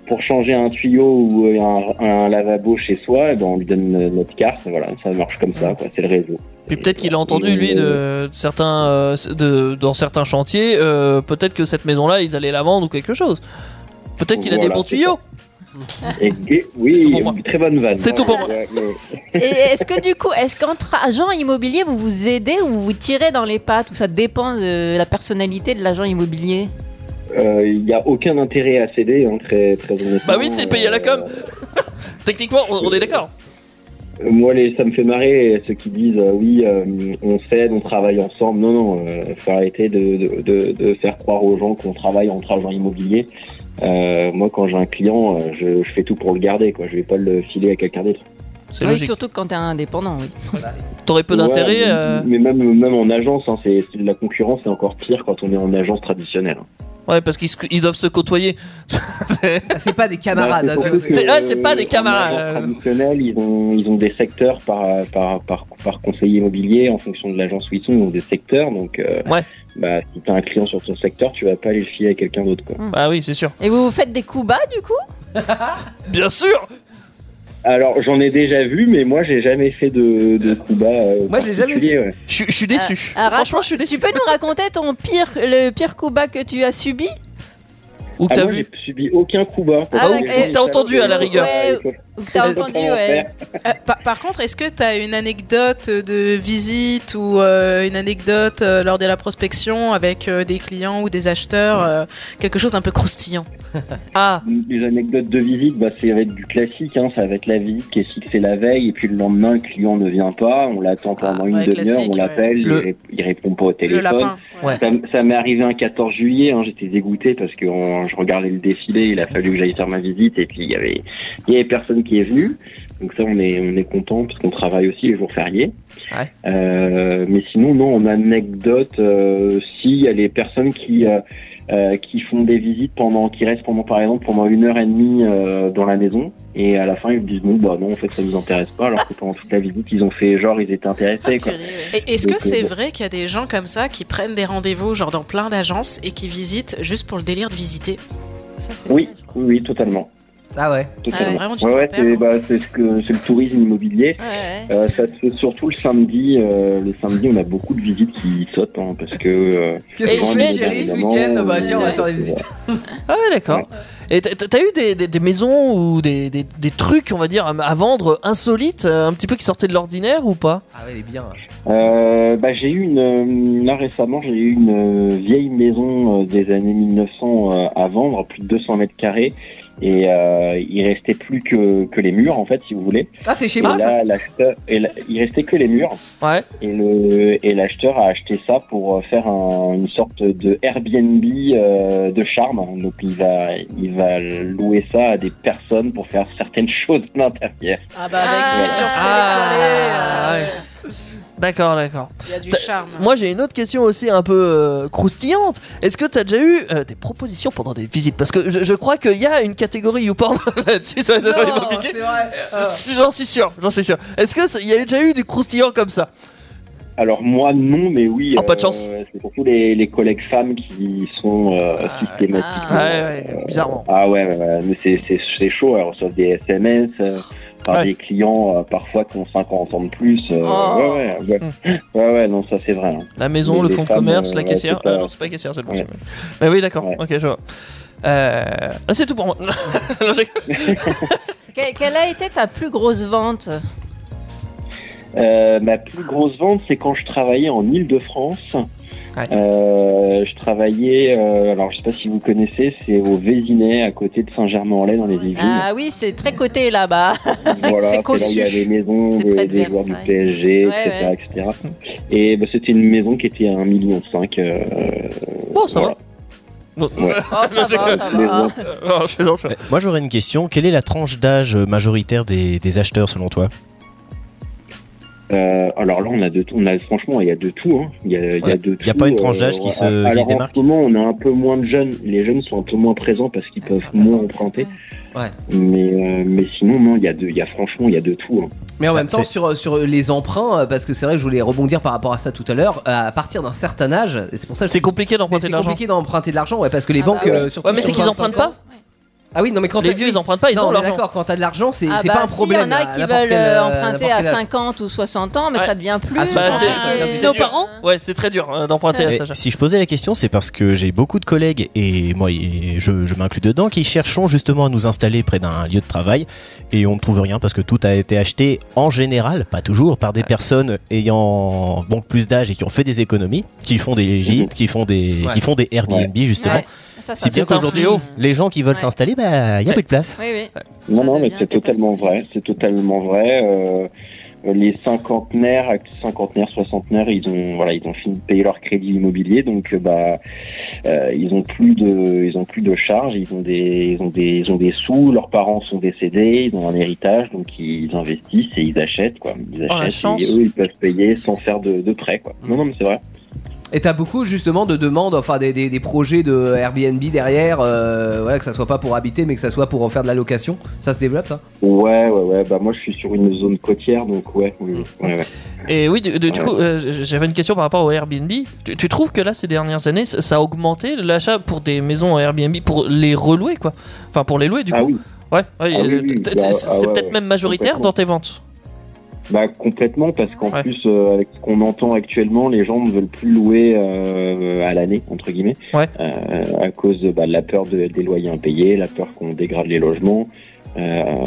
Speaker 21: pour changer un tuyau ou euh, un, un lavabo chez soi, eh ben, on lui donne euh, notre carte. Voilà, ça marche comme ça, quoi, c'est le réseau.
Speaker 4: Puis peut-être qu'il a entendu lui de, de certains euh, de- dans certains chantiers euh, peut-être que cette maison là ils allaient la vendre ou quelque chose. Peut-être qu'il a des
Speaker 21: Voilà,
Speaker 4: bons
Speaker 21: c'est
Speaker 4: tuyaux.
Speaker 21: Et, et- oui, très bonne vanne.
Speaker 4: C'est tout pour moi.
Speaker 21: Ouais, mais-
Speaker 5: Et est-ce que du coup, est-ce qu'entre agents immobiliers, vous vous aidez ou vous vous tirez dans les pattes Ou ça dépend de la personnalité de l'agent immobilier
Speaker 21: Euh, Il n'y a aucun intérêt à céder, hein, très, très honnêtement.
Speaker 4: Bah oui, c'est payé à la com. Techniquement, on, on est d'accord.
Speaker 21: Euh, Moi, les, ça me fait marrer euh, ceux qui disent euh, oui, euh, on s'aide, on travaille ensemble. Non, non, euh, faut arrêter de, de, de, de faire croire aux gens qu'on travaille entre agents immobiliers. Euh, moi, quand j'ai un client, euh, je, je fais tout pour le garder, quoi. Je vais pas le filer à quelqu'un d'autre.
Speaker 5: Oui, surtout quand t'es indépendant, oui.
Speaker 4: T'aurais peu
Speaker 21: Ouais,
Speaker 4: d'intérêt.
Speaker 21: mais-
Speaker 4: euh,
Speaker 21: Mais même, même en agence, hein, c'est c'est- la concurrence est encore pire quand on est en agence traditionnelle. hein.
Speaker 4: Ouais, parce qu'ils se- ils doivent se côtoyer. c'est
Speaker 1: Ah, c'est pas des hein,
Speaker 21: Bah, c'est surtout que,
Speaker 4: C'est ouais, c'est pas
Speaker 21: euh,
Speaker 4: des
Speaker 21: en agence
Speaker 4: camarades.
Speaker 21: traditionnelle, ils ont, ils ont des secteurs par, par, par, par conseiller immobilier, en fonction de l'agence où ils sont, ils ont des secteurs. Donc, euh, bah, si tu as un client sur ton secteur, tu vas pas aller le filer à quelqu'un d'autre. quoi.
Speaker 4: Ah oui, c'est sûr.
Speaker 5: Et vous vous faites des coups bas du coup Ah,
Speaker 4: Bien sûr
Speaker 21: Alors, j'en ai déjà vu, mais moi, j'ai jamais fait de, de coup bas. euh,
Speaker 4: Moi, j'ai jamais
Speaker 21: particulier,
Speaker 4: fait.
Speaker 21: ouais.
Speaker 4: Je je suis déçu.
Speaker 5: Ah, raconte- Tu peux nous raconter ton pire, le pire coup bas que tu as subi
Speaker 4: Ou
Speaker 21: ah,
Speaker 4: t'as
Speaker 21: moi,
Speaker 4: vu
Speaker 21: J'ai subi aucun coup bas.
Speaker 5: Ah, ou- ou t'as entendu, à la rigueur. Ouais, ou que t'as entendu, ouais.
Speaker 14: Euh, par, par contre, est-ce que tu as une anecdote de visite ou euh, une anecdote euh, lors de la prospection avec euh, des clients ou des acheteurs, euh, quelque chose d'un peu croustillant
Speaker 4: Ah.
Speaker 21: Les anecdotes de visite, bah, c'est avec du classique. Hein, ça va être la visite qui est fixée la veille, et puis le lendemain, le client ne vient pas. On l'attend pendant une
Speaker 4: Ah, ouais,
Speaker 21: demi-heure, on
Speaker 4: classique,
Speaker 21: l'appelle, il, ré- il répond pas au téléphone.
Speaker 4: lapin, ouais.
Speaker 21: Ça, m- ça m'est arrivé un 14 juillet. hein, J'étais dégoûté parce que on- je regardais le défilé. Il a fallu que j'aille faire ma visite, et puis il y avait, il y avait personne qui qui est venu. Donc ça, on est, on est content parce qu'on travaille aussi les jours fériés. Euh, mais sinon, non, en anecdote, euh, si, il y a les personnes qui, euh, euh, qui font des visites pendant, qui restent pendant, par exemple, pendant une heure et demie euh, dans la maison. Et à la fin, ils me disent, bon, bah non, en fait, ça nous intéresse pas. Alors que pendant toute la visite, ils ont fait genre, ils étaient intéressés. Quoi.
Speaker 14: Et est-ce que
Speaker 21: Donc, euh,
Speaker 14: c'est
Speaker 21: bon.
Speaker 14: vrai qu'il y a des gens comme ça qui prennent des rendez-vous genre dans plein d'agences et qui visitent juste pour le délire de visiter
Speaker 21: Oui, oui, oui, totalement.
Speaker 1: Ah ouais.
Speaker 14: Ah ouais, vraiment, tu te
Speaker 21: ouais, ouais,
Speaker 14: repères,
Speaker 21: c'est bah, c'est ce que c'est le tourisme immobilier.
Speaker 14: Ouais,
Speaker 21: Euh, ça se fait surtout le samedi. euh, le samedi, on a beaucoup de visites qui sautent hein, parce que. euh,
Speaker 1: Qu'est-ce que
Speaker 21: souvent,
Speaker 1: je fais,
Speaker 21: les
Speaker 1: chérie, ce
Speaker 21: évidemment,
Speaker 1: week-end Bah, tiens, on va
Speaker 21: euh,
Speaker 1: faire des visites.
Speaker 4: Ah ouais, d'accord. Et t'as- t'as eu des, des- des maisons ou des, des- des trucs, on va dire, à, à vendre insolites, euh, un petit peu qui sortaient de l'ordinaire ou pas
Speaker 1: Ah ouais, elle est bien.
Speaker 21: Euh, bah, j'ai eu une euh, là récemment j'ai eu une euh, vieille maison euh, des années 1900 euh, à vendre plus de 200 mètres carrés et euh, il restait plus que, que les murs en fait si vous voulez
Speaker 1: Ah, c'est chez
Speaker 21: et
Speaker 1: moi,
Speaker 21: là, l'acheteur et la- il restait que les murs
Speaker 4: ouais.
Speaker 21: et le et l'acheteur a acheté ça pour euh, faire un- une sorte de Airbnb euh, de charme donc il va il va louer ça à des personnes pour faire certaines choses à l'intérieur
Speaker 14: Ah bah avec
Speaker 21: Ah.
Speaker 14: les sur ciel étoilé, euh,
Speaker 4: Ah D'accord, d'accord.
Speaker 14: Il y a du
Speaker 4: T'as-
Speaker 14: charme.
Speaker 4: Moi, j'ai une autre question aussi un peu euh, croustillante. Est-ce que t'as déjà eu euh, des propositions pendant des visites Parce que je, je crois qu'il y a une catégorie YouPorn là-dessus sur les agents
Speaker 1: Non,
Speaker 4: immobiliers.
Speaker 1: c'est vrai. Ah.
Speaker 4: S- J'en suis sûr, j'en suis sûr. Est-ce qu'il y a déjà eu du croustillant comme ça Ah,
Speaker 21: Alors moi non, mais oui. euh,
Speaker 4: pas de chance.
Speaker 21: C'est surtout les, les collègues femmes qui sont euh, systématiquement.
Speaker 4: Ah, ouais, ouais, bizarrement.
Speaker 21: Ah ouais, ouais, ouais, mais c'est- c'est c'est chaud. Alors reçoivent des SMS euh, par des clients euh, parfois qui ont 50 ans de plus. euh,
Speaker 4: Oh. Hmm.
Speaker 21: Ouais, ouais, ouais. ouais, ouais, non ça c'est vrai. hein.
Speaker 4: La maison,
Speaker 21: Les-
Speaker 4: le
Speaker 21: les
Speaker 4: fonds de
Speaker 21: femmes,
Speaker 4: commerce,
Speaker 21: euh,
Speaker 4: la
Speaker 21: ouais,
Speaker 4: caissière.
Speaker 21: c'est pas-
Speaker 4: Ah non, c'est pas la caissière, c'est bon.
Speaker 21: Ouais.
Speaker 4: c'est bon. Bah oui, d'accord, ok, je vois. Euh, ah, c'est tout pour moi. Non, j'ai-
Speaker 5: Que- Quelle a été ta plus grosse vente
Speaker 21: Euh, ma plus grosse vente, c'est quand je travaillais en Ile-de-France. Euh, je travaillais, euh, alors je sais pas si vous connaissez, c'est au Vésinet, à côté de Saint-Germain-en-Laye, dans les Yvelines.
Speaker 5: Ah oui, c'est très coté là-bas.
Speaker 21: Voilà, là où il y a les maisons
Speaker 5: C'est près
Speaker 21: des,
Speaker 5: de
Speaker 21: des joueurs du
Speaker 5: Versailles.
Speaker 21: PSG,
Speaker 5: Ouais,
Speaker 21: etc.,
Speaker 5: ouais.
Speaker 21: etc. Et bah, c'était une maison qui était à 1,5 million. Euh,
Speaker 22: Oh,
Speaker 4: bon, ça
Speaker 21: voilà.
Speaker 4: va.
Speaker 21: Ouais.
Speaker 5: Ah.
Speaker 4: Non, j'ai-
Speaker 1: Ah.
Speaker 4: Non, je plaisante, je-
Speaker 22: Euh, Moi j'aurais une question. Quelle est la tranche d'âge majoritaire des, des acheteurs selon toi
Speaker 21: Euh, alors là, on a de tout. On a, franchement, il y a de tout. hein. Il y a, il y a de tout. euh,
Speaker 22: Il y a pas une tranche d'âge qui se- qui se
Speaker 21: alors,
Speaker 22: démarque
Speaker 21: En ce moment, on a un peu moins de jeunes. Les jeunes sont un peu moins présents parce
Speaker 5: Euh,
Speaker 21: qu'ils peuvent moins emprunter. Mais, euh, mais sinon, non, il y a de, il y a franchement, il y a de tout. hein.
Speaker 1: Mais
Speaker 4: Bah,
Speaker 1: en même
Speaker 21: c'est-
Speaker 1: temps, sur, sur les emprunts, euh, parce que c'est vrai que je voulais rebondir par rapport à ça tout à l'heure, euh, à partir d'un certain âge, et c'est pour ça que
Speaker 4: C'est compliqué d'emprunter de
Speaker 1: l'argent. C'est compliqué d'emprunter de l'argent, ouais, parce que les
Speaker 4: Ah bah
Speaker 1: banques.
Speaker 4: oui.
Speaker 1: euh, surtout
Speaker 4: Ouais, mais c'est
Speaker 1: sur
Speaker 4: qu'ils
Speaker 1: 25
Speaker 4: empruntent pas.
Speaker 1: ans. Ah oui, non, mais quand
Speaker 4: Les
Speaker 1: t'as-
Speaker 4: vieux,
Speaker 1: oui.
Speaker 4: ils empruntent pas, ils
Speaker 1: Non,
Speaker 4: ont
Speaker 1: on est
Speaker 4: l'argent.
Speaker 1: D'accord, quand t'as de l'argent, c'est
Speaker 5: Ah
Speaker 1: c'est
Speaker 5: bah
Speaker 1: pas un
Speaker 5: si,
Speaker 1: problème.
Speaker 5: Il y en a
Speaker 1: à
Speaker 5: qui
Speaker 1: n'importe
Speaker 5: veulent
Speaker 1: quel,
Speaker 5: euh,
Speaker 1: euh,
Speaker 5: emprunter
Speaker 1: n'importe
Speaker 5: à
Speaker 1: quel âge.
Speaker 5: 50 ou 60 ans, mais ça devient plus.
Speaker 1: Ah,
Speaker 4: Bah, c'est-
Speaker 5: compliqué.
Speaker 4: c'est dur. Ouais, c'est très dur euh, d'emprunter à
Speaker 22: Mais
Speaker 4: ça. je-
Speaker 22: Si je posais la question, c'est parce que j'ai beaucoup de collègues, et moi et je, je m'inclus dedans, qui cherchons justement à nous installer près d'un lieu de travail, et on ne trouve rien parce que tout a été acheté en général, pas toujours, par des personnes ayant bon, plus d'âge et qui ont fait des économies, qui font des gîtes, qui font des,
Speaker 2: Ouais.
Speaker 22: qui font des Airbnb
Speaker 2: Ouais.
Speaker 22: justement.
Speaker 2: Ouais. Ça, ça,
Speaker 22: si
Speaker 2: ça,
Speaker 22: bien
Speaker 2: c'est un
Speaker 22: qu'aujourd'hui,
Speaker 2: fléau.
Speaker 22: les gens qui veulent s'installer, il bah, n'y a plus de place.
Speaker 5: Oui, oui.
Speaker 21: Non, non, mais c'est totalement vrai. C'est totalement vrai. Euh, les cinquantenaires, euh, cinquantenaires, soixantenaires, ils ont, voilà, ils ont fini de payer leur crédit immobilier, donc euh, bah, euh, ils ont plus de, ils ont plus de charges, ils ont des, ils ont des, ils ont des sous. Leurs parents sont décédés, ils ont un héritage, donc ils investissent et ils achètent quoi. Ils
Speaker 1: Oh, la
Speaker 21: achètent
Speaker 1: chance. Mm.
Speaker 21: et eux, ils peuvent payer sans faire de, de prêt quoi. Non, non, mais c'est vrai.
Speaker 1: Et t'as beaucoup justement de demandes, enfin des, des- des projets de Airbnb derrière, euh, voilà, que ça soit pas pour habiter, mais que ça soit pour en faire de la location. Ça se développe ça
Speaker 21: Ouais, ouais, ouais. Bah moi, je suis sur une zone côtière, donc ouais, oui, oui.
Speaker 1: Mm.
Speaker 21: ouais, ouais.
Speaker 4: Et oui, du, du- du
Speaker 21: Ouais.
Speaker 4: coup, euh, j'avais une question par rapport au Airbnb. Tu, tu trouves que là, ces dernières années, ça ça a augmenté l'achat pour des maisons Airbnb, pour les relouer, quoi Enfin, pour les louer, du
Speaker 21: Ah
Speaker 4: coup.
Speaker 21: oui.
Speaker 4: Ouais, ouais,
Speaker 21: Ah oui,
Speaker 4: euh,
Speaker 21: oui,
Speaker 4: t-
Speaker 21: bah,
Speaker 4: t-
Speaker 21: ah
Speaker 4: c'est c'est
Speaker 21: ouais,
Speaker 4: peut-être
Speaker 21: ouais,
Speaker 4: même majoritaire
Speaker 21: complètement.
Speaker 4: dans tes ventes.
Speaker 21: Bah complètement parce qu'en plus euh, avec ce qu'on entend actuellement, les gens ne veulent plus louer euh, à l'année entre guillemets euh, à cause de, bah, de la peur de- des loyers impayés, la peur qu'on dégrade les logements euh,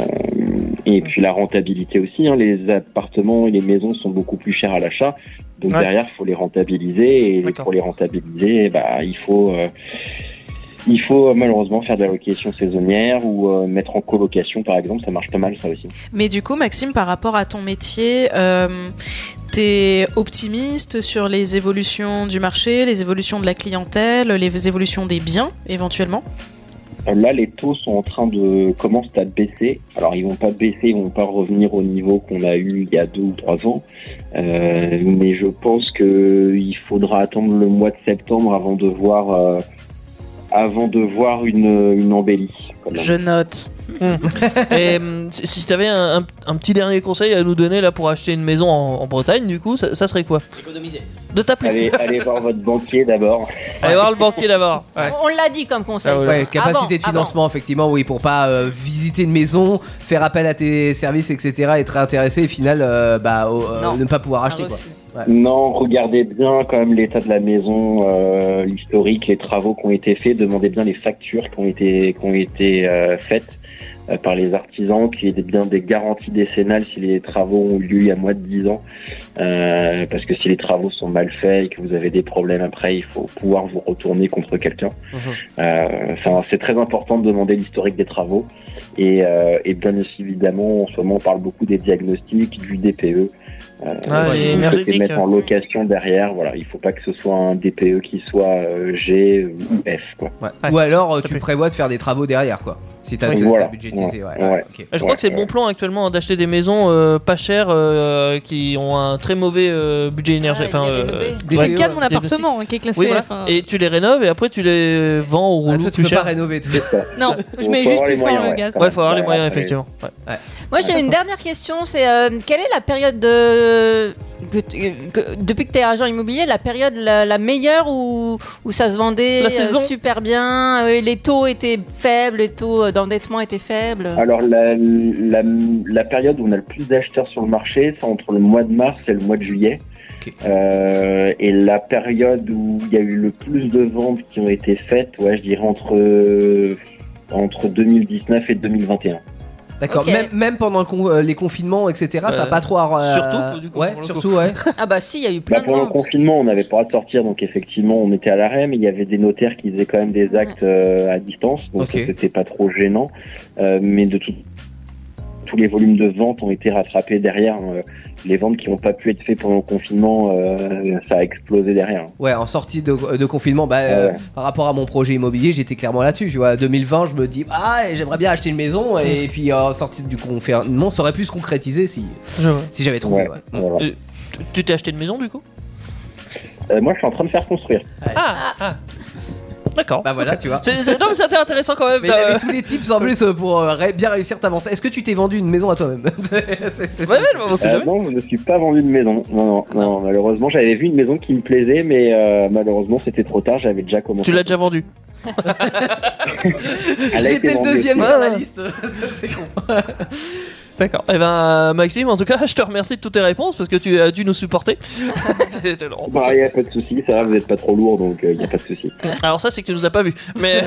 Speaker 21: et puis la rentabilité aussi. hein. les appartements et les maisons sont beaucoup plus chers à l'achat, donc
Speaker 2: Ouais.
Speaker 21: derrière faut les rentabiliser et
Speaker 4: D'accord.
Speaker 21: pour les rentabiliser, bah il faut euh, il faut euh, malheureusement faire de la location saisonnière ou euh, mettre en colocation par exemple, ça marche pas mal ça aussi.
Speaker 14: Mais du coup, Maxime, par rapport à ton métier, euh, t'es optimiste sur les évolutions du marché, les évolutions de la clientèle, les évolutions des biens éventuellement
Speaker 21: Euh, Là, les taux sont en train de commencent à baisser. Alors, ils vont pas baisser, ils vont pas revenir au niveau qu'on a eu il y a deux ou trois ans. Euh, mais je pense que il faudra attendre le mois de septembre avant de voir, euh, avant de voir une, une embellie. quand même.
Speaker 4: Je note. Et hum, si si t'avais un, un- un petit dernier conseil à nous donner là pour acheter une maison en, en Bretagne, du coup, ça, ça serait quoi
Speaker 21: Économiser.
Speaker 4: De t'appeler.
Speaker 21: Allez, allez voir votre banquier d'abord.
Speaker 4: Allez voir le banquier d'abord.
Speaker 5: On l'a dit comme conseil. Ah
Speaker 1: Ouais,
Speaker 10: Ah
Speaker 5: ça.
Speaker 1: capacité
Speaker 5: Avant,
Speaker 1: de
Speaker 5: avant.
Speaker 1: financement, effectivement, oui, pour pas euh, visiter une maison, faire appel à tes services, etc., être intéressé et au final, euh, bah, au- euh, ne pas
Speaker 10: Ah
Speaker 1: pouvoir acheter. Quoi. Ouais.
Speaker 21: Non, regardez bien quand même l'état de la maison, euh, l'historique, les travaux qui ont été faits. Demandez bien les factures qui ont été, qui ont été euh, faites euh, par les artisans, qu'il y ait bien des garanties décennales si les travaux ont eu lieu il y a moins de 10 ans. Euh, parce que si les travaux sont mal faits et que vous avez des problèmes après, il faut pouvoir vous retourner contre quelqu'un. Euh, enfin, c'est très important de demander l'historique des travaux. Et, euh, et bien évidemment, en ce moment, on parle beaucoup des diagnostics, du DPE.
Speaker 4: Ah,
Speaker 21: Euh,
Speaker 4: les
Speaker 21: tout ce que c'est
Speaker 4: énergétiques.
Speaker 21: mettre en location derrière, voilà, il faut pas que ce soit un DPE qui soit euh, G ou F. Quoi.
Speaker 1: Ou alors, euh, tu prévois de faire des travaux derrière, quoi. Si t'as
Speaker 21: Oui,
Speaker 1: t'as
Speaker 21: voilà.
Speaker 1: budgétisé, ouais.
Speaker 21: Ouais,
Speaker 1: ouais,
Speaker 21: ouais.
Speaker 1: ok.
Speaker 4: Je crois que c'est le bon plan actuellement hein, d'acheter des maisons euh, pas chères euh, qui ont un très mauvais euh, budget
Speaker 10: Ah,
Speaker 4: énergétique. Enfin, euh,
Speaker 10: C'est
Speaker 4: ouais.
Speaker 10: le cas de mon
Speaker 4: Des-
Speaker 10: appartement hein, qui est classé.
Speaker 4: Oui, voilà.
Speaker 10: enfin,
Speaker 4: Et tu les rénoves et après tu les vends au rouleau
Speaker 1: Ah, toi, tu
Speaker 4: plus
Speaker 1: peux
Speaker 4: cher.
Speaker 1: pas rénover tout.
Speaker 10: Non, je mets
Speaker 4: Faut
Speaker 10: juste
Speaker 4: avoir
Speaker 10: plus
Speaker 4: les
Speaker 10: fort
Speaker 4: moyens,
Speaker 10: le
Speaker 4: ouais.
Speaker 10: gaz.
Speaker 4: Ouais, faut avoir les
Speaker 1: Ouais,
Speaker 4: moyens
Speaker 1: ouais.
Speaker 4: effectivement. Ouais.
Speaker 5: Moi, j'ai une dernière question. C'est euh, quelle est la période de. que tu- que- depuis que tu es agent immobilier, la période la, la meilleure où, où ça se vendait
Speaker 10: La
Speaker 5: euh,
Speaker 10: saison.
Speaker 5: super bien, euh, les taux étaient faibles, les taux euh, d'endettement étaient faibles
Speaker 21: Alors la, la, la période où on a le plus d'acheteurs sur le marché, c'est entre le mois de mars et le mois de juillet. Euh, et la période où il y a eu le plus de ventes qui ont été faites, ouais, je dirais entre euh, entre 2019 et 2021.
Speaker 1: D'accord,
Speaker 5: Ok.
Speaker 1: même, même pendant le con- euh, les confinements, etc., ça
Speaker 21: Euh,
Speaker 1: n'a pas trop à.
Speaker 21: surtout, du coup,
Speaker 1: ouais,
Speaker 21: pour le
Speaker 1: surtout,
Speaker 21: coup.
Speaker 1: ouais.
Speaker 5: Ah, bah si, il y a eu
Speaker 21: Bah,
Speaker 5: plein de
Speaker 21: pendant le
Speaker 5: ventes.
Speaker 21: confinement, on n'avait pas le droit de sortir, donc effectivement, on était à l'arrêt, mais il y avait des notaires qui faisaient quand même des actes euh, à distance, donc ça, c'était pas trop gênant. Euh, mais de tout- tous les volumes de ventes ont été rattrapés derrière. Euh, les ventes qui n'ont pas pu être faites pendant le confinement, euh, ça a explosé derrière. hein.
Speaker 1: Ouais, en sortie de, de confinement, bah, euh,
Speaker 21: Ouais.
Speaker 1: par rapport à mon projet immobilier, j'étais clairement là-dessus. Tu vois, 2020, je me dis, ah, et j'aimerais bien acheter une maison.
Speaker 21: Mm.
Speaker 1: Et puis, en sortie du confinement, ça aurait pu se concrétiser si,
Speaker 4: Je vois.
Speaker 1: si j'avais trouvé.
Speaker 4: Ouais,
Speaker 1: ouais.
Speaker 21: voilà.
Speaker 4: Euh, tu- Tu t'es acheté une maison du coup
Speaker 21: Euh, moi, je suis en train de faire construire.
Speaker 4: Ah, ah. D'accord.
Speaker 1: Bah voilà, tu vois.
Speaker 4: C'est- c'est- non, mais c'était intéressant quand même.
Speaker 1: Mais il
Speaker 4: t'as-
Speaker 1: avait tous les tips en plus euh, pour euh, ré- bien réussir ta vente. Est-ce que tu t'es vendu une maison à toi-même
Speaker 4: Ouais, ouais,
Speaker 1: Ah,
Speaker 4: on sait
Speaker 21: Euh,
Speaker 4: jamais.
Speaker 21: non, je ne suis pas vendu de maison. Non, non, non, malheureusement, j'avais vu une maison qui me plaisait, mais euh, malheureusement, c'était trop tard. J'avais déjà commencé.
Speaker 4: Tu l'as déjà vendue
Speaker 21: Elle a été vendue.
Speaker 1: liste. C'est con.
Speaker 4: D'accord. Eh ben, Maxime, en tout cas, je te remercie de toutes tes réponses parce que tu as dû nous supporter. C'était long.
Speaker 21: Bah, il n'y a pas de souci, ça va, vous n'êtes pas trop lourd, donc euh, il n'y a pas de souci.
Speaker 4: Alors ça, c'est que tu nous as pas vus. Mais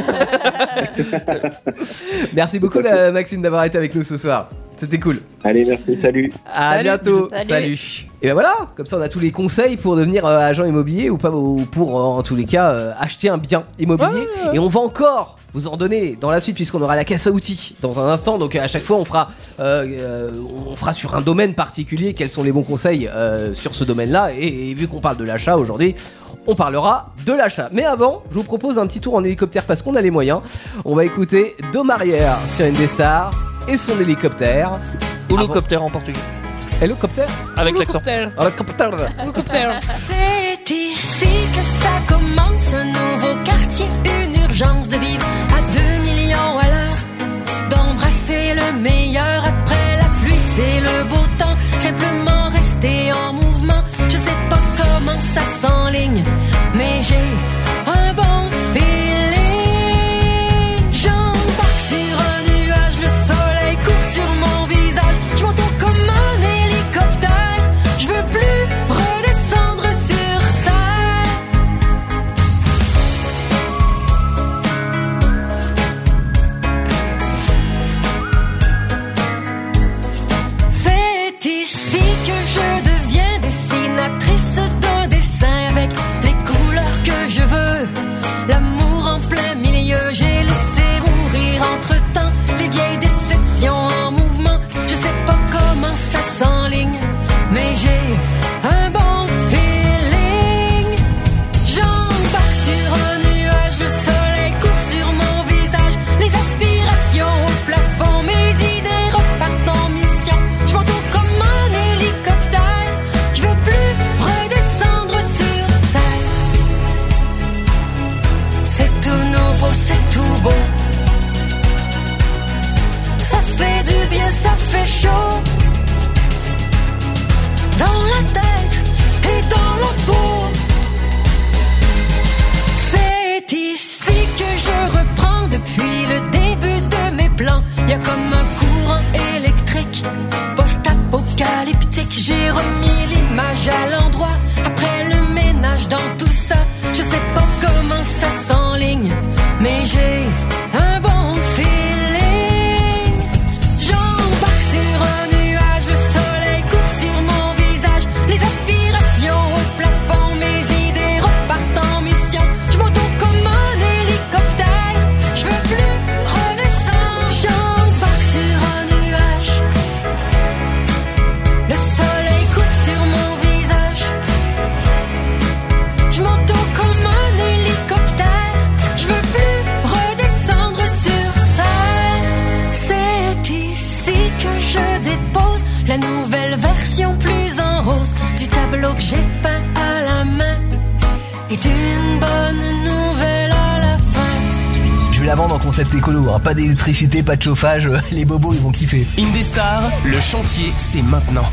Speaker 1: Merci beaucoup, euh, Maxime, d'avoir été avec nous ce soir. C'était cool.
Speaker 21: Allez, merci, salut.
Speaker 1: À
Speaker 4: Salut.
Speaker 1: bientôt.
Speaker 4: Salut.
Speaker 1: Et ben voilà, comme ça on a tous les conseils pour devenir euh, agent immobilier ou pas ou pour euh, en tous les cas euh, acheter un bien immobilier. Et on va encore vous en donner dans la suite puisqu'on aura la caisse à outils dans un instant. Donc à chaque fois on fera, euh, euh, on fera sur un domaine particulier quels sont les bons conseils euh, sur ce domaine-là. Et, et vu qu'on parle de l'achat aujourd'hui. On parlera de l'achat. Mais avant, je vous propose un petit tour en hélicoptère parce qu'on a les moyens. On va écouter Dom Arrière sur une des stars et son hélicoptère.
Speaker 4: Holocoptère en portugais.
Speaker 1: Hélicoptère
Speaker 4: Avec l'accent.
Speaker 1: Hélicoptère.
Speaker 11: C'est ici que ça commence, un nouveau quartier, une urgence de vivre à 2 millions à l'heure, d'embrasser le meilleur après la pluie, c'est le beau temps, simplement rester en mouvement. Je sais pas comment ça s'enligne, mais j'ai un bon feeling. J'embarque sur un nuage, le soleil court sur mon visage. Je m'entends comme un hélicoptère. Je veux plus redescendre sur terre. C'est ici que je deviens dessinatrice d'un dessin avec les couleurs que je veux. La
Speaker 23: beau, c'est tout beau. Ça fait du bien, ça fait chaud. Dans la tête et dans la peau. C'est ici que je reprends depuis le début de mes plans. Y a comme un courant électrique, post-apocalyptique. J'ai remis l'image à l'endroit après le ménage dans tout ça. Je sais pas comment ça s'enligne, mais j'ai un bon feeling. J'embarque sur un nuage, le soleil court sur mon visage. Les aspirations au plafond, mes idées repartent en mission. Je m'entends comme un hélicoptère, je veux plus redescendre. J'embarque sur un nuage, le soleil court sur mon visage. Je m'entends comme un hélicoptère, je veux plus redescendre sur terre. C'est ici que je dépose la nouvelle version plus en rose du tableau que j'ai peint à la main et d'une bonne nouvelle à la fin.
Speaker 24: Je vais la vendre en concept écolo, hein. pas d'électricité, pas de chauffage, les bobos ils vont kiffer.
Speaker 25: Indestar, le chantier, c'est maintenant.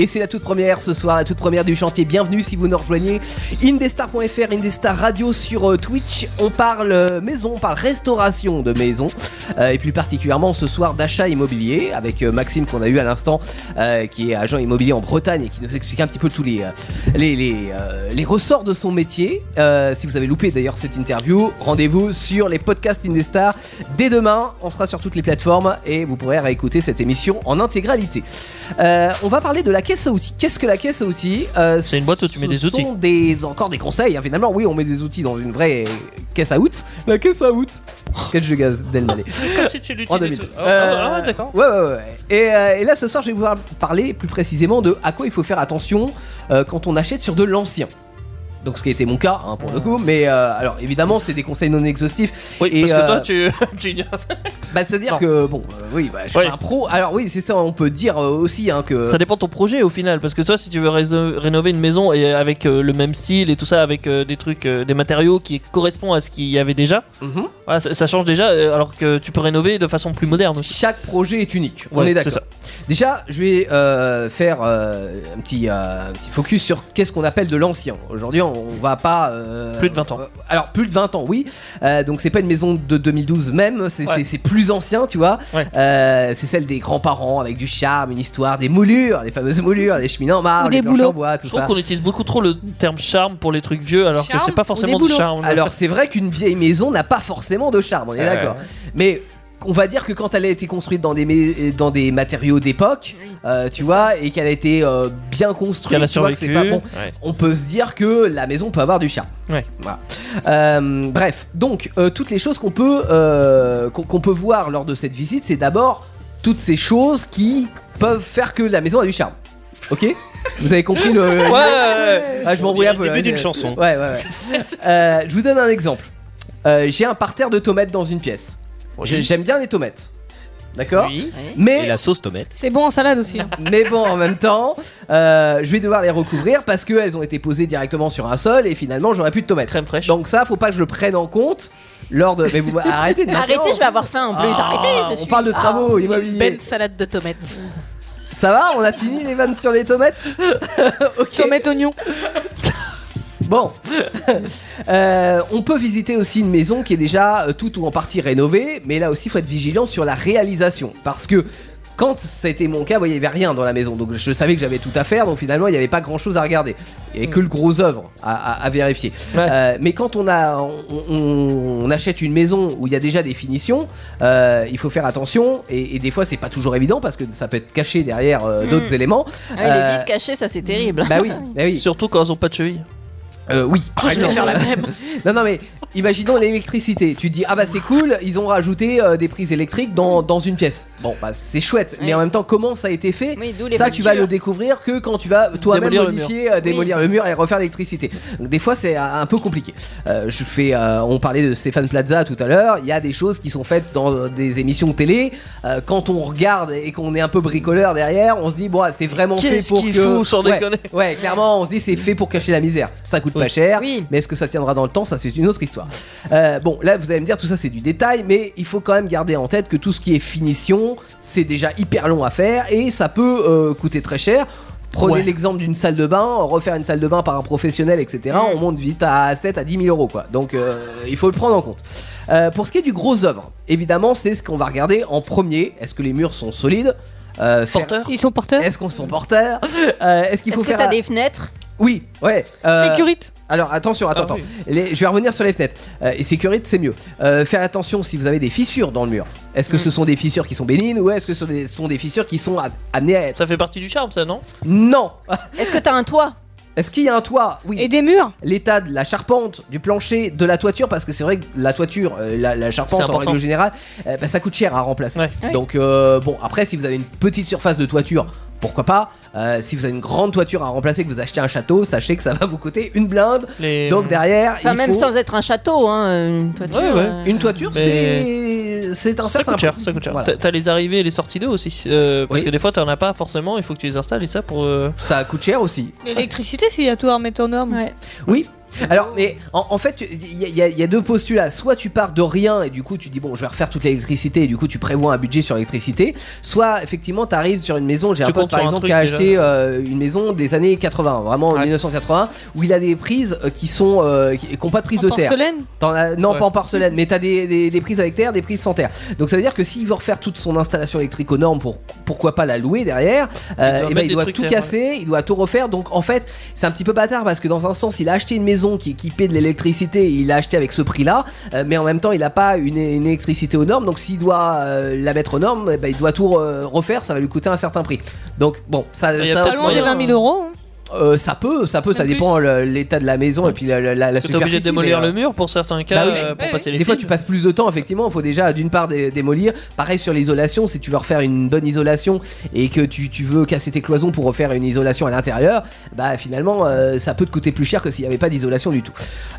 Speaker 1: Et c'est la toute première ce soir, la toute première du chantier. Bienvenue si vous nous rejoignez. Indestar.fr, Indestar Radio sur euh, Twitch. On parle euh, maison, on parle restauration de maison. Euh, et plus particulièrement ce soir d'achat immobilier avec euh, Maxime qu'on a eu à l'instant, euh, qui est agent immobilier en Bretagne et qui nous explique un petit peu tous les, euh, les, les, euh, les ressorts de son métier. Euh, si vous avez loupé d'ailleurs cette interview, rendez-vous sur les podcasts Indestar. Dès demain, on sera sur toutes les plateformes et vous pourrez réécouter cette émission en intégralité. Euh, on va parler de la caisse à outils. Qu'est-ce que la caisse à outils Euh,
Speaker 4: C'est une boîte où tu
Speaker 1: ce
Speaker 4: mets des outils.
Speaker 1: sont des- encore des conseils. hein, finalement, oui, on met des outils dans une vraie caisse à outils. La caisse à outils. Sketch de gaz d'Elmaleh.
Speaker 4: Comme si tu l'utilisais
Speaker 1: En 2000.
Speaker 4: tout- Ah, ah,
Speaker 1: Euh,
Speaker 4: ah, d'accord.
Speaker 1: Ouais, ouais, ouais. Et, euh, et là, ce soir, je vais vous par- parler plus précisément de à quoi il faut faire attention euh, quand on achète sur de l'ancien. Donc, ce qui a été mon cas, hein, pour le coup. Mais euh, alors, évidemment, c'est des conseils non exhaustifs.
Speaker 4: Oui,
Speaker 1: Et,
Speaker 4: parce que
Speaker 1: euh,
Speaker 4: toi, tu, tu ignores.
Speaker 1: bah, c'est-à-dire
Speaker 4: Non.
Speaker 1: que, bon, euh, oui, bah, je suis
Speaker 4: Oui.
Speaker 1: pas un pro. Alors, oui, c'est ça, on peut dire euh, aussi hein, que.
Speaker 4: Ça dépend de ton projet au final, parce que toi, si tu veux réso- rénover une maison et avec euh, le même style et tout ça, avec euh, des trucs, euh, des matériaux qui correspondent à ce qu'il y avait déjà,
Speaker 1: Mhm.
Speaker 4: voilà, ça, ça change déjà, euh, alors que tu peux rénover de façon plus moderne.
Speaker 1: Chaque projet est unique, on
Speaker 4: Ouais,
Speaker 1: est
Speaker 4: c'est
Speaker 1: d'accord.
Speaker 4: ça.
Speaker 1: Déjà, je vais euh, faire euh, un, petit, euh, un petit focus sur qu'est-ce qu'on appelle de l'ancien. Aujourd'hui, on, on va pas. euh,
Speaker 4: Plus de 20 ans.
Speaker 1: euh, alors, plus de 20 ans, oui. Euh, donc, c'est pas une maison de 2012 même, c'est
Speaker 4: Ouais.
Speaker 1: c'est- c'est plus ancien, tu vois. Euh, c'est celle des grands-parents avec du charme, une histoire, des moulures, les fameuses moulures, les cheminées en marbre, les planches en bois, tout
Speaker 4: Je trouve
Speaker 1: ça.
Speaker 4: qu'on utilise beaucoup trop le terme charme pour les trucs vieux, alors que c'est pas forcément du
Speaker 1: de
Speaker 4: charme.
Speaker 1: Alors c'est vrai qu'une vieille maison n'a pas forcément de charme, on est
Speaker 4: Ouais.
Speaker 1: d'accord. Mais on va dire que quand elle a été construite dans des, mé- dans des matériaux d'époque, euh, tu vois, et qu'elle a été euh, bien construite,
Speaker 4: Qu'elle a
Speaker 1: tu vois que c'est pas
Speaker 4: survécu,
Speaker 1: bon,
Speaker 4: ouais.
Speaker 1: on peut se dire que la maison peut avoir du charme.
Speaker 4: Ouais.
Speaker 1: Voilà. Euh, bref, donc euh, toutes les choses qu'on peut euh, qu'on qu'on peut voir lors de cette visite, c'est d'abord toutes ces choses qui peuvent faire que la maison a du charme. Ok Vous avez compris le
Speaker 4: Ouais, ouais, ouais.
Speaker 1: Ah, je
Speaker 4: On
Speaker 1: m'embrouille
Speaker 4: dirait
Speaker 1: un
Speaker 4: le
Speaker 1: peu.
Speaker 4: début
Speaker 1: hein,
Speaker 4: d'une
Speaker 1: je-
Speaker 4: chanson.
Speaker 1: Ouais, ouais, ouais. Euh, je vous donne un exemple. Euh, J'ai un parterre de tomates dans une pièce. J'ai- J'aime bien les tomates. D'accord Mais
Speaker 22: Et la sauce tomate.
Speaker 1: c'est bon en salade aussi. hein. Mais bon, en même temps, euh, je vais devoir les recouvrir parce qu'elles ont été posées directement sur un sol et finalement j'aurais plus de tomates. Crème fraîche. Donc ça, faut pas que je le prenne en compte lors de. Mais vous arrêtez de
Speaker 5: Arrêtez,
Speaker 1: m'interrompre.
Speaker 5: je vais avoir faim en plus.
Speaker 1: Ah,
Speaker 5: Arrêtez, je
Speaker 1: On
Speaker 5: suis-
Speaker 1: parle de travaux
Speaker 5: Ah.
Speaker 1: immobiliers.
Speaker 14: Belle salade de tomates.
Speaker 1: Ça va, on a fini les vannes sur les tomates Tomates oignons. Bon, Euh, on peut visiter aussi une maison qui est déjà euh, toute ou en partie rénovée, mais là aussi faut être vigilant sur la réalisation parce que quand c'était mon cas, vous voyez, il n'y avait rien dans la maison, donc je savais que j'avais tout à faire, donc finalement il n'y avait pas grand chose à regarder, il n'y avait que le gros œuvre à, à- à vérifier. Euh, mais quand on, a, on, on- on achète une maison où il y a déjà des finitions, euh, il faut faire attention et, et des fois c'est pas toujours évident parce que ça peut être caché derrière euh,
Speaker 5: Mm.
Speaker 1: d'autres éléments.
Speaker 5: Ah oui,
Speaker 1: Euh,
Speaker 5: les vis cachées, ça c'est terrible.
Speaker 1: bah oui, bah oui. Surtout quand ils ont pas de cheville. Euh, oui.
Speaker 5: Oh, je vais
Speaker 1: Ah non.
Speaker 5: faire la
Speaker 14: même.
Speaker 1: non, non, mais imaginons l'électricité. Tu te dis, ah bah c'est cool, ils ont rajouté euh, des prises électriques dans, dans une pièce. Bon, bah c'est chouette, mais en même temps, comment ça a été fait
Speaker 5: d'où les
Speaker 1: Ça, tu vas
Speaker 5: factures.
Speaker 1: le découvrir que quand tu vas toi-même
Speaker 4: Démolir le mur.
Speaker 1: modifier, euh, démolir
Speaker 4: Oui.
Speaker 1: le mur et refaire l'électricité. Donc, des fois, c'est euh, un peu compliqué. Euh, je fais, euh, on parlait de Stéphane Plaza tout à l'heure. Il y a des choses qui sont faites dans des émissions télé. Euh, quand on regarde et qu'on est un peu bricoleur derrière, on se dit, bon, ah, c'est vraiment fait
Speaker 4: Qu'est-ce
Speaker 1: pour
Speaker 4: qu'il
Speaker 1: que.
Speaker 4: fout, sans
Speaker 1: Ouais.
Speaker 4: déconner.
Speaker 1: Ouais, clairement, on se dit c'est fait pour cacher la misère. Ça coûte pas cher, mais est-ce que ça tiendra dans le temps ça c'est une autre histoire. Euh, bon, là vous allez me dire tout ça c'est du détail, mais il faut quand même garder en tête que tout ce qui est finition, c'est déjà hyper long à faire et ça peut euh, coûter très cher. Prenez
Speaker 4: Ouais.
Speaker 1: l'exemple d'une salle de bain, refaire une salle de bain par un professionnel, etc. On monte vite à 7 à 10 000 euros, quoi. Donc euh, il faut le prendre en compte. Euh, pour ce qui est du gros œuvre, évidemment, c'est ce qu'on va regarder en premier. Est-ce que les murs sont solides Euh, faire-
Speaker 8: Ils sont porteurs
Speaker 1: Est-ce qu'on sont porteurs Euh, Est-ce qu'il faut
Speaker 5: Est-ce que
Speaker 1: faire
Speaker 5: t'as
Speaker 1: un-
Speaker 5: des fenêtres
Speaker 1: oui, ouais. euh,
Speaker 5: Sécurite.
Speaker 1: Alors
Speaker 6: Ah
Speaker 1: attention, attends, attends. Les- je vais revenir sur les fenêtres. Euh, et sécurité, c'est mieux. Euh, faire attention si vous avez des fissures dans le mur. Est-ce que
Speaker 6: Mm.
Speaker 1: ce sont des fissures qui sont bénignes ou est-ce que ce sont des, ce sont des fissures qui sont a- amenées à être
Speaker 6: Ça fait partie du charme, ça, non
Speaker 1: Non.
Speaker 5: Est-ce que t'as un toit
Speaker 1: Est-ce qu'il y a un toit Oui. Et
Speaker 10: des murs
Speaker 1: L'état de la charpente, du plancher, de la toiture, parce que c'est vrai que la toiture, euh, la, la charpente
Speaker 6: C'est
Speaker 1: en
Speaker 6: important.
Speaker 1: règle générale, euh, bah, ça coûte cher à remplacer.
Speaker 6: Ouais.
Speaker 1: Donc euh, bon, après si vous avez une petite surface de toiture, pourquoi pas Euh, Si vous avez une grande toiture à remplacer, que vous achetez un château, sachez que ça va vous coûter une blinde. Donc derrière,
Speaker 5: Enfin,
Speaker 1: il
Speaker 5: même
Speaker 1: faut-
Speaker 5: sans être un château, hein, une toiture.
Speaker 6: Ouais, ouais.
Speaker 5: euh,
Speaker 1: une toiture,
Speaker 6: Mais-
Speaker 1: c'est c'est un
Speaker 6: Ça
Speaker 1: certain
Speaker 6: coûte cher,
Speaker 1: prix.
Speaker 6: ça coûte cher.
Speaker 1: Voilà.
Speaker 6: T'as- T'as les arrivées et les sorties d'eau aussi. euh, parce
Speaker 1: Oui.
Speaker 6: que des fois, t'en as pas forcément, il faut que tu les installes et ça pour. euh,
Speaker 1: Ça coûte cher aussi.
Speaker 10: L'électricité, s'il y a tout à remettre aux normes.
Speaker 1: Oui. Alors, mais en, en fait, il y, a- y a- y a deux postulats. Soit tu pars de rien et du coup tu dis bon, je vais refaire toute l'électricité et du coup tu prévois un budget sur l'électricité. Soit effectivement tu arrives sur une maison. J'ai
Speaker 6: Tu
Speaker 1: un pote
Speaker 6: comptes
Speaker 1: par
Speaker 6: sur un
Speaker 1: exemple
Speaker 6: truc
Speaker 1: qui a
Speaker 6: déjà.
Speaker 1: acheté euh, une maison des années 80, vraiment 1980, où il a des prises euh, qui sont euh, qui n'ont pas de prise
Speaker 10: En
Speaker 1: de terre.
Speaker 10: porcelaine
Speaker 1: T'en as- non,
Speaker 10: Ouais.
Speaker 1: pas en porcelaine, mais t'as des, des, des prises avec terre, des prises sans terre. Donc ça veut dire que s'il veut refaire toute son installation électrique aux normes pour pourquoi pas la louer derrière, euh,
Speaker 6: doit
Speaker 1: eh ben,
Speaker 6: mettre
Speaker 1: il
Speaker 6: des
Speaker 1: doit
Speaker 6: trucs
Speaker 1: tout
Speaker 6: terre,
Speaker 1: casser, il doit tout refaire. Donc en fait, c'est un petit peu bâtard parce que dans un sens, il a acheté une maison qui est équipée de l'électricité et il l'a acheté avec ce prix-là, euh, mais en même temps, il n'a pas une, une électricité aux normes. Donc s'il doit euh, la mettre aux normes, eh ben, il doit tout euh, refaire, ça va lui coûter un certain prix. Donc bon, ça,
Speaker 6: Il y a
Speaker 1: ça,
Speaker 6: peut-être
Speaker 10: Pas loin des 20 000 euros. hein.
Speaker 1: Euh, ça peut, ça peut, ça
Speaker 10: Même
Speaker 1: dépend le- l'état de la maison et puis la, la, la, la
Speaker 6: Tu es obligé de
Speaker 1: superficie,
Speaker 6: démolir
Speaker 1: mais, euh,
Speaker 6: le mur pour certains cas
Speaker 1: bah oui.
Speaker 6: euh, pour passer les
Speaker 1: des fois,
Speaker 6: fils.
Speaker 1: tu passes plus de temps, effectivement. Il faut déjà, d'une part, dé- démolir. Pareil sur l'isolation, si tu veux refaire une bonne isolation et que tu, tu veux casser tes cloisons pour refaire une isolation à l'intérieur, bah finalement, euh, ça peut te coûter plus cher que s'il n'y avait pas d'isolation du tout.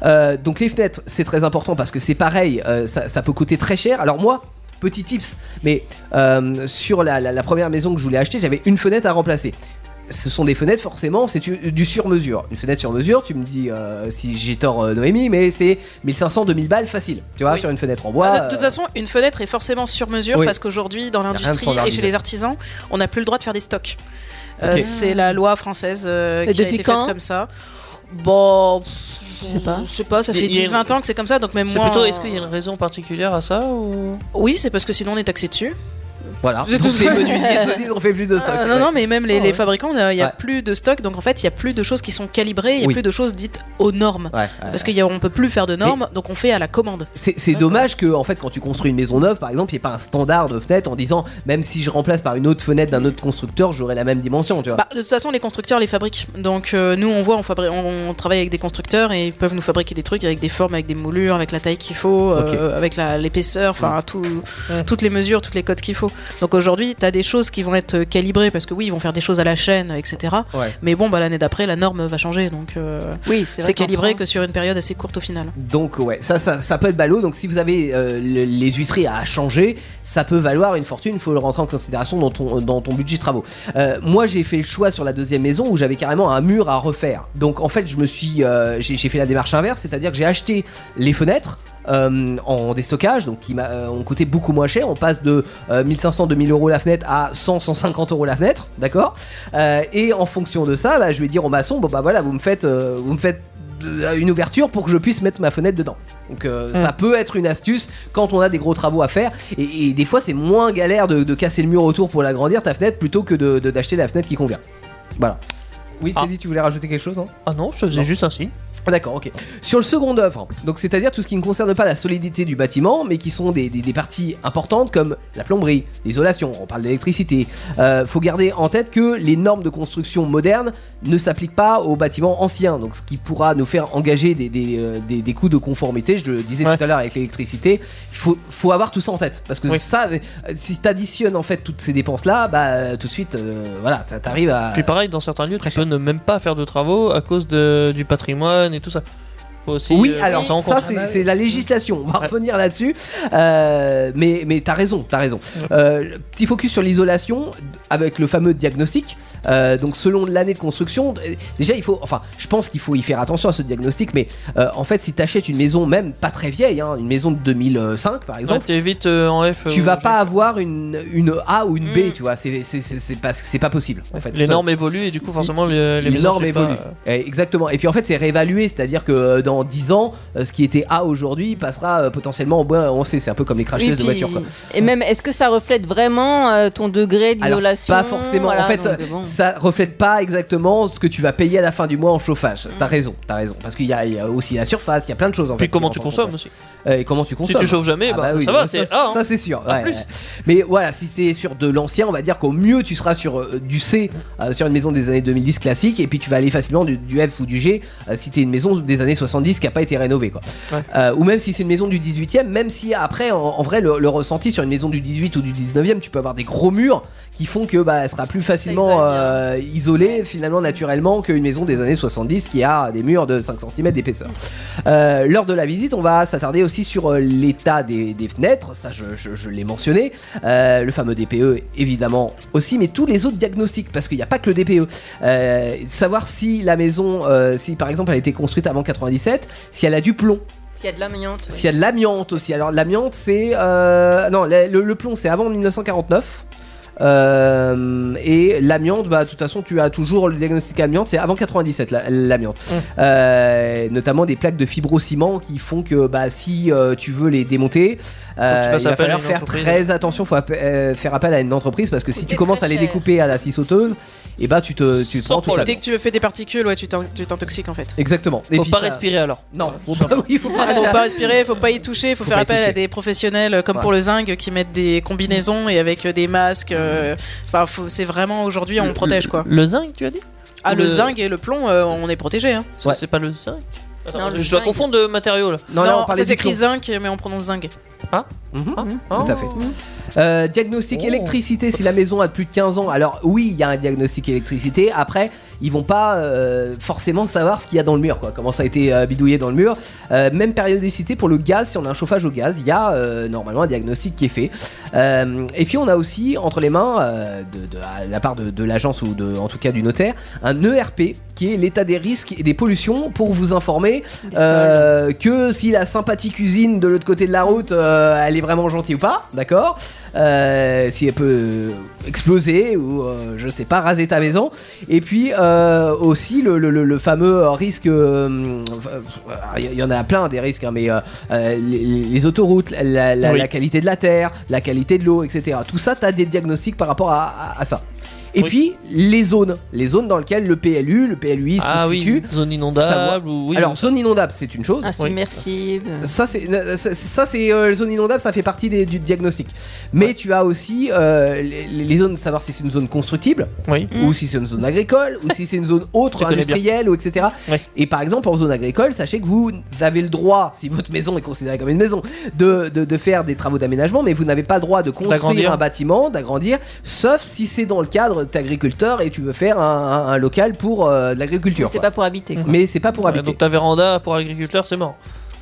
Speaker 1: Euh, donc, les fenêtres, c'est très important parce que c'est pareil, euh, ça, ça peut coûter très cher. Alors, moi, petit tips, mais euh, sur la, la- la première maison que je voulais acheter, j'avais une fenêtre à remplacer. Ce sont des fenêtres, forcément, c'est du, du sur-mesure. Une fenêtre sur-mesure, tu me dis euh, si j'ai tort, euh, Noémie, mais c'est 1500-2000 balles facile, tu vois, sur une fenêtre en bois.
Speaker 14: Bah, Ah, de toute
Speaker 1: euh,
Speaker 14: façon, une fenêtre est forcément sur mesure
Speaker 1: oui.
Speaker 14: parce qu'aujourd'hui, dans
Speaker 1: Y a rien de
Speaker 14: l'industrie et
Speaker 1: standardisé.
Speaker 14: chez les artisans, on n'a plus le droit de faire des stocks. Euh,
Speaker 1: Ok.
Speaker 14: C'est la loi française euh,
Speaker 5: Et
Speaker 14: qui a
Speaker 5: depuis
Speaker 14: été faite
Speaker 5: quand
Speaker 14: comme ça. Bon, pff, je sais pas. ça
Speaker 6: Il y
Speaker 14: fait
Speaker 6: a- il y a une-
Speaker 14: 10-20 ans que c'est comme ça, donc même
Speaker 6: C'est
Speaker 14: moi.
Speaker 6: plutôt,
Speaker 14: en-
Speaker 6: est-ce qu'il y a une raison particulière à ça ou...
Speaker 14: Oui, c'est parce que sinon on est taxé dessus.
Speaker 1: Voilà,
Speaker 14: Je
Speaker 1: tous
Speaker 14: trouve-
Speaker 1: les menuisiers se disent on fait plus de stock.
Speaker 14: Ah, non, non, mais même les,
Speaker 1: Oh,
Speaker 14: les
Speaker 1: ouais.
Speaker 14: fabricants, il n'y a
Speaker 1: Ouais.
Speaker 14: plus de stock, donc en fait, il n'y a plus de choses qui sont calibrées, il n'y a
Speaker 1: Oui.
Speaker 14: plus de choses dites aux normes.
Speaker 1: Ouais, ouais,
Speaker 14: parce qu'on ne peut plus faire de normes, donc on fait à la commande.
Speaker 1: C'est c'est dommage que, en fait, quand tu construis une maison neuve, par exemple, il n'y ait pas un standard de fenêtre en disant même si je remplace par une autre fenêtre d'un autre constructeur, j'aurai la même dimension, tu vois.
Speaker 14: Bah, de toute façon, les constructeurs les fabriquent. Donc euh, nous, on voit, on, fabri- on, on travaille avec des constructeurs et ils peuvent nous fabriquer des trucs avec des formes, avec des moulures, avec la taille qu'il faut, euh, avec la- l'épaisseur, enfin tout- toutes les mesures, toutes les codes qu'il faut. Donc aujourd'hui, tu as des choses qui vont être calibrées parce que oui, ils vont faire des choses à la chaîne, etc.
Speaker 1: Ouais.
Speaker 14: Mais bon, bah, l'année d'après, la norme va changer. Donc euh,
Speaker 5: Oui, c'est vrai
Speaker 14: c'est
Speaker 5: qu'en
Speaker 14: calibré
Speaker 5: France-
Speaker 14: que sur une période assez courte au final.
Speaker 1: Donc ouais, ça, ça, ça peut être ballot. Donc si vous avez euh, le- les huisseries à changer, ça peut valoir une fortune. Il faut le rentrer en considération dans ton, dans ton budget de travaux. Euh, moi j'ai fait le choix sur la deuxième maison où j'avais carrément un mur à refaire. Donc en fait je me suis, euh, j'ai j'ai fait la démarche inverse, c'est-à-dire que j'ai acheté les fenêtres. euh, en déstockage, donc qui m'a- euh, ont coûté beaucoup moins cher. On passe de euh, 1500-2000 euros la fenêtre à 100-150 euros la fenêtre, d'accord Euh, Et en fonction de ça, bah, je vais dire au maçon, bon bah voilà, vous me faites, euh, vous me faites de- euh, une ouverture pour que je puisse mettre ma fenêtre dedans. Donc euh, ça peut être une astuce quand on a des gros travaux à faire et, et des fois c'est moins galère de, de casser le mur autour pour l'agrandir ta fenêtre plutôt que d'acheter de, d'acheter la fenêtre qui convient. Voilà. Oui, Teddy, tu voulais rajouter quelque chose, non
Speaker 6: Ah non, je te faisais
Speaker 1: Non.
Speaker 6: juste un signe.
Speaker 1: Ah, D'accord, ok. Sur le second œuvre, donc c'est-à-dire tout ce qui ne concerne pas la solidité du bâtiment, mais qui sont des, des- des parties importantes comme la plomberie, l'isolation, on parle d'électricité. Euh, faut garder en tête que les normes de construction modernes ne s'appliquent pas aux bâtiments anciens, donc ce qui pourra nous faire engager des, des, euh, des- des coûts de conformité. Je le disais tout à l'heure avec l'électricité, il faut, faut avoir tout ça en tête parce que
Speaker 6: Oui.
Speaker 1: ça, euh, si t'additionnes en fait toutes ces dépenses là, bah euh, tout de suite, euh, voilà, t'a- t'arrives à.
Speaker 6: Puis pareil, dans certains lieux, tu peux ne même pas faire de travaux à cause de- du patrimoine et tout ça. fois aussi.
Speaker 1: Oui,
Speaker 6: euh,
Speaker 1: alors
Speaker 6: on s'en rend
Speaker 1: ça
Speaker 6: compte.
Speaker 1: c'est c'est la législation. On va revenir là-dessus, Euh, mais mais t'as raison, t'as raison. Euh, petit focus sur l'isolation avec le fameux diagnostic. Euh, donc selon l'année de construction, euh, déjà il faut, enfin, je pense qu'il faut y faire attention à ce diagnostic. Mais euh, en fait, si t'achètes une maison même pas très vieille, hein, une maison de 2005 par
Speaker 6: Ouais,
Speaker 1: exemple,
Speaker 6: t'es vite euh, en F.
Speaker 1: tu
Speaker 6: euh, Mm.
Speaker 1: vas pas avoir une, une A ou une B, tu vois. C'est c'est- c'est- c'est pas, c'est pas possible. En fait.
Speaker 6: Les
Speaker 1: Ça-
Speaker 6: normes évoluent et du coup, forcément, le- les
Speaker 1: les
Speaker 6: maisons
Speaker 1: normes
Speaker 6: suivent pas,
Speaker 1: évoluent.
Speaker 6: euh.
Speaker 1: Eh, Exactement. Et puis en fait, c'est réévalué, c'est-à-dire que euh, dans 10 ans, euh, ce qui était A aujourd'hui passera euh, potentiellement en B. On sait, c'est un peu comme les crash
Speaker 5: Oui,
Speaker 1: tests de
Speaker 5: puis-
Speaker 1: voiture. quoi.
Speaker 5: Et même, est-ce que ça reflète vraiment euh, ton degré
Speaker 1: Alors,
Speaker 5: d'isolation
Speaker 1: pas forcément.
Speaker 5: Voilà,
Speaker 1: en fait, euh,
Speaker 5: donc, bon.
Speaker 1: ça reflète pas exactement ce que tu vas payer à la fin du mois en chauffage. T'as
Speaker 5: Mm.
Speaker 1: raison, t'as raison. Parce qu'il y, a il y a aussi la surface, il y a plein de choses. En
Speaker 6: Puis
Speaker 1: fait,
Speaker 6: comment
Speaker 1: qui
Speaker 6: tu
Speaker 1: rentrent en
Speaker 6: consommes
Speaker 1: compte.
Speaker 6: aussi.
Speaker 1: Euh, et comment tu
Speaker 6: tu
Speaker 1: consommes
Speaker 6: chauffes
Speaker 1: Ah
Speaker 6: jamais, bah, ça va, c'est
Speaker 1: ça,
Speaker 6: A, hein.
Speaker 1: ça, c'est sûr.
Speaker 6: Pas
Speaker 1: ouais,
Speaker 6: plus.
Speaker 1: ouais. Mais voilà, si c'est sur de l'ancien, on va dire qu'au mieux tu seras sur euh, du C, euh, sur une maison des années 2010 classique, et puis tu vas aller facilement du, du F ou du G euh, si t'es une maison des années 70 qui a pas été rénovée, quoi. Euh, ou même si c'est une maison du 18e, même si après, en, en vrai, le, le ressenti sur une maison du 18 ou du 19e, tu peux avoir des gros murs qui font que bah, elle sera plus facilement euh, isolée, finalement, naturellement, qu'une maison des années 70 qui a des murs de 5 cm d'épaisseur. Euh, lors de la visite, on va s'attarder aussi sur euh, l'état des, des fenêtres, ça je, je- je l'ai mentionné, Euh, le fameux DPE évidemment aussi, mais tous les autres diagnostics, parce qu'il n'y a pas que le DPE. Euh, savoir si la maison, euh, si par exemple elle a été construite avant 97, si elle a du plomb.
Speaker 5: S'il y a de l'amiante. oui.
Speaker 1: S'il y a de l'amiante aussi. Alors l'amiante c'est... euh, non, le, le- le plomb c'est avant 1949. Euh, et l'amiante, bah de toute façon tu as toujours le diagnostic amiante, c'est avant 97 la- l'amiante.
Speaker 6: Hum.
Speaker 1: Euh, notamment des plaques de fibrociment qui font que bah, si euh, tu veux les démonter, euh,
Speaker 6: fasses
Speaker 1: il va
Speaker 6: appel à
Speaker 1: falloir
Speaker 6: une
Speaker 1: faire
Speaker 6: entreprise.
Speaker 1: très attention, il faut appe- euh, faire appel à une entreprise parce que si tu commences à les découper à la scie sauteuse, et bah tu te tu te prends
Speaker 5: Oh
Speaker 1: tout la
Speaker 14: Dès que tu fais des particules, ouais, tu t'in- tu t'intoxiques en fait.
Speaker 1: Exactement. Et
Speaker 6: Faut
Speaker 1: puis
Speaker 6: pas
Speaker 1: ça-
Speaker 6: respirer alors.
Speaker 1: Non, faut pas, oui, faut pas
Speaker 14: faut pas respirer, faut pas y toucher, faut,
Speaker 1: Faut
Speaker 14: faire
Speaker 1: pas y
Speaker 14: appel
Speaker 1: toucher.
Speaker 14: à des professionnels euh, comme
Speaker 1: Ouais.
Speaker 14: pour le zinc qui mettent des combinaisons et avec euh, des masques. euh, Enfin, faut- c'est vraiment aujourd'hui on protège quoi.
Speaker 6: Le zinc, tu as dit
Speaker 14: Ah, le,
Speaker 6: Le-
Speaker 14: zinc et le plomb, euh, on est protégé. Hein.
Speaker 6: Ça, C'est pas le zinc
Speaker 14: Non,
Speaker 6: Attends,
Speaker 14: le
Speaker 6: Je dois
Speaker 14: zinc.
Speaker 6: confondre de matériaux là.
Speaker 14: ça s'écrit zinc, mais on prononce zinc.
Speaker 6: Ah
Speaker 1: Mhm. Tout à fait. Euh, diagnostic électricité si la maison a de plus de 15 ans. Alors oui, il y a un diagnostic électricité. Après, ils vont pas euh, forcément savoir ce qu'il y a dans le mur, quoi. Comment ça a été euh, bidouillé dans le mur. Euh, même périodicité pour le gaz. Si on a un chauffage au gaz, il y a euh, normalement un diagnostic qui est fait. Euh, et puis on a aussi entre les mains euh, de, de- à la part de, de l'agence ou de, en tout cas du notaire, un ERP qui est l'état des risques et des pollutions pour vous informer euh, que si la sympathie cuisine de l'autre côté de la route, euh, elle est vraiment gentille ou pas, d'accord Euh, Si elle peut euh, exploser ou euh, je sais pas raser ta maison. Et puis euh, aussi le, le- le- le fameux risque, euh, il y- y en a plein des risques, hein, mais euh, euh, les, les autoroutes, la, la-
Speaker 6: Oui.
Speaker 1: la qualité de la terre, la qualité de l'eau, etc. Tout ça, t'as des diagnostics par rapport à, à- à ça. Et puis les zones, les zones dans lesquelles le PLU, le PLUI
Speaker 6: Ah
Speaker 1: se
Speaker 6: oui,
Speaker 1: situe.
Speaker 6: zone inondable
Speaker 1: savoir-
Speaker 6: ou- oui,
Speaker 1: Alors
Speaker 6: oui.
Speaker 1: zone inondable, c'est une
Speaker 5: Ah,
Speaker 1: chose.
Speaker 5: Insubmersible.
Speaker 1: Ça c'est euh, ça ça, c'est euh, zone inondable, ça fait partie des- du diagnostic. Mais tu as aussi euh, les, les zones, savoir si c'est une zone constructible,
Speaker 5: Mm.
Speaker 1: ou si c'est une zone agricole, ou si c'est une zone autre
Speaker 6: Je connais bien.
Speaker 1: industrielle, ou etc. Et par exemple en zone agricole, sachez que vous avez le droit, si votre maison est considérée comme une maison, de, de- de faire des travaux d'aménagement, mais vous n'avez pas le droit de construire
Speaker 6: D'agrandir.
Speaker 1: un bâtiment, d'agrandir, sauf si c'est dans le cadre d'agriculteur et tu veux faire un, un- un local pour euh, de l'agriculture.
Speaker 5: C'est
Speaker 1: quoi.
Speaker 5: pas pour habiter. quoi.
Speaker 1: Mais c'est pas pour habiter.
Speaker 6: Donc ta véranda pour agriculteur, c'est mort.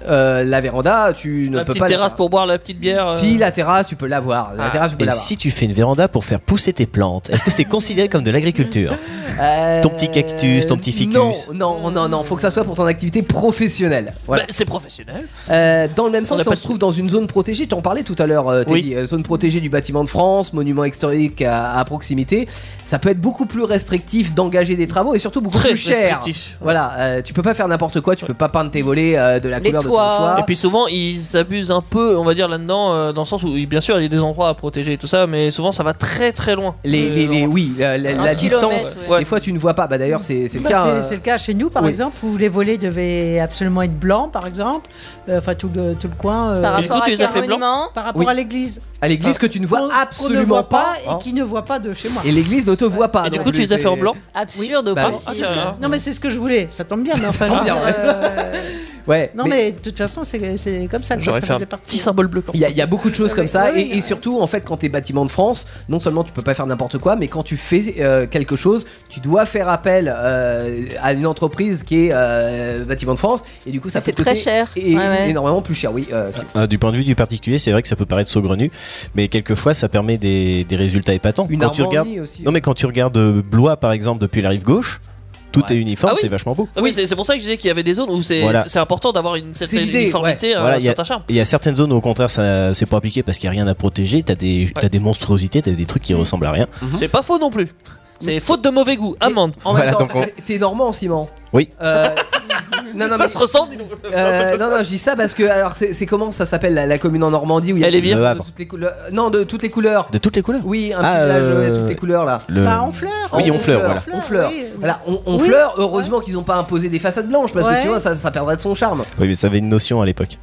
Speaker 1: Euh, la véranda, tu ne
Speaker 6: La
Speaker 1: peux
Speaker 6: petite
Speaker 1: pas.
Speaker 6: terrasse pour boire la petite bière. euh, Ah.
Speaker 1: Si la terrasse, tu peux l'avoir. La terrasse, tu peux
Speaker 22: Et
Speaker 1: l'avoir.
Speaker 22: si tu fais une véranda pour faire pousser tes plantes, est-ce que c'est considéré comme de l'agriculture
Speaker 1: Euh,
Speaker 22: Ton petit cactus, ton petit ficus.
Speaker 1: Non, non, non, non. Faut que ça soit pour ton activité professionnelle. Voilà.
Speaker 6: bah, c'est professionnel.
Speaker 1: Euh, dans le même
Speaker 6: On
Speaker 1: sens,
Speaker 6: n'a
Speaker 1: si
Speaker 6: pas
Speaker 1: on se trouve dans une zone protégée, tu en parlais tout à l'heure, euh, Teddy, euh, zone protégée du bâtiment de France, monument historique à, à proximité, ça peut être beaucoup plus restrictif d'engager des travaux et surtout beaucoup
Speaker 6: Très
Speaker 1: plus cher.
Speaker 6: restrictif.
Speaker 1: Voilà, euh, tu peux pas faire n'importe quoi, tu peux pas peindre tes volets euh, de la couleur de ton choix.
Speaker 6: Et puis souvent, ils s'abusent un peu, on va dire, là-dedans, euh, dans le sens où, oui, bien sûr, il y a des endroits à protéger et tout ça, mais souvent, ça va très très loin.
Speaker 1: les,
Speaker 6: Euh,
Speaker 1: les, les- oui, la, la-
Speaker 6: Un
Speaker 1: la
Speaker 6: kilomètre,
Speaker 1: distance.
Speaker 6: ouais.
Speaker 1: Des fois, tu ne vois pas. Bah d'ailleurs, c'est c'est le
Speaker 9: Bah,
Speaker 1: cas.
Speaker 9: c'est-
Speaker 1: euh,
Speaker 9: c'est le cas chez nous, par
Speaker 1: oui.
Speaker 9: exemple, où les volets devaient absolument être blancs, par exemple. Euh, Enfin, tout le, tout le coin. euh,
Speaker 5: Par Et du rapport coup, à tu les as quel fait blancs monument
Speaker 9: Par rapport
Speaker 1: Oui.
Speaker 9: à l'église. Ah.
Speaker 1: À l'église que tu ne vois
Speaker 9: Qu'on ne
Speaker 1: absolument
Speaker 9: voit pas,
Speaker 1: hein.
Speaker 9: et qui ne voit pas de chez moi.
Speaker 1: Et l'église ne te voit pas.
Speaker 6: Et du
Speaker 1: non
Speaker 6: coup, tu
Speaker 1: plus,
Speaker 6: les as fait en
Speaker 1: c'est-
Speaker 5: Ah,
Speaker 6: blanc
Speaker 5: Absurde au
Speaker 1: Bah,
Speaker 5: possible.
Speaker 9: Non, mais c'est ce que je voulais. Ça tombe bien. mais
Speaker 1: Ça
Speaker 9: enfin,
Speaker 1: tombe bien, ouais.
Speaker 9: euh,
Speaker 1: Ouais,
Speaker 9: Non, mais de toute façon, c'est c'est comme ça que ça faisait partie. hein.
Speaker 1: symbole bleu. Il y, a- il y a beaucoup de choses comme ça.
Speaker 9: Ouais,
Speaker 1: et, et surtout, en fait, quand t'es bâtiment de France, non seulement tu peux pas faire n'importe quoi, mais quand tu fais euh, quelque chose, tu dois faire appel euh, à une entreprise qui est euh, bâtiment de France. Et du coup, ça
Speaker 5: C'est
Speaker 1: peut te coûter
Speaker 5: très cher.
Speaker 1: Et
Speaker 5: Ouais, ouais.
Speaker 1: énormément plus cher, oui. euh, c'est-
Speaker 22: Ah, du point de vue du particulier, c'est vrai que ça peut paraître saugrenu, mais quelquefois ça permet des, des résultats épatants.
Speaker 1: Une
Speaker 22: quand tu
Speaker 1: harmonie
Speaker 22: regardes,
Speaker 1: aussi,
Speaker 22: non mais quand tu regardes euh, Blois par exemple depuis la rive gauche, tout est uniforme, c'est vachement beau.
Speaker 6: Oui, c'est c'est pour ça que je disais qu'il y avait des zones où c'est
Speaker 22: Voilà.
Speaker 6: c'est- c'est important d'avoir une
Speaker 1: C'est
Speaker 6: certaine
Speaker 1: l'idée,
Speaker 6: uniformité, hein,
Speaker 4: euh,
Speaker 6: un
Speaker 22: Voilà, il y, a-
Speaker 6: certain charme.
Speaker 22: il y a certaines zones où au contraire ça c'est pas appliqué parce qu'il y a rien à protéger. T'as des t'as des monstruosités, t'as des trucs qui ressemblent à rien.
Speaker 1: Mhm.
Speaker 6: C'est pas faux non plus. C'est faute de mauvais goût, amende.
Speaker 22: en même Voilà, temps, donc on-
Speaker 1: T'es normand, Simon.
Speaker 22: Oui.
Speaker 1: Euh, non, non,
Speaker 6: Ça
Speaker 1: mais-
Speaker 6: se ressent, dis donc.
Speaker 1: Euh,
Speaker 6: Non, c'est pas
Speaker 1: non, non, je dis ça parce que alors c'est c'est comment ça s'appelle la, la commune en Normandie où il y a
Speaker 22: Les Vires. Le
Speaker 1: de
Speaker 22: Havre.
Speaker 1: toutes les couleurs. Euh, Non, de toutes les couleurs.
Speaker 22: De toutes les couleurs.
Speaker 1: Oui, un
Speaker 22: Ah,
Speaker 1: petit village
Speaker 22: euh,
Speaker 1: euh, de toutes les couleurs là.
Speaker 22: le- Bah, Honfleur. Oui, Honfleur, voilà.
Speaker 1: Honfleur. Voilà, on, Honfleur, Heureusement qu'ils n'ont pas imposé des façades blanches parce que
Speaker 6: Ouais.
Speaker 1: tu vois ça, ça perdrait de son charme.
Speaker 22: Oui, mais ça avait une notion à l'époque.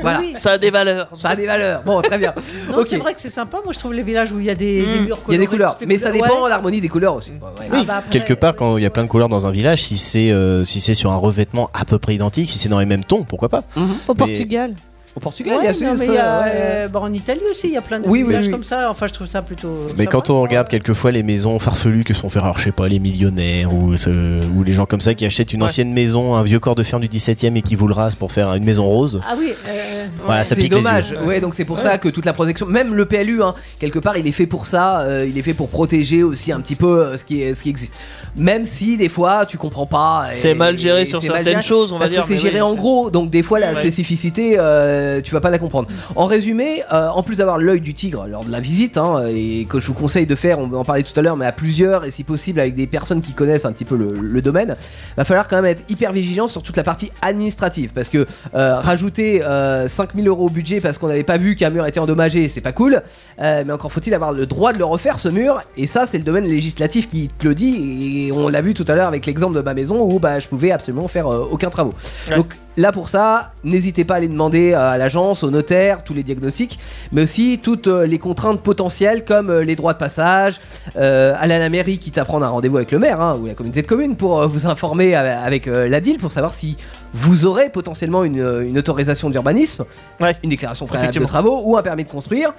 Speaker 1: Voilà.
Speaker 6: Ça a des valeurs.
Speaker 1: Ça a des valeurs. Bon, très bien.
Speaker 9: Non,
Speaker 1: ok. Hmm.
Speaker 9: c'est vrai que c'est sympa. Moi, je trouve les villages où il y a des, des murs
Speaker 1: Il y a des
Speaker 9: colorés,
Speaker 1: couleurs,
Speaker 9: toutes les
Speaker 1: mais ça
Speaker 9: couleurs.
Speaker 1: dépend
Speaker 9: Ouais.
Speaker 1: de l'harmonie des couleurs aussi. Ouais.
Speaker 9: Ah bah après,
Speaker 22: Quelque part, quand il y a plein de couleurs dans un village, si c'est euh, si c'est sur un revêtement à peu près identique, si c'est dans les mêmes tons, pourquoi pas
Speaker 10: Au
Speaker 22: Mais-
Speaker 10: Portugal.
Speaker 1: Au Portugal,
Speaker 9: Ouais,
Speaker 1: il y a
Speaker 9: non,
Speaker 1: ça,
Speaker 9: mais il y a,
Speaker 1: ouais.
Speaker 9: euh, bah, en Italie aussi, il y a plein de
Speaker 1: Oui, oui,
Speaker 9: villages
Speaker 1: oui.
Speaker 9: comme ça. Enfin, je trouve ça plutôt.
Speaker 22: Mais quand on regarde quelquefois les maisons farfelues que sont faire, alors je sais pas, les millionnaires ou, ce- ou les gens comme ça qui achètent une ancienne maison, un vieux corps de ferme du 17ème et qui vous le rasent pour faire une maison rose.
Speaker 9: Ah oui. euh,
Speaker 22: Voilà, ça
Speaker 1: c'est
Speaker 22: pique les
Speaker 1: dommage.
Speaker 22: yeux.
Speaker 1: Ouais, donc c'est pour ça que toute la protection, même le PLU, hein, quelque part, il est fait pour ça. euh, il est fait pour protéger aussi un petit peu euh, ce qui est, ce qui existe. Même si des fois tu comprends pas. et-
Speaker 6: C'est mal géré
Speaker 1: et
Speaker 6: sur
Speaker 1: c'est mal
Speaker 6: certaines choses, on va
Speaker 1: parce
Speaker 6: dire,
Speaker 1: que c'est
Speaker 6: mais
Speaker 1: géré
Speaker 6: oui,
Speaker 1: en gros, donc des fois la
Speaker 6: Ouais.
Speaker 1: spécificité, euh, tu vas pas la comprendre. En résumé, euh, en plus d'avoir l'œil du tigre lors de la visite, hein, et que je vous conseille de faire, on en parlait tout à l'heure, mais à plusieurs et si possible avec des personnes qui connaissent un petit peu le, le domaine, va falloir quand même être hyper vigilant sur toute la partie administrative, parce que euh, rajouter 5000 euros au budget parce qu'on n'avait pas vu qu'un mur était endommagé, c'est pas cool, euh, mais encore faut-il avoir le droit de le refaire ce mur, et ça c'est le domaine législatif qui te le dit, et on l'a vu tout à l'heure avec l'exemple de ma maison où bah, je pouvais absolument faire euh, aucun travaux. Donc là pour ça, n'hésitez pas à aller demander à l'agence, au notaire, tous les diagnostics, mais aussi toutes euh, les contraintes potentielles comme euh, les droits de passage, euh, aller à la mairie qui t'apprend un rendez-vous avec le maire hein, ou la communauté de communes pour euh, vous informer euh, avec euh, la DIL pour savoir si vous aurez potentiellement une, euh, une autorisation d'urbanisme, une déclaration préalable de
Speaker 6: Effectivement.
Speaker 1: travaux ou un permis de construire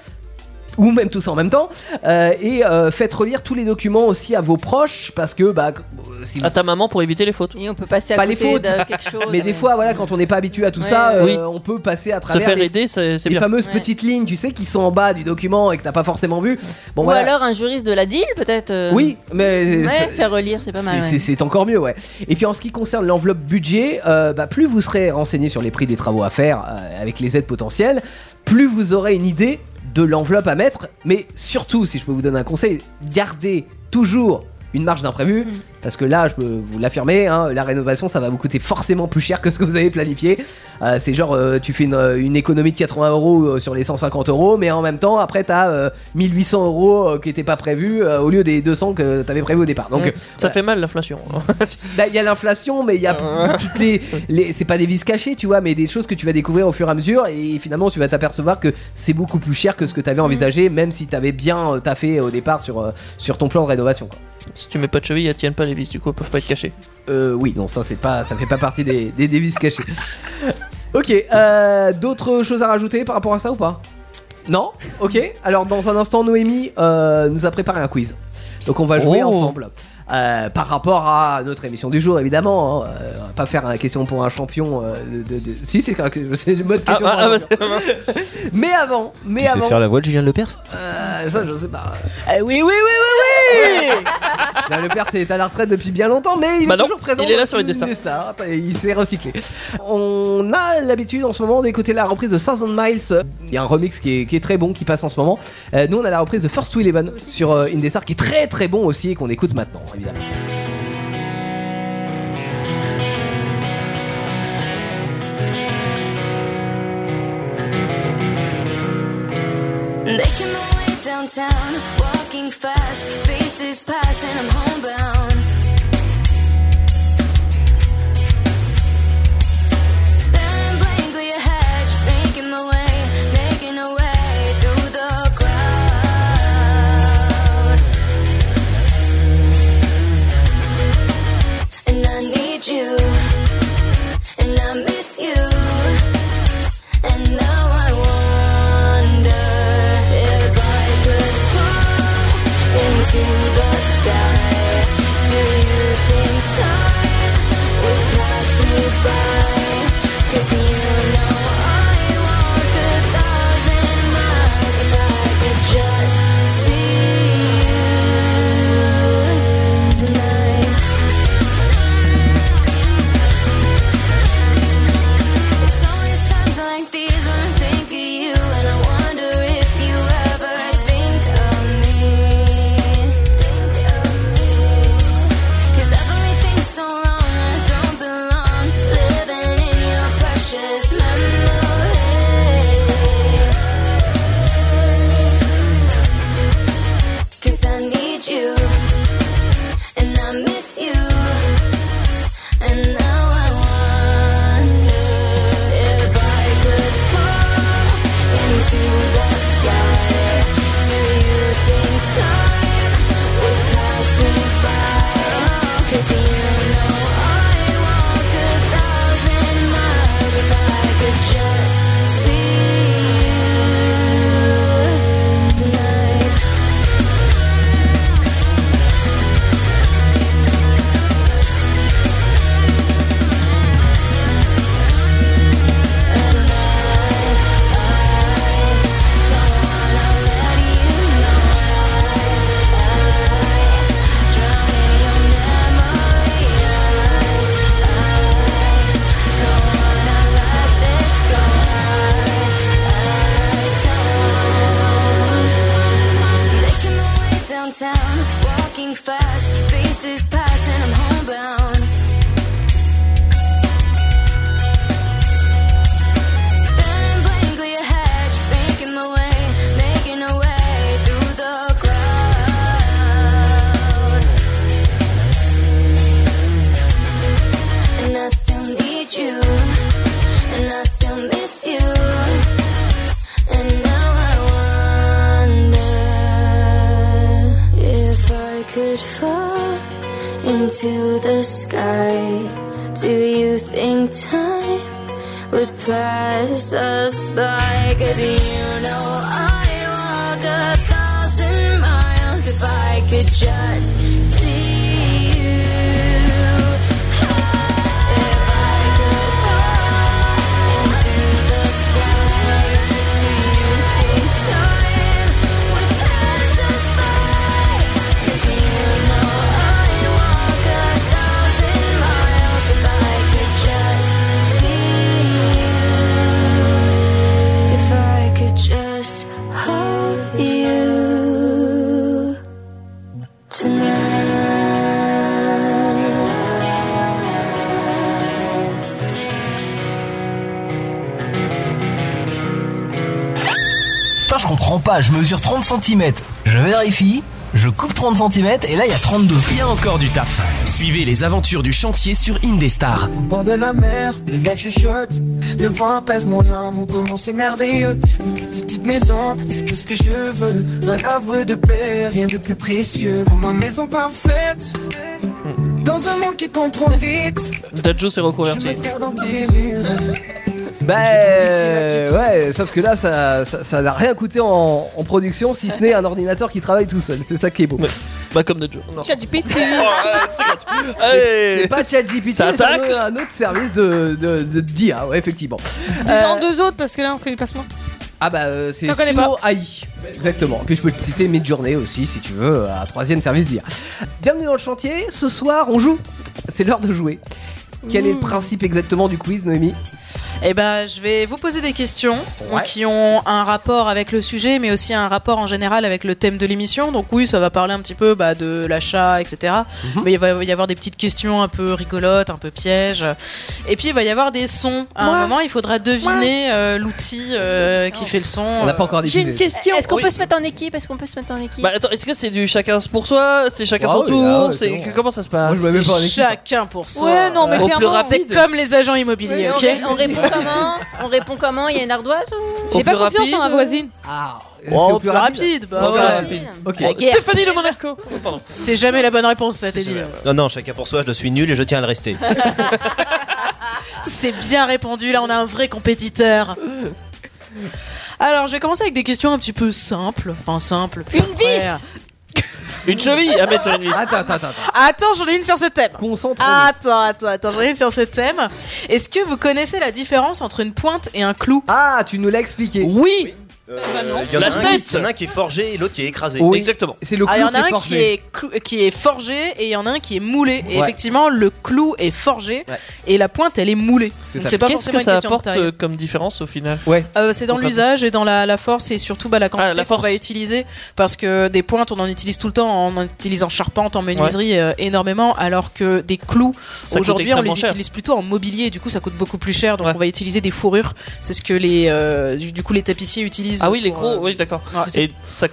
Speaker 1: ou même tous en même temps Euh, et euh, faites relire tous les documents aussi à vos proches parce que bah euh, si
Speaker 6: À ta maman pour éviter les fautes.
Speaker 5: Et on peut passer à
Speaker 1: pas les
Speaker 5: côté
Speaker 1: fautes,
Speaker 5: de quelque chose.
Speaker 1: mais des fois voilà quand on n'est pas habitué à tout
Speaker 5: Ouais,
Speaker 1: ça,
Speaker 5: ouais.
Speaker 1: euh,
Speaker 6: Oui.
Speaker 1: on peut passer à
Speaker 6: Se
Speaker 1: travers
Speaker 6: faire
Speaker 1: les,
Speaker 6: aider, c'est c'est
Speaker 1: les
Speaker 6: bien.
Speaker 1: fameuses petites lignes, tu sais, qui sont en bas du document et que t'as pas forcément vu. Bon
Speaker 5: Ou
Speaker 1: voilà.
Speaker 5: alors un juriste de la deal, peut-être. euh,
Speaker 1: Oui, mais
Speaker 5: Ouais,
Speaker 1: c'est-
Speaker 5: faire relire, c'est pas mal.
Speaker 1: c'est-
Speaker 5: ouais.
Speaker 1: c'est c'est encore mieux, ouais. Et puis en ce qui concerne l'enveloppe budget, euh, bah, plus vous serez renseigné sur les prix des travaux à faire euh, avec les aides potentielles, plus vous aurez une idée de l'enveloppe à mettre. Mais surtout, si je peux vous donner un conseil, gardez toujours une marge d'imprévu,
Speaker 5: Mm.
Speaker 1: parce que là, je peux vous l'affirmer, hein, la rénovation, ça va vous coûter forcément plus cher que ce que vous avez planifié. Euh, c'est genre, euh, tu fais une, euh, une économie de 80 euros euh, sur les 150 euros, mais en même temps, après, t'as euh, 1800 euros euh, qui n'étaient pas prévus euh, au lieu des 200 que t'avais prévu au départ. Donc,
Speaker 6: Donc, ça
Speaker 1: voilà.
Speaker 6: fait mal l'inflation.
Speaker 1: Là, Bah, Il y a l'inflation, mais il y a toutes les, les- c'est pas des vices cachés, tu vois, mais des choses que tu vas découvrir au fur et à mesure, et finalement tu vas t'apercevoir que c'est beaucoup plus cher que ce que t'avais envisagé, même si t'avais bien euh, taffé au départ sur euh, sur ton plan de rénovation. Quoi.
Speaker 6: Si tu mets pas de cheville, elles tiennent pas les vis, du coup elles peuvent pas être cachées.
Speaker 1: Euh, oui, non, ça c'est pas, ça fait pas partie des des, des vices cachés. Ok, euh, d'autres choses à rajouter par rapport à ça ou pas Non Ok, alors dans un instant, Noémie euh, nous a préparé un quiz. Donc on va jouer
Speaker 6: Oh.
Speaker 1: ensemble. Euh, par rapport à notre émission du jour, évidemment, hein. Euh, on va pas faire une question pour un champion. euh, de, de- de- Si, c'est c'est une bonne question.
Speaker 6: Ah,
Speaker 1: pour
Speaker 6: ah,
Speaker 1: un
Speaker 6: bah,
Speaker 1: champion. mais avant, mais
Speaker 22: Tu sais
Speaker 1: avant,
Speaker 22: faire la voix de Julien Lepers
Speaker 1: euh, ça je sais pas.
Speaker 6: Eh oui, oui, oui, oui, oui
Speaker 1: Là, le père c'est à la retraite depuis bien longtemps, mais il
Speaker 6: Bah
Speaker 1: est
Speaker 6: non,
Speaker 1: toujours présent.
Speaker 6: il est là
Speaker 1: dans
Speaker 6: sur les
Speaker 1: Cine
Speaker 6: Destars.
Speaker 1: des Stars. Attends, Il s'est recyclé. On a l'habitude en ce moment d'écouter la reprise de 500 Miles. Il y a un remix qui est, qui est très bon qui passe en ce moment. Euh, nous, on a la reprise de First to Eleven sur euh, Indestar qui est très très bon aussi et qu'on écoute maintenant, évidemment.
Speaker 11: Making my way downtown, walking fast, faces pass and I'm homebound. Staring blankly ahead, just making my way, making a way through the crowd. And I need you, and I miss you.
Speaker 26: moving fast, faces passing, I'm homebound. Staring blankly ahead, just making my way, making a way through the crowd. And I still need you, and I still miss you. And now I wonder if I could fall into the sky. Do you think time? would pass us by. Cause you know I'd walk a thousand miles if I could just see you. If I could fly into the sky, do you think time would pass us by? Cause you know I'd walk a thousand miles if I could just see you. If I could just hold you tonight.
Speaker 27: Putain, je comprends pas, je mesure 30 cm. Je vérifie, je coupe 30 cm et là il y a 32.
Speaker 2: Il y a encore du taf. Suivez les aventures du chantier sur Indestar.
Speaker 28: Au bord de la mer, les vagues chuchotent. Le vent apaise mon âme, mon comment c'est merveilleux. Une petite maison, c'est tout ce que je veux. Un havre de paix, rien de plus précieux. Pour ma maison parfaite, dans un monde qui tombe trop vite.
Speaker 4: Dadjo s'est reconverti.
Speaker 28: Perds dans tes murs.
Speaker 1: Ben Bah, ouais, sauf que là, ça ça- ça n'a rien coûté en, en production, si ce n'est un ordinateur qui travaille tout seul. C'est ça qui est beau.
Speaker 4: Bah comme Dadjo. Non.
Speaker 10: ChatGPT.
Speaker 1: C'est pas ChatGPT,
Speaker 4: Ça
Speaker 1: mais c'est
Speaker 4: attaque.
Speaker 1: un autre service de, de, de- d'IA, ouais, effectivement.
Speaker 10: Dis-en
Speaker 1: Euh,
Speaker 10: deux autres parce que là on fait les placements.
Speaker 1: Ah bah euh, c'est
Speaker 10: T'en connais
Speaker 1: Sumo
Speaker 10: pas.
Speaker 1: AI. Exactement. Puis je peux te citer Midjourney aussi si tu veux, un troisième service d'IA. Bienvenue dans le chantier, ce soir on joue. C'est l'heure de jouer. Quel est le
Speaker 14: Mmh.
Speaker 1: principe exactement du quiz, Noémie
Speaker 14: Eh ben, je vais vous poser des questions donc,
Speaker 1: Ouais.
Speaker 14: qui ont un rapport avec le sujet, mais aussi un rapport en général avec le thème de l'émission. Donc oui, ça va parler un petit peu bah, de l'achat, etc. Mais il va y avoir des petites questions un peu rigolotes, un peu pièges. Et puis il va y avoir des sons. À un moment, il faudra deviner euh, l'outil euh, qui fait le son.
Speaker 1: On n'a pas encore
Speaker 14: J'ai
Speaker 1: diffusé.
Speaker 14: une question.
Speaker 5: Est-ce qu'on
Speaker 14: Oui.
Speaker 5: peut se mettre en équipe Est-ce qu'on peut se mettre en équipe
Speaker 4: Bah attends, est-ce que c'est du chacun pour soi C'est chacun
Speaker 1: Ah
Speaker 4: son
Speaker 1: ouais,
Speaker 4: tour
Speaker 1: ah ouais,
Speaker 4: c'est...
Speaker 1: c'est bon.
Speaker 4: Comment ça se passe
Speaker 1: Moi, je me mets pas en équipe.
Speaker 14: Chacun pour soi.
Speaker 10: Ouais, non, mais
Speaker 14: Au plus
Speaker 10: clairement.
Speaker 14: rapide. C'est comme les agents immobiliers,
Speaker 5: on,
Speaker 14: ok
Speaker 5: ré- on répond comment On répond comment Il y a une ardoise ou
Speaker 10: J'ai pas confiance en ma voisine.
Speaker 1: Ah,
Speaker 14: Oh, au plus rapide, bah
Speaker 5: Au plus
Speaker 14: ouais.
Speaker 5: rapide.
Speaker 1: Ok.
Speaker 14: La guerre.
Speaker 10: Stéphanie de Monaco.
Speaker 14: C'est jamais la bonne réponse, ça t'est dit.
Speaker 22: Non, non, chacun pour soi, je suis nul et je tiens à le rester.
Speaker 14: C'est bien répondu, là on a un vrai compétiteur. Alors je vais commencer avec des questions un petit peu simples. Enfin simples. puis
Speaker 10: Une
Speaker 14: après,
Speaker 10: vis
Speaker 14: euh,
Speaker 4: Une cheville à mettre sur une vis.
Speaker 1: Attends, attends, attends.
Speaker 14: Attends, j'en ai une sur ce thème.
Speaker 1: Concentre.
Speaker 14: Attends, attends, attends, j'en ai une sur ce thème. Est-ce que vous connaissez la différence entre une pointe et un clou
Speaker 1: Ah, tu nous l'as expliqué.
Speaker 14: Oui
Speaker 22: Il y en a
Speaker 4: La
Speaker 22: un qui-
Speaker 4: tête.
Speaker 22: il y en a un qui est forgé et l'autre qui est écrasé.
Speaker 1: Oui.
Speaker 4: Exactement.
Speaker 1: C'est le
Speaker 14: Ah,
Speaker 1: clou
Speaker 14: Il y en
Speaker 1: qui
Speaker 14: a
Speaker 1: est
Speaker 14: un
Speaker 1: forgé.
Speaker 14: qui est, clou- qui est forgé et il y en a un qui est moulé. Et
Speaker 1: Ouais.
Speaker 14: effectivement, le clou est forgé
Speaker 1: Ouais.
Speaker 14: et la pointe, elle est moulée.
Speaker 4: Tout
Speaker 14: Donc
Speaker 4: à
Speaker 14: c'est
Speaker 4: fait.
Speaker 14: pas
Speaker 4: Qu'est-ce
Speaker 14: forcément
Speaker 4: que
Speaker 14: une
Speaker 4: ça
Speaker 14: question de
Speaker 4: apporte
Speaker 14: taille.
Speaker 4: euh, comme différence au final
Speaker 1: Ouais.
Speaker 14: Euh, c'est dans
Speaker 4: Pourquoi
Speaker 14: l'usage et dans la, la force et surtout bah, la quantité
Speaker 4: Ah, la
Speaker 14: qu'on
Speaker 4: force.
Speaker 14: va utiliser parce que des pointes on en utilise tout le temps on en utilise en charpente en menuiserie euh, énormément alors que des clous
Speaker 4: Ça coûte
Speaker 14: aujourd'hui on les
Speaker 4: extrêmement cher.
Speaker 14: utilise plutôt en mobilier et du coup ça coûte beaucoup plus cher donc on va utiliser des fourrures c'est ce que les euh, du, du coup les tapissiers utilisent
Speaker 4: Ah oui, les
Speaker 14: pour,
Speaker 4: gros,
Speaker 14: euh,
Speaker 4: oui, d'accord.
Speaker 14: ouais, c'est-
Speaker 4: Et ça,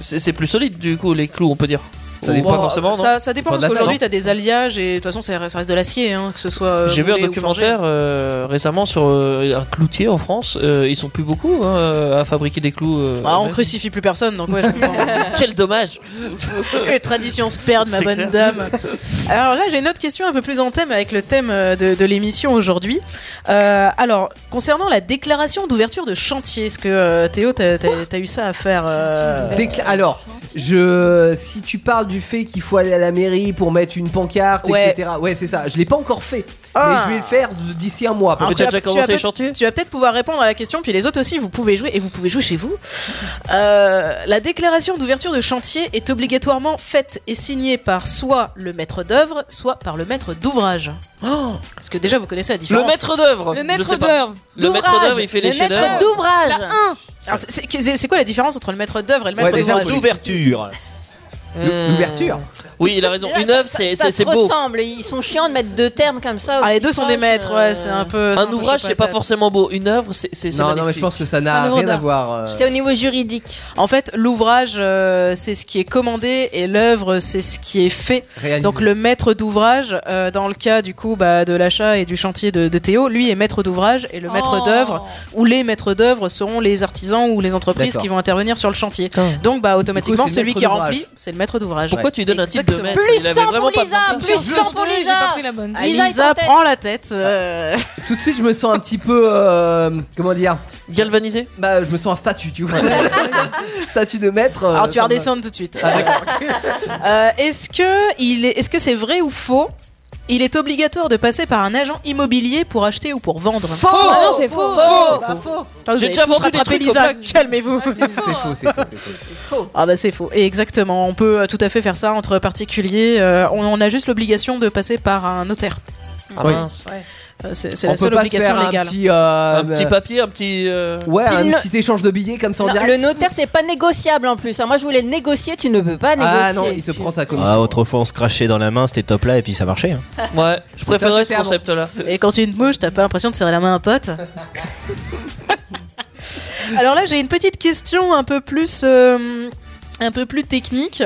Speaker 4: c'est, c'est plus solide du coup, les clous, on peut dire.
Speaker 1: Ça
Speaker 4: Ou
Speaker 1: dépend.
Speaker 4: pas forcément. non
Speaker 14: ça, ça dépend
Speaker 1: Dépend de
Speaker 14: parce
Speaker 1: la taille,
Speaker 14: qu'aujourd'hui
Speaker 1: non
Speaker 14: t'as des alliages et de toute façon ça ça reste de l'acier hein, que ce soit euh,
Speaker 4: J'ai vu un
Speaker 14: moulé ou forgé.
Speaker 4: documentaire euh, récemment sur euh, un cloutier en France. euh, ils sont plus beaucoup hein, à fabriquer des clous. euh,
Speaker 14: Bah, on
Speaker 4: eux-mêmes.
Speaker 14: crucifie plus personne, donc ouais, je comprends.
Speaker 4: Quel dommage
Speaker 14: Les traditions se perdent, ma
Speaker 4: C'est
Speaker 14: bonne
Speaker 4: clair.
Speaker 14: dame. Alors là, j'ai une autre question un peu plus en thème avec le thème euh, de, de l'émission aujourd'hui. Euh, alors, concernant la déclaration d'ouverture de chantier, est-ce que euh, Théo, t'as t'as- t'as eu ça à faire euh,
Speaker 1: Décla- Alors, je, si tu parles du fait qu'il faut aller à la mairie pour mettre une pancarte,
Speaker 14: Ouais.
Speaker 1: etc. Ouais, c'est ça. Je l'ai pas encore fait,
Speaker 14: Ah.
Speaker 1: mais je vais le faire d- d'ici un mois. à peu
Speaker 14: Alors,
Speaker 1: près.
Speaker 4: Mais t'as déjà
Speaker 14: tu vas-
Speaker 4: Ah, commencé
Speaker 14: tu vas
Speaker 4: les
Speaker 14: peut-être-
Speaker 4: chantiers
Speaker 14: Tu vas peut-être pouvoir répondre à la question, puis les autres aussi, vous pouvez jouer et vous pouvez jouer chez vous. Euh, la déclaration d'ouverture de chantier est obligatoirement faite et signée par soit le maître d'œuvre, soit par le maître d'ouvrage. Parce que déjà, vous connaissez la différence.
Speaker 4: Oh Le maître d'œuvre
Speaker 10: Le
Speaker 4: je
Speaker 10: maître
Speaker 4: sais pas.
Speaker 10: d'œuvre.
Speaker 4: Le maître d'œuvre, il fait les
Speaker 5: Le maître
Speaker 4: chefs-d'œuvre.
Speaker 5: d'ouvrage
Speaker 14: Alors, c'est- C'est c'est- c'est quoi la différence entre le maître d'œuvre et le maître
Speaker 1: Ouais, déjà,
Speaker 14: d'ouvrage
Speaker 1: on peut-
Speaker 22: D'ouverture.
Speaker 4: Mmh.
Speaker 1: Le- L'ouverture.
Speaker 6: Oui, il a raison. Une œuvre, c'est
Speaker 5: Ça
Speaker 6: c'est-
Speaker 5: se
Speaker 6: c'est beau.
Speaker 5: ressemble, et ils sont chiants de mettre deux termes comme ça.
Speaker 14: Ah, les deux sont des maîtres, ouais, c'est
Speaker 5: euh,
Speaker 14: un peu.
Speaker 6: Un ouvrage, c'est pas forcément beau. Une œuvre, c'est c'est
Speaker 1: Non, non, mais je pense que ça
Speaker 6: Ah,
Speaker 1: n'a rien à voir. euh,
Speaker 14: au niveau juridique. En fait, l'ouvrage, euh, c'est ce qui est commandé et l'œuvre, c'est ce qui est fait.
Speaker 1: Réalisé.
Speaker 14: Donc le maître d'ouvrage, euh, dans le cas du coup bah, de l'achat et du chantier de, de Théo, lui est maître d'ouvrage et le maître
Speaker 6: Oh.
Speaker 14: d'œuvre ou les maîtres d'œuvre seront les artisans ou les entreprises
Speaker 6: D'accord.
Speaker 14: qui vont intervenir sur le chantier. Donc bah automatiquement
Speaker 6: Du coup, c'est le
Speaker 14: celui
Speaker 6: maître
Speaker 14: qui
Speaker 6: d'ouvrage.
Speaker 14: remplit, c'est le maître d'ouvrage.
Speaker 6: Pourquoi tu donnes un titre de
Speaker 14: Exactement.
Speaker 6: maître Il avait vraiment pas besoin de-
Speaker 10: plus 100 pour Lisa.
Speaker 14: Ah, Lisa, prends la tête. Euh.
Speaker 1: Tout de suite, je me sens un petit peu. euh, comment dire Galvanisé Bah, je me sens un statut, tu vois. statut de maître. euh,
Speaker 14: Alors Ah, tu vas
Speaker 1: comme-
Speaker 14: redescendre tout de suite.
Speaker 1: Ah,
Speaker 14: Euh, est-ce que il est, est-ce que c'est vrai ou faux Il est obligatoire de passer par un agent immobilier pour acheter ou pour vendre.
Speaker 10: Faux Ah non, c'est faux. Faux. Bah, faux.
Speaker 14: Enfin, vous
Speaker 10: J'ai
Speaker 14: avez
Speaker 10: déjà
Speaker 14: tous
Speaker 10: vendu des
Speaker 14: rattrapé
Speaker 10: trucs au
Speaker 14: Lisa.
Speaker 10: Black.
Speaker 14: Calmez-vous.
Speaker 10: c'est
Speaker 1: C'est faux, c'est faux, c'est faux.
Speaker 14: Ah bah c'est faux. Et exactement, on peut euh, tout à fait faire ça entre particuliers. euh, on, on a juste l'obligation de passer par un notaire.
Speaker 1: Ah Oui.
Speaker 6: mince,
Speaker 14: Euh, C'est, c'est
Speaker 1: On
Speaker 14: la
Speaker 1: peut
Speaker 14: seule
Speaker 1: pas se
Speaker 14: obligation
Speaker 1: faire un
Speaker 14: légale.
Speaker 1: petit, euh,
Speaker 6: Un petit papier, un petit. euh,
Speaker 1: Ouais,
Speaker 5: Puis
Speaker 1: un
Speaker 5: le-
Speaker 1: petit échange de billets comme ça en
Speaker 5: Non,
Speaker 1: direct.
Speaker 5: le notaire, c'est pas négociable en plus. hein. Moi, je voulais le négocier, tu ne peux pas négocier.
Speaker 1: Ah non, il te prend sa commission.
Speaker 22: Ah, autrefois on se crachait dans la main, c'était top là et puis ça marchait. hein.
Speaker 6: Ouais, je préférais ce
Speaker 14: c'était avant.
Speaker 6: concept-là.
Speaker 14: Et quand tu une bouche, t'as pas l'impression de serrer la main à un pote Alors là, j'ai une petite question un peu plus. euh, un peu plus technique.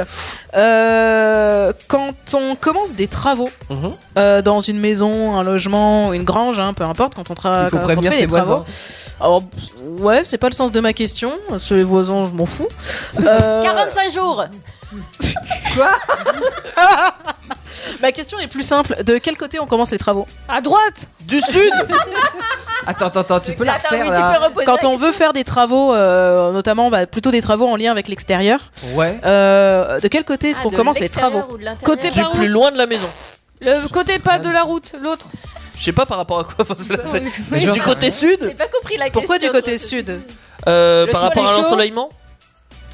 Speaker 14: Euh, quand on commence des travaux
Speaker 6: Mhm.
Speaker 14: euh, dans une maison, un logement, une grange, hein, peu importe, quand on, tra-
Speaker 6: Il faut
Speaker 14: quand on
Speaker 6: prévenir
Speaker 14: fait
Speaker 6: ses
Speaker 14: des travaux.
Speaker 6: voisins.
Speaker 14: Alors, pff, ouais, c'est pas le sens de ma question. Sur les voisins, je m'en fous. Euh,
Speaker 5: 45 jours
Speaker 1: Quoi
Speaker 14: ma question est plus simple. De quel côté on commence les travaux
Speaker 10: À droite
Speaker 14: Du sud
Speaker 1: Attends, attends, attends, tu peux la
Speaker 14: Attends,
Speaker 1: refaire
Speaker 14: oui, tu
Speaker 1: là
Speaker 14: peux reposer Quand on veut faire des travaux, euh, notamment bah, plutôt des travaux en lien avec l'extérieur,
Speaker 1: Ouais.
Speaker 14: euh, de quel côté est-ce
Speaker 10: Ah,
Speaker 14: qu'on
Speaker 10: de
Speaker 14: commence les
Speaker 10: l'extérieur
Speaker 14: travaux
Speaker 10: ou de l'intérieur Côté
Speaker 6: Du
Speaker 10: par
Speaker 6: plus
Speaker 10: route.
Speaker 6: loin de la maison.
Speaker 10: Le côté pas de la route, l'autre.
Speaker 6: Je sais pas par rapport à quoi. faut se la-
Speaker 10: Mais
Speaker 6: Du
Speaker 10: genre-
Speaker 6: côté sud
Speaker 5: pas compris la
Speaker 14: Pourquoi du côté sud
Speaker 6: euh,
Speaker 14: Le
Speaker 6: Par
Speaker 14: soleil
Speaker 6: rapport à
Speaker 14: chaud.
Speaker 6: l'ensoleillement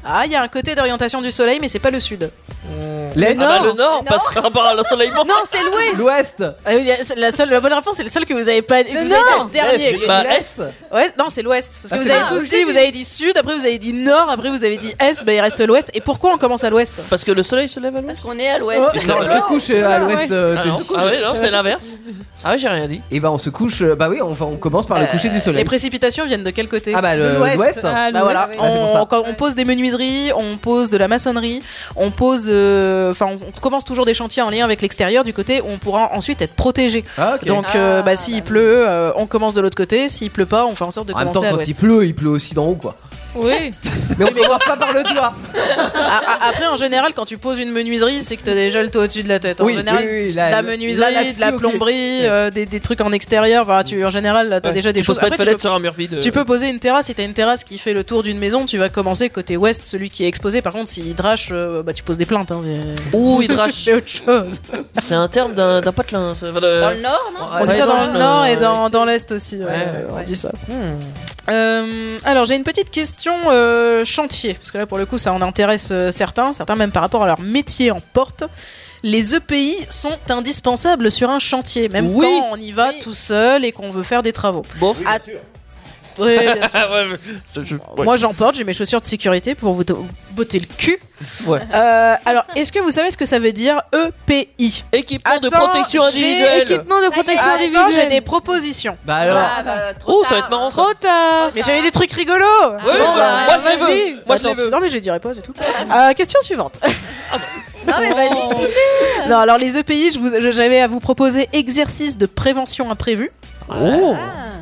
Speaker 14: Ah, il y a un côté d'orientation du soleil, mais c'est pas le sud.
Speaker 6: Ah bah, le nord,
Speaker 14: Le
Speaker 6: parce que par rapport à l'ensoleillement.
Speaker 14: Non, c'est l'ouest. Ah
Speaker 1: L'ouest.
Speaker 14: la, seule, la bonne réponse, c'est le seul que vous avez pas. que
Speaker 6: Le
Speaker 14: vous avez
Speaker 6: nord.
Speaker 14: pas dernier.
Speaker 6: L'est, j'ai- Bah, l'est.
Speaker 14: Ouais, non, c'est l'ouest. Parce
Speaker 6: Ah,
Speaker 14: que vous
Speaker 6: c'est
Speaker 14: avez
Speaker 6: l'ouest.
Speaker 14: tous dit, vous avez dit sud, après vous avez dit nord, après vous avez dit est, bah il reste l'ouest. Et pourquoi on commence à l'ouest
Speaker 6: Parce que le soleil se lève à l'ouest.
Speaker 5: Parce qu'on est à l'ouest.
Speaker 14: Oh.
Speaker 1: Non, je couche euh, à l'ouest. euh,
Speaker 6: Ah
Speaker 1: tu-
Speaker 6: non,
Speaker 1: tu couches.
Speaker 6: ah oui, non, c'est l'inverse. Ah oui, j'ai rien dit.
Speaker 1: Et bah, on se couche. euh, Bah oui, on, va- on commence par le coucher du soleil.
Speaker 14: Euh, Les précipitations viennent de quel côté
Speaker 1: Ah bah, le-
Speaker 14: De
Speaker 1: l'ouest. Ah,
Speaker 14: Bah
Speaker 1: l'ouest,
Speaker 14: voilà,
Speaker 1: oui. Ah, c'est pour ça.
Speaker 14: on, quand on pose des menuiseries, on pose de la maçonnerie, on pose, euh, enfin, on, on commence toujours des chantiers en lien avec l'extérieur du côté où on pourra ensuite être protégé.
Speaker 1: Ah, ok.
Speaker 14: Donc, euh, bah s'il pleut, euh, on commence de l'autre côté. S'il pleut pas, on fait en sorte de
Speaker 1: En même temps,
Speaker 14: commencer à
Speaker 1: quand
Speaker 14: l'ouest.
Speaker 1: il pleut, il pleut aussi d'en haut, quoi.
Speaker 14: Oui.
Speaker 1: Mais on commence pas par le toit.
Speaker 14: Après, en général, quand tu poses une menuiserie, c'est que t'as déjà le toit au-dessus de la tête. En
Speaker 1: Oui,
Speaker 14: général,
Speaker 1: oui, oui,
Speaker 14: de
Speaker 1: là,
Speaker 14: la
Speaker 1: là,
Speaker 14: menuiserie,
Speaker 1: là-dessus,
Speaker 14: de la
Speaker 1: ok.
Speaker 14: plomberie, euh, des, des trucs en extérieur. Voilà, tu, en général, t'as
Speaker 6: Ouais,
Speaker 14: déjà des
Speaker 6: tu
Speaker 14: choses.
Speaker 6: poses pas de
Speaker 14: Après, tu
Speaker 6: fenêtre
Speaker 14: peux-
Speaker 6: sur un mur vide, euh.
Speaker 14: Tu peux poser une terrasse. Si t'as une terrasse qui fait le tour d'une maison, tu vas commencer côté ouest, celui qui est exposé. Par contre, s'il drache, euh, bah, tu poses des plaintes. Hein.
Speaker 6: Ouh, il drache.
Speaker 14: c'est autre chose.
Speaker 6: C'est un terme d'un d'un patelin. ça. Enfin, de-
Speaker 14: Dans le
Speaker 5: nord,
Speaker 14: non On dit ça dans le nord et dans, dans l'est aussi. ouais, Hmm. On dit ça. Euh, alors j'ai une petite question euh, chantier, parce que là pour le coup ça en intéresse euh, certains, certains même par rapport à leur métier en porte. Les EPI sont indispensables sur un chantier, même
Speaker 6: Oui.
Speaker 14: quand on y va tout seul et qu'on veut faire des travaux.
Speaker 6: Bon,
Speaker 14: À- Oui, bien sûr. Moi j'en porte, j'ai mes chaussures de sécurité pour vous do- botter le cul.
Speaker 6: Ouais.
Speaker 14: Euh, alors est-ce que vous savez ce que ça veut dire E EPI
Speaker 6: Équipement de protection individuelle. Équipement de protection
Speaker 14: Ah, J'ai
Speaker 6: individuelle.
Speaker 14: des propositions.
Speaker 1: Bah alors. Ah,
Speaker 6: Oh, ça va être marrant ça.
Speaker 14: Trop tard Mais j'avais des trucs rigolos
Speaker 6: Oui, bah, moi je les veux. Moi je
Speaker 14: Attends,
Speaker 6: les veux.
Speaker 14: Non mais je les dirai pas, c'est tout. Euh, question suivante. Oh.
Speaker 5: Non, mais vas-y, dis-le.
Speaker 14: non, alors les EPI, je vous- je- j'avais à vous proposer exercice de prévention imprévue.
Speaker 6: Oh.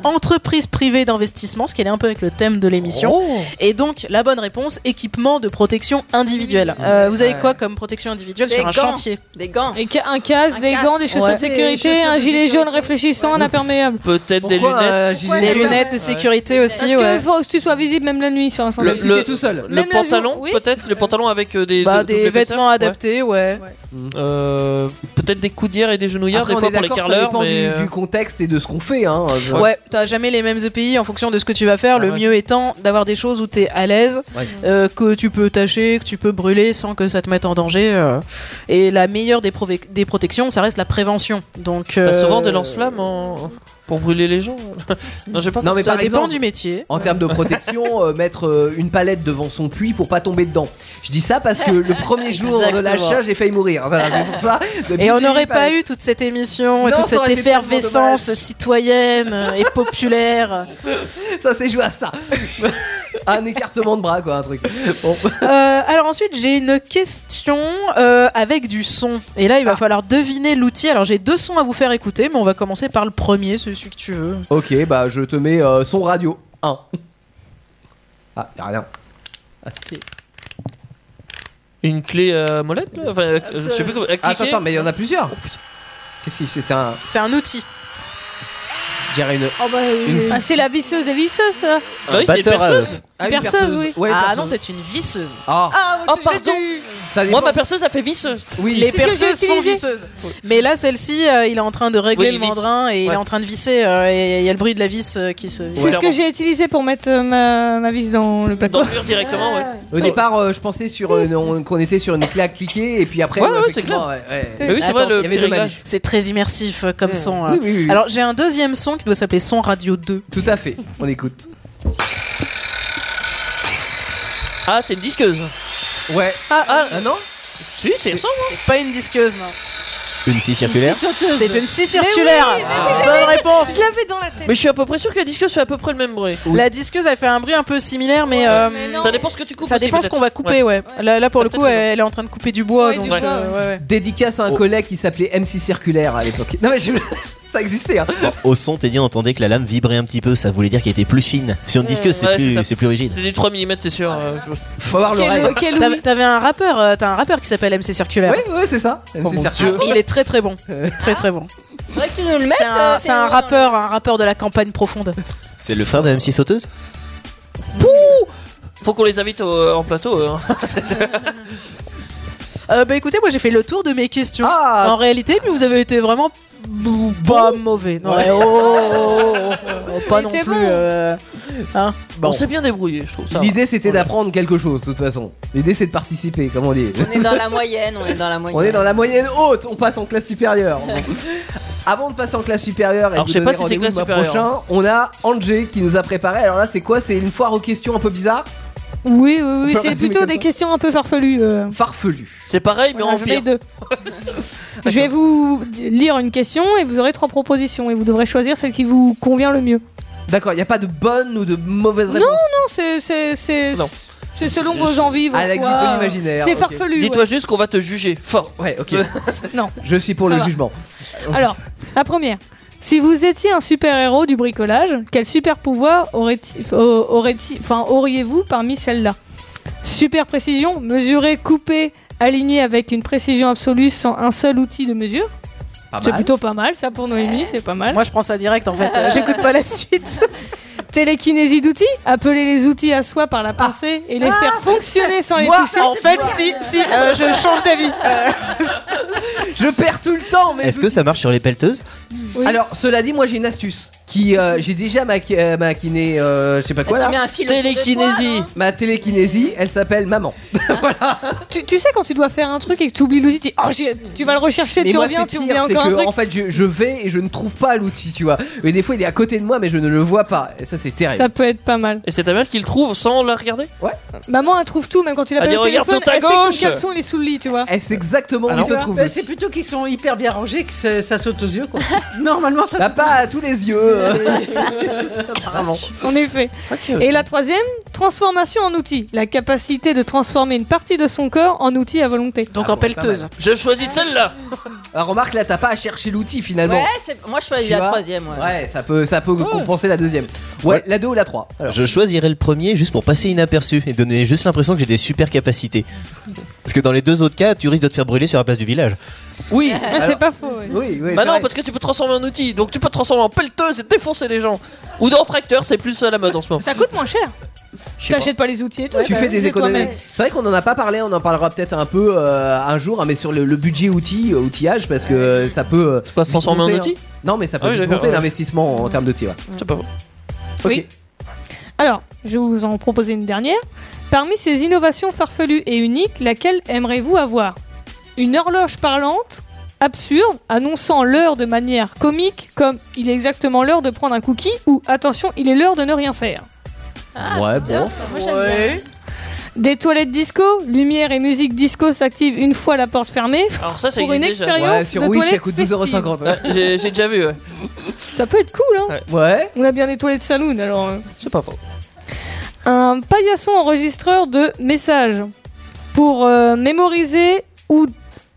Speaker 14: Entreprise privée d'investissement, ce qui est un peu avec le thème de l'émission.
Speaker 6: Oh.
Speaker 14: Et donc, la bonne réponse, équipement de protection individuelle. Euh, vous avez
Speaker 10: Ouais.
Speaker 14: quoi comme protection individuelle sur un chantier
Speaker 5: Des gants.
Speaker 10: Et ca- un casque, des
Speaker 5: casque.
Speaker 10: gants, des chaussures
Speaker 14: Ouais.
Speaker 10: de sécurité,
Speaker 14: Des chaussures
Speaker 10: un
Speaker 14: de
Speaker 10: gilet jaune réfléchissant, un imperméable.
Speaker 6: Peut-être des
Speaker 10: Pourquoi, euh,
Speaker 6: lunettes.
Speaker 10: gilet
Speaker 14: Des
Speaker 10: jaune
Speaker 14: lunettes de
Speaker 10: Ouais.
Speaker 14: sécurité aussi,
Speaker 10: Parce que
Speaker 14: ouais.
Speaker 10: faut que tu sois visible même la nuit sur un
Speaker 6: Le,
Speaker 10: incendie.
Speaker 6: le- le
Speaker 10: Même la
Speaker 6: pantalon,
Speaker 10: jour- oui.
Speaker 6: peut-être le pantalon avec euh, des,
Speaker 14: Bah,
Speaker 6: dou- double
Speaker 14: des
Speaker 6: épaisseur,
Speaker 14: vêtements
Speaker 6: ouais.
Speaker 14: adaptés, ouais.
Speaker 6: Euh, peut-être des coudières et des genouillères,
Speaker 1: Après,
Speaker 6: des
Speaker 1: on
Speaker 6: fois
Speaker 1: est
Speaker 6: pour les
Speaker 1: d'accord, ça
Speaker 6: carleurs,
Speaker 1: dépend
Speaker 6: mais.
Speaker 1: du,
Speaker 6: euh,
Speaker 1: du contexte et de ce qu'on fait. Hein.
Speaker 14: Ouais, t'as jamais les mêmes EPI en fonction de ce que tu vas faire. le
Speaker 1: ouais.
Speaker 14: mieux étant d'avoir des choses où t'es à l'aise,
Speaker 1: Ouais.
Speaker 14: euh, que tu peux tâcher, que tu peux brûler sans que ça te mette en danger. euh. Et la meilleure des, prove- des protections, ça reste la prévention. Donc,
Speaker 6: T'as
Speaker 14: euh,
Speaker 6: souvent des lance-flammes en. Pour brûler les gens Non, je sais pas.
Speaker 1: Non, mais
Speaker 6: ça
Speaker 1: par
Speaker 6: dépend
Speaker 1: exemple,
Speaker 6: du métier.
Speaker 1: En termes de protection, euh, mettre euh, une palette devant son puits pour pas tomber dedans. Je dis ça parce que le premier jour de
Speaker 6: Exactement.
Speaker 1: l'achat, j'ai failli mourir. Voilà, c'est pour ça. Depuis,
Speaker 14: Et on
Speaker 1: j'ai
Speaker 14: n'aurait
Speaker 1: une
Speaker 14: pas
Speaker 1: palette.
Speaker 14: eu toute cette émission et
Speaker 1: Non,
Speaker 14: toute
Speaker 1: ça
Speaker 14: cette
Speaker 1: aurait été tellement
Speaker 14: effervescence citoyenne et populaire.
Speaker 1: Ça c'est joué à ça. un écartement de bras, quoi, un truc. Bon.
Speaker 14: Euh, alors ensuite, j'ai une question euh, avec du son. Et
Speaker 1: Ah.
Speaker 14: là, il va falloir deviner l'outil. Alors j'ai deux sons à vous faire écouter, mais on va commencer par le premier, celui que tu veux.
Speaker 1: Ok, bah je te mets euh, son radio 1. Ah, y'a rien. Ah, si.
Speaker 6: Une clé euh, molette là Enfin, euh, je sais plus comment. à
Speaker 1: Attends,
Speaker 6: cliquer Oh,
Speaker 1: attends, mais il y en a plusieurs. Qu'est-ce que c'est C'est un.
Speaker 14: C'est un outil.
Speaker 1: Je dirais une. Une-
Speaker 10: Ah, c'est la visseuse des visseuses, ça.
Speaker 1: Bah oui, c'est une Batteur à perceuse. œuf. Ah,
Speaker 10: Une
Speaker 1: une
Speaker 10: perceuse,
Speaker 1: perceuse.
Speaker 10: oui.
Speaker 1: Ouais, une
Speaker 14: ah
Speaker 1: perceuse.
Speaker 14: non, c'est une visseuse.
Speaker 1: Ah.
Speaker 10: oh,
Speaker 14: pardon.
Speaker 1: Ça dépend.
Speaker 14: Moi, ma perceuse, ça fait visseuse.
Speaker 1: Oui.
Speaker 14: Les
Speaker 10: C'est ce que j'ai
Speaker 14: perceuses font
Speaker 10: utilisé.
Speaker 14: visseuse. Mais là, celle-ci, euh, il est en train de régler
Speaker 10: Oui,
Speaker 14: le
Speaker 10: il visse.
Speaker 14: mandrin et il
Speaker 10: Ouais.
Speaker 14: est en train de visser. euh, et il y a le bruit de la vis euh, qui se.
Speaker 10: C'est ce que j'ai utilisé pour mettre euh, ma, ma vis dans le plateau.
Speaker 6: directement, ouais.
Speaker 1: Au départ, euh, je pensais sur euh, on- qu'on était sur une clé à cliquer et puis après. euh,
Speaker 14: Ouais, ouais,
Speaker 1: effectivement,
Speaker 14: c'est clair.
Speaker 1: ouais, ouais.
Speaker 14: Mais oui, c'est vrai,
Speaker 1: Attends,
Speaker 14: le
Speaker 1: il y avait
Speaker 14: petit
Speaker 1: deux manches.
Speaker 14: réglage. C'est très immersif euh, comme son. euh.
Speaker 1: Oui, oui, oui, oui.
Speaker 14: Alors j'ai un deuxième son qui doit s'appeler Son Radio 2.
Speaker 1: Tout à fait, on écoute.
Speaker 6: Ah, c'est une disqueuse.
Speaker 1: Ouais.
Speaker 14: Ah,
Speaker 1: non
Speaker 6: Si, c'est hein. ressemble.
Speaker 14: C'est pas une disqueuse, non.
Speaker 22: Une scie circulaire
Speaker 14: C'est une scie
Speaker 6: Mais oui,
Speaker 14: circulaire. Ah,
Speaker 6: mais oui, j'avais
Speaker 14: Bonne
Speaker 6: dit-
Speaker 14: réponse.
Speaker 10: Je l'avais dans la tête.
Speaker 14: Mais je suis à peu près sûr que la disqueuse fait à peu près le même bruit. La disqueuse, elle fait un bruit un peu similaire, mais, euh,
Speaker 6: Ça dépend ce que tu coupes.
Speaker 14: ça
Speaker 6: aussi,
Speaker 14: dépend ce
Speaker 6: peut-être.
Speaker 14: qu'on va couper, ouais. Là, là, pour le coup,
Speaker 6: peut-être
Speaker 14: elle, elle est en train de couper du bois, donc.
Speaker 6: bois, Oh.
Speaker 14: euh, ouais, ouais.
Speaker 1: Dédicace à un collègue qui s'appelait MC Circulaire à l'époque. Non mais je- ça existait. Hein.
Speaker 22: Au son, t'es dit, on entendait que la lame vibrait un petit peu, ça voulait dire qu'elle était plus fine. Sur une disqueuse, c'est
Speaker 6: Ouais, ça.
Speaker 22: plus, c'est plus rigide.
Speaker 6: C'était du 3 mm, c'est sûr. euh, je-
Speaker 1: Faut avoir
Speaker 14: Quel-
Speaker 1: l'oreille.
Speaker 14: quel T'avais- T'avais un rappeur, euh, t'as un rappeur qui s'appelle MC Circulaire.
Speaker 1: Oui, oui, c'est ça. MC Circulaire.
Speaker 14: Il est très très bon, très très bon.
Speaker 5: Faudrait que tu nous le mettes.
Speaker 14: C'est un,
Speaker 5: euh,
Speaker 14: c'est un
Speaker 5: Théo.
Speaker 14: rappeur, un rappeur de la campagne profonde.
Speaker 22: C'est le frère de M6 Sauteuse
Speaker 6: Faut qu'on les invite au- en plateau. euh. C'est ça.
Speaker 14: Euh, bah écoutez, moi j'ai fait le tour de mes questions. en réalité, mais vous avez été vraiment b- pas mauvais. Non,
Speaker 6: Ouais.
Speaker 14: mais oh, oh, oh, oh, pas
Speaker 6: Mais
Speaker 14: non
Speaker 6: c'est
Speaker 14: plus.
Speaker 6: bon.
Speaker 14: euh, hein.
Speaker 1: Bon.
Speaker 14: On s'est bien débrouillé, je trouve. Ça
Speaker 1: L'idée c'était d'apprendre quelque chose de toute façon. L'idée c'est de participer, comme on dit.
Speaker 5: On est dans la moyenne, on est dans la moyenne.
Speaker 1: On est dans la moyenne haute, on passe en classe supérieure. Bon. Avant de passer en classe supérieure et
Speaker 6: Alors,
Speaker 1: de
Speaker 6: je sais
Speaker 1: vous
Speaker 6: pas
Speaker 1: donner
Speaker 6: si c'est
Speaker 1: rendez-vous le mois
Speaker 6: classe supérieure. hein.
Speaker 1: prochain, on a Angé qui nous a préparé. Alors là, c'est quoi C'est une foire aux questions un peu bizarre
Speaker 10: Oui, oui,
Speaker 1: On
Speaker 10: oui,
Speaker 1: peut
Speaker 10: c'est
Speaker 1: résumer
Speaker 10: plutôt
Speaker 1: comme
Speaker 10: des
Speaker 1: ça
Speaker 10: questions un peu farfelues. euh.
Speaker 1: Farfelu.
Speaker 6: C'est pareil, mais
Speaker 10: Voilà,
Speaker 6: en
Speaker 10: j'en ai
Speaker 6: fil.
Speaker 10: deux. Je vais vous lire une question et vous aurez trois propositions et vous devrez choisir celle qui vous convient le mieux.
Speaker 1: D'accord, il n'y a pas de bonne ou de mauvaise
Speaker 10: Non,
Speaker 1: réponse.
Speaker 10: non, c'est c'est c'est
Speaker 6: Non.
Speaker 10: c'est selon
Speaker 6: C'est-
Speaker 10: vos envies, vos
Speaker 1: À la
Speaker 10: choix.
Speaker 1: guise de l'imaginaire,
Speaker 10: C'est
Speaker 1: ok.
Speaker 10: farfelu.
Speaker 6: Dis-toi juste qu'on va te juger fort.
Speaker 1: Ouais, ok.
Speaker 10: Non.
Speaker 1: Je suis pour le
Speaker 10: Ça va.
Speaker 1: jugement.
Speaker 10: ouais. Alors, la première. Si vous étiez un super-héros du bricolage, quel super pouvoir aurait-il- euh, aurait-il- enfin, auriez-vous parmi celles-là Super précision, mesurer, couper, aligner avec une précision absolue sans un seul outil de mesure.
Speaker 1: Pas
Speaker 10: C'est
Speaker 1: mal.
Speaker 10: plutôt pas mal, ça pour Noémie, c'est pas mal.
Speaker 14: Moi je prends ça direct en fait, Euh, j'écoute pas la suite.
Speaker 10: Télékinésie d'outils, appeler les outils à soi par la pensée et les faire fonctionner sans les
Speaker 14: Ah. Moi,
Speaker 10: toucher.
Speaker 14: en fait, si, si, euh, je change d'avis. Euh,
Speaker 1: Je perds tout le temps, mais.
Speaker 22: Est-ce que ça marche sur les pelleteuses
Speaker 1: Alors, cela dit, moi j'ai une astuce qui euh, j'ai déjà ma, ki- euh, ma kiné, euh, je sais pas quoi
Speaker 5: tu
Speaker 1: là.
Speaker 5: mets un fil autour de toi, Télékinésie. non
Speaker 1: ma télékinésie, elle s'appelle maman.
Speaker 10: Ah, Tu, tu sais quand tu dois faire un truc et que tu oublies l'outil, tu, dis, oh, j'ai- tu vas le rechercher,
Speaker 1: Mais
Speaker 10: tu
Speaker 1: moi,
Speaker 10: reviens,
Speaker 1: c'est
Speaker 10: tu
Speaker 1: pire,
Speaker 10: oublies
Speaker 1: c'est
Speaker 10: encore un
Speaker 1: que
Speaker 10: truc.
Speaker 1: en fait, je, je vais et je ne trouve pas l'outil, tu vois. Mais des fois, il est à côté de moi, mais je ne le vois pas. Et ça, c'est terrible.
Speaker 10: Ça peut être pas mal.
Speaker 6: Et c'est ta mère qui le trouve sans la regarder
Speaker 1: Ouais. Ah
Speaker 10: Maman, Bah, elle trouve tout, même quand tu l'as
Speaker 6: Elle
Speaker 10: pas
Speaker 6: dit,
Speaker 10: eu au
Speaker 6: regarde
Speaker 10: téléphone,
Speaker 6: Ah, sur ta
Speaker 10: elle sait que
Speaker 6: gauche. Ah
Speaker 10: ton caleçon, il est sous le lit, tu vois.
Speaker 1: Elle sait exactement où
Speaker 6: Alors
Speaker 1: il se trouve.
Speaker 9: Bah,
Speaker 1: l'outil.
Speaker 9: c'est plutôt qu'ils sont hyper bien rangés que ça ça saute aux yeux. Quoi. Normalement, ça
Speaker 1: Bah,
Speaker 9: saute-
Speaker 1: pas à tous les yeux. euh, Apparemment.
Speaker 10: En effet. Et la troisième, transformation en outil. La capacité de transformer une partie de son corps en outil à volonté.
Speaker 14: Donc
Speaker 1: Ah
Speaker 14: en
Speaker 1: bah,
Speaker 14: pelleteuse.
Speaker 6: Je choisis celle-là.
Speaker 1: Alors, Ah, remarque, là, t'as pas à chercher l'outil finalement.
Speaker 5: Ouais, c'est- moi je choisis
Speaker 1: Tu
Speaker 5: la
Speaker 1: vois
Speaker 5: troisième. Ouais. Oh.
Speaker 1: Ouais, ça peut, ça peut compenser la deuxième. Ouais, la 2 ou la 3. Alors,
Speaker 22: Je choisirais le premier juste pour passer inaperçu et donner juste l'impression que j'ai des super capacités. Parce que dans les deux autres cas, tu risques de te faire brûler sur la place du village.
Speaker 1: oui,
Speaker 10: Ah, C'est
Speaker 1: alors-
Speaker 10: pas faux. ouais.
Speaker 1: oui, oui.
Speaker 6: Bah
Speaker 1: c'est
Speaker 6: non,
Speaker 1: vrai.
Speaker 6: parce que tu peux te transformer en outil. Donc tu peux te transformer en pelleteuse et défoncer les gens. Ou dans tracteur, c'est plus à la mode en ce moment.
Speaker 10: Ça coûte moins cher.
Speaker 6: Je sais pas.
Speaker 10: T'achètes pas les outils et tout.
Speaker 1: tu
Speaker 10: bah,
Speaker 1: fais des
Speaker 10: c'est
Speaker 1: économies.
Speaker 10: toi-même.
Speaker 1: C'est vrai qu'on en a pas parlé, on en parlera peut-être un peu euh, un jour, hein, mais sur le, le budget outils, euh, outillage, parce que euh, ça peut. euh,
Speaker 6: pas se transformer en
Speaker 1: vite monter,
Speaker 6: outil
Speaker 1: hein. Non, mais ça peut
Speaker 6: Ah oui,
Speaker 1: vite
Speaker 6: d'accord,
Speaker 1: monter
Speaker 6: ouais.
Speaker 1: l'investissement en termes d'outils. Ouais.
Speaker 6: C'est pas faux.
Speaker 1: Ok.
Speaker 10: Alors, je vais vous en proposer une dernière. Parmi ces innovations farfelues et uniques, laquelle aimeriez-vous avoir Une horloge parlante, absurde, annonçant l'heure de manière comique, comme il est exactement l'heure de prendre un cookie ou attention, il est l'heure de ne rien faire.
Speaker 4: Ah
Speaker 1: ouais,
Speaker 10: bien,
Speaker 1: bon.
Speaker 10: Des toilettes disco, lumière et musique disco s'activent une fois la porte fermée.
Speaker 4: Alors ça, ça
Speaker 10: pour une
Speaker 4: existe déjà.
Speaker 10: expérience de toilettes
Speaker 4: Ouais, j'ai- J'ai déjà vu, ouais.
Speaker 10: Ça peut être cool, hein
Speaker 1: Ouais.
Speaker 10: On a bien des toilettes saloon, alors. euh.
Speaker 4: C'est pas faux.
Speaker 10: Un paillasson enregistreur de messages pour euh, mémoriser ou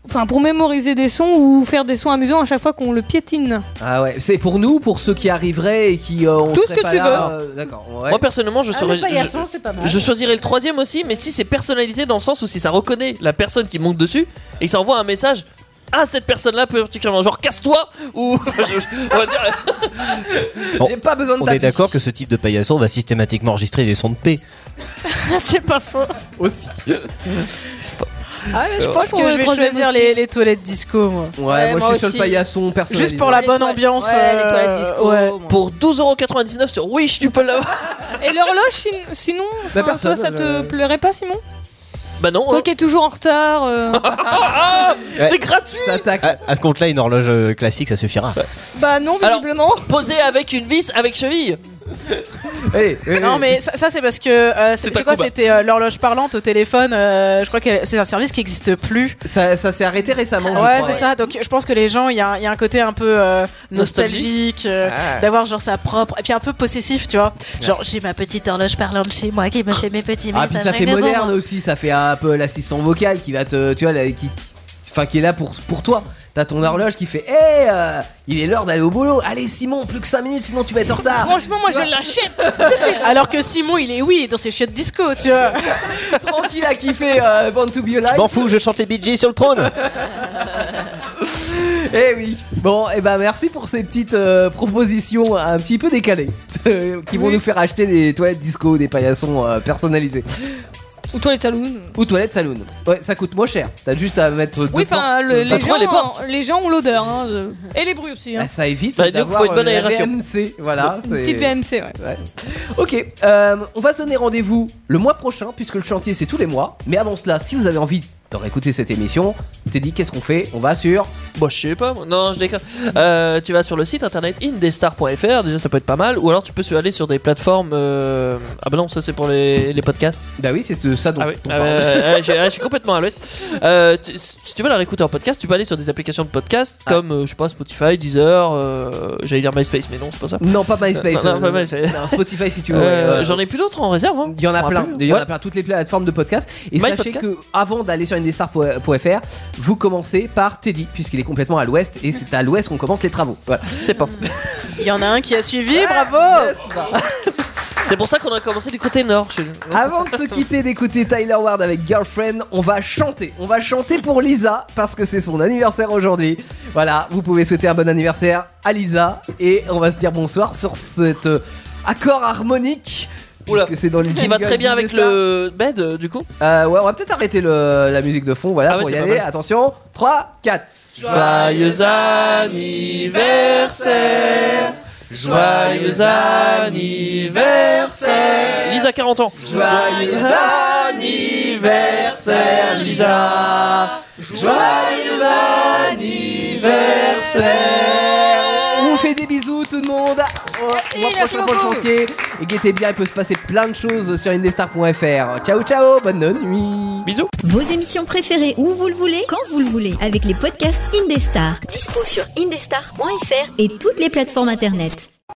Speaker 10: enfin pour mémoriser des sons ou faire des sons amusants à chaque fois qu'on le piétine.
Speaker 1: Ah ouais, c'est pour nous, pour ceux qui arriveraient et qui euh, on
Speaker 4: Tout ce
Speaker 1: serait
Speaker 4: que
Speaker 1: pas
Speaker 4: tu
Speaker 1: là,
Speaker 4: veux.
Speaker 1: euh, D'accord. ouais.
Speaker 4: Moi personnellement, je
Speaker 1: Ah,
Speaker 4: saurais-
Speaker 1: le paillasson,
Speaker 4: je-
Speaker 1: c'est pas mal.
Speaker 4: Je choisirais le troisième aussi, mais si c'est personnalisé dans le sens où si ça reconnaît la personne qui monte dessus et que ça envoie un message à cette personne-là particulièrement, genre casse-toi ou je- on va dire-
Speaker 1: J'ai pas besoin de
Speaker 22: On
Speaker 1: ta
Speaker 22: est
Speaker 1: vie.
Speaker 22: d'accord que ce type de paillasson va systématiquement enregistrer des sons de paix.
Speaker 10: c'est pas faux.
Speaker 1: Aussi.
Speaker 14: Ah, mais je
Speaker 1: Alors,
Speaker 14: pense
Speaker 1: pour
Speaker 14: que
Speaker 1: le
Speaker 14: je vais
Speaker 1: troisième
Speaker 14: choisir
Speaker 1: aussi.
Speaker 14: les, les toilettes disco, moi.
Speaker 1: Euh, Ouais, moi, je suis sur le paillasson personnalisé.
Speaker 14: Juste pour la bonne ambiance. euh, ouais.
Speaker 4: Pour 12,99€ sur Wish, tu peux l'avoir.
Speaker 10: Et l'horloge, sin- sinon,
Speaker 4: Bah,
Speaker 10: enfin,
Speaker 4: personne,
Speaker 10: toi, ça te
Speaker 4: euh,
Speaker 10: plairait pas, Simon
Speaker 4: Bah non.
Speaker 10: Toi qui es toujours en retard. euh.
Speaker 22: Ouais.
Speaker 4: gratuit
Speaker 22: à, à ce compte-là, une horloge euh, classique, ça suffira.
Speaker 10: Bah non, visiblement.
Speaker 4: Posé avec une vis avec cheville.
Speaker 14: Non mais ça, ça, c'est parce que euh, c'est-
Speaker 4: C'est un
Speaker 14: c'est quoi
Speaker 4: combat.
Speaker 14: c'était euh, l'horloge parlante au téléphone euh, je crois que c'est un service qui existe plus
Speaker 1: ça, ça s'est arrêté récemment je
Speaker 14: ouais
Speaker 1: crois,
Speaker 14: c'est ça donc je pense que les gens il y, a un- il y a un côté un peu euh, nostalgique euh,
Speaker 1: Ah.
Speaker 14: d'avoir genre sa propre et puis un peu possessif tu vois genre j'ai ma petite horloge parlante chez moi qui me fait mes petits
Speaker 1: Ah
Speaker 14: messages hein.
Speaker 1: puis ça fait
Speaker 14: régulièrement.
Speaker 1: moderne aussi, ça fait un peu l'assistant vocal qui va te, tu vois, la- qui, enfin qui est là pour pour toi. T'as ton horloge qui fait, hé, il est l'heure d'aller au boulot. Allez Simon, plus que 5 minutes, sinon tu vas être en retard.
Speaker 10: Franchement, moi
Speaker 1: Tu vois
Speaker 10: je l'achète.
Speaker 14: alors que Simon il est oui dans ses chiottes disco tu vois
Speaker 1: tranquille à kiffer euh, Born to Be Alive.
Speaker 22: Je m'en fous, je chante les Bee Gees sur le trône.
Speaker 1: Eh oui. Bon, et ben merci pour ces petites euh, propositions un petit peu décalées qui vont
Speaker 10: Oui.
Speaker 1: nous faire acheter des toilettes disco, des paillassons euh, personnalisés
Speaker 10: Ou toilettes saloon.
Speaker 1: ou toilettes saloon. Ouais, ça coûte moins cher. T'as juste à mettre. deux
Speaker 10: Oui, enfin,
Speaker 1: portes,
Speaker 10: le-
Speaker 1: euh,
Speaker 10: les,
Speaker 1: pas trop,
Speaker 10: gens,
Speaker 1: les portes.
Speaker 10: hein, les gens ont l'odeur. hein, de- Et les bruits aussi. hein.
Speaker 1: Ah, ça évite
Speaker 4: Bah, donc,
Speaker 1: d'avoir
Speaker 4: faut une bonne
Speaker 1: euh, la
Speaker 4: aération.
Speaker 1: VMC, voilà.
Speaker 10: Une
Speaker 1: c'est-
Speaker 10: petite VMC, ouais.
Speaker 1: Ouais. Ok, euh, on va se donner rendez-vous le mois prochain puisque le chantier c'est tous les mois. Mais avant cela, si vous avez envie de réécouter cette émission, t'es dit qu'est-ce qu'on fait On va sur.
Speaker 4: Bah je sais pas, moi. non je déconne. Euh, tu vas sur le site internet indestar.fr, déjà ça peut être pas mal, ou alors tu peux se aller sur des plateformes... euh, Ah bah non, ça c'est pour les, les podcasts.
Speaker 1: Bah oui, c'est de ça dont
Speaker 4: ah oui.
Speaker 1: dont on
Speaker 4: Ah,
Speaker 1: parle.
Speaker 4: euh, ouais, j'ai- ouais, je suis complètement à l'ouest. Euh, tu- si tu veux la réécouter en podcast, tu peux aller sur des applications de podcast
Speaker 1: Ah.
Speaker 4: comme, euh, je sais pas, Spotify, Deezer, euh, j'allais dire MySpace, mais non, c'est pas ça.
Speaker 1: Non, pas MySpace.
Speaker 4: Non, non,
Speaker 1: euh,
Speaker 4: pas MySpace.
Speaker 1: non, Spotify si tu veux.
Speaker 4: Euh,
Speaker 1: ouais,
Speaker 4: J'en ai plus d'autres en réserve. hein.
Speaker 1: Il y en a
Speaker 4: On
Speaker 1: plein,
Speaker 4: rappelle.
Speaker 1: il y en
Speaker 4: Ouais.
Speaker 1: a plein toutes les plateformes de podcast. Et
Speaker 4: My
Speaker 1: sachez
Speaker 4: Podcast.
Speaker 1: que avant d'aller sur indestar.fr, vous commencez par Teddy, puisqu'il est complètement à l'ouest, et c'est à l'ouest qu'on commence les travaux. Voilà.
Speaker 4: C'est pas
Speaker 14: il y en a un qui a suivi bravo
Speaker 1: bah.
Speaker 4: C'est pour ça qu'on a commencé du côté nord chez nous.
Speaker 1: Avant de se quitter d'écouter Tyler Ward avec Girlfriend, on va chanter. On va chanter pour Lisa parce que c'est son anniversaire aujourd'hui. Voilà, vous pouvez souhaiter un bon anniversaire à Lisa et on va se dire bonsoir sur cet euh, accord harmonique.
Speaker 4: Oula,
Speaker 1: Puisque c'est dans le
Speaker 4: Qui va
Speaker 1: jingle
Speaker 4: très bien
Speaker 1: du
Speaker 4: avec
Speaker 1: Indestar.
Speaker 4: le bed euh, du coup.
Speaker 1: Euh, ouais, on va peut-être arrêter le- la musique de fond, voilà,
Speaker 4: Ah ouais,
Speaker 1: pour y
Speaker 4: c'est pas
Speaker 1: aller.
Speaker 4: mal.
Speaker 1: Attention, 3, 4.
Speaker 4: Joyeux anniversaire Joyeux anniversaire Lisa 40 ans
Speaker 21: Joyeux
Speaker 4: anniversaire Lisa
Speaker 21: Joyeux
Speaker 1: anniversaire On vous fait des bisous tout le monde Au mois
Speaker 21: merci
Speaker 1: prochain pour le
Speaker 21: beaucoup.
Speaker 1: chantier. Et guettez bien, il peut se passer plein de choses sur indestar.fr. Ciao ciao, bonne nuit
Speaker 4: Bisous
Speaker 19: Vos émissions préférées où vous le voulez, quand vous le voulez, avec les podcasts Indestar. Dispo sur indestar.fr et toutes les plateformes internet.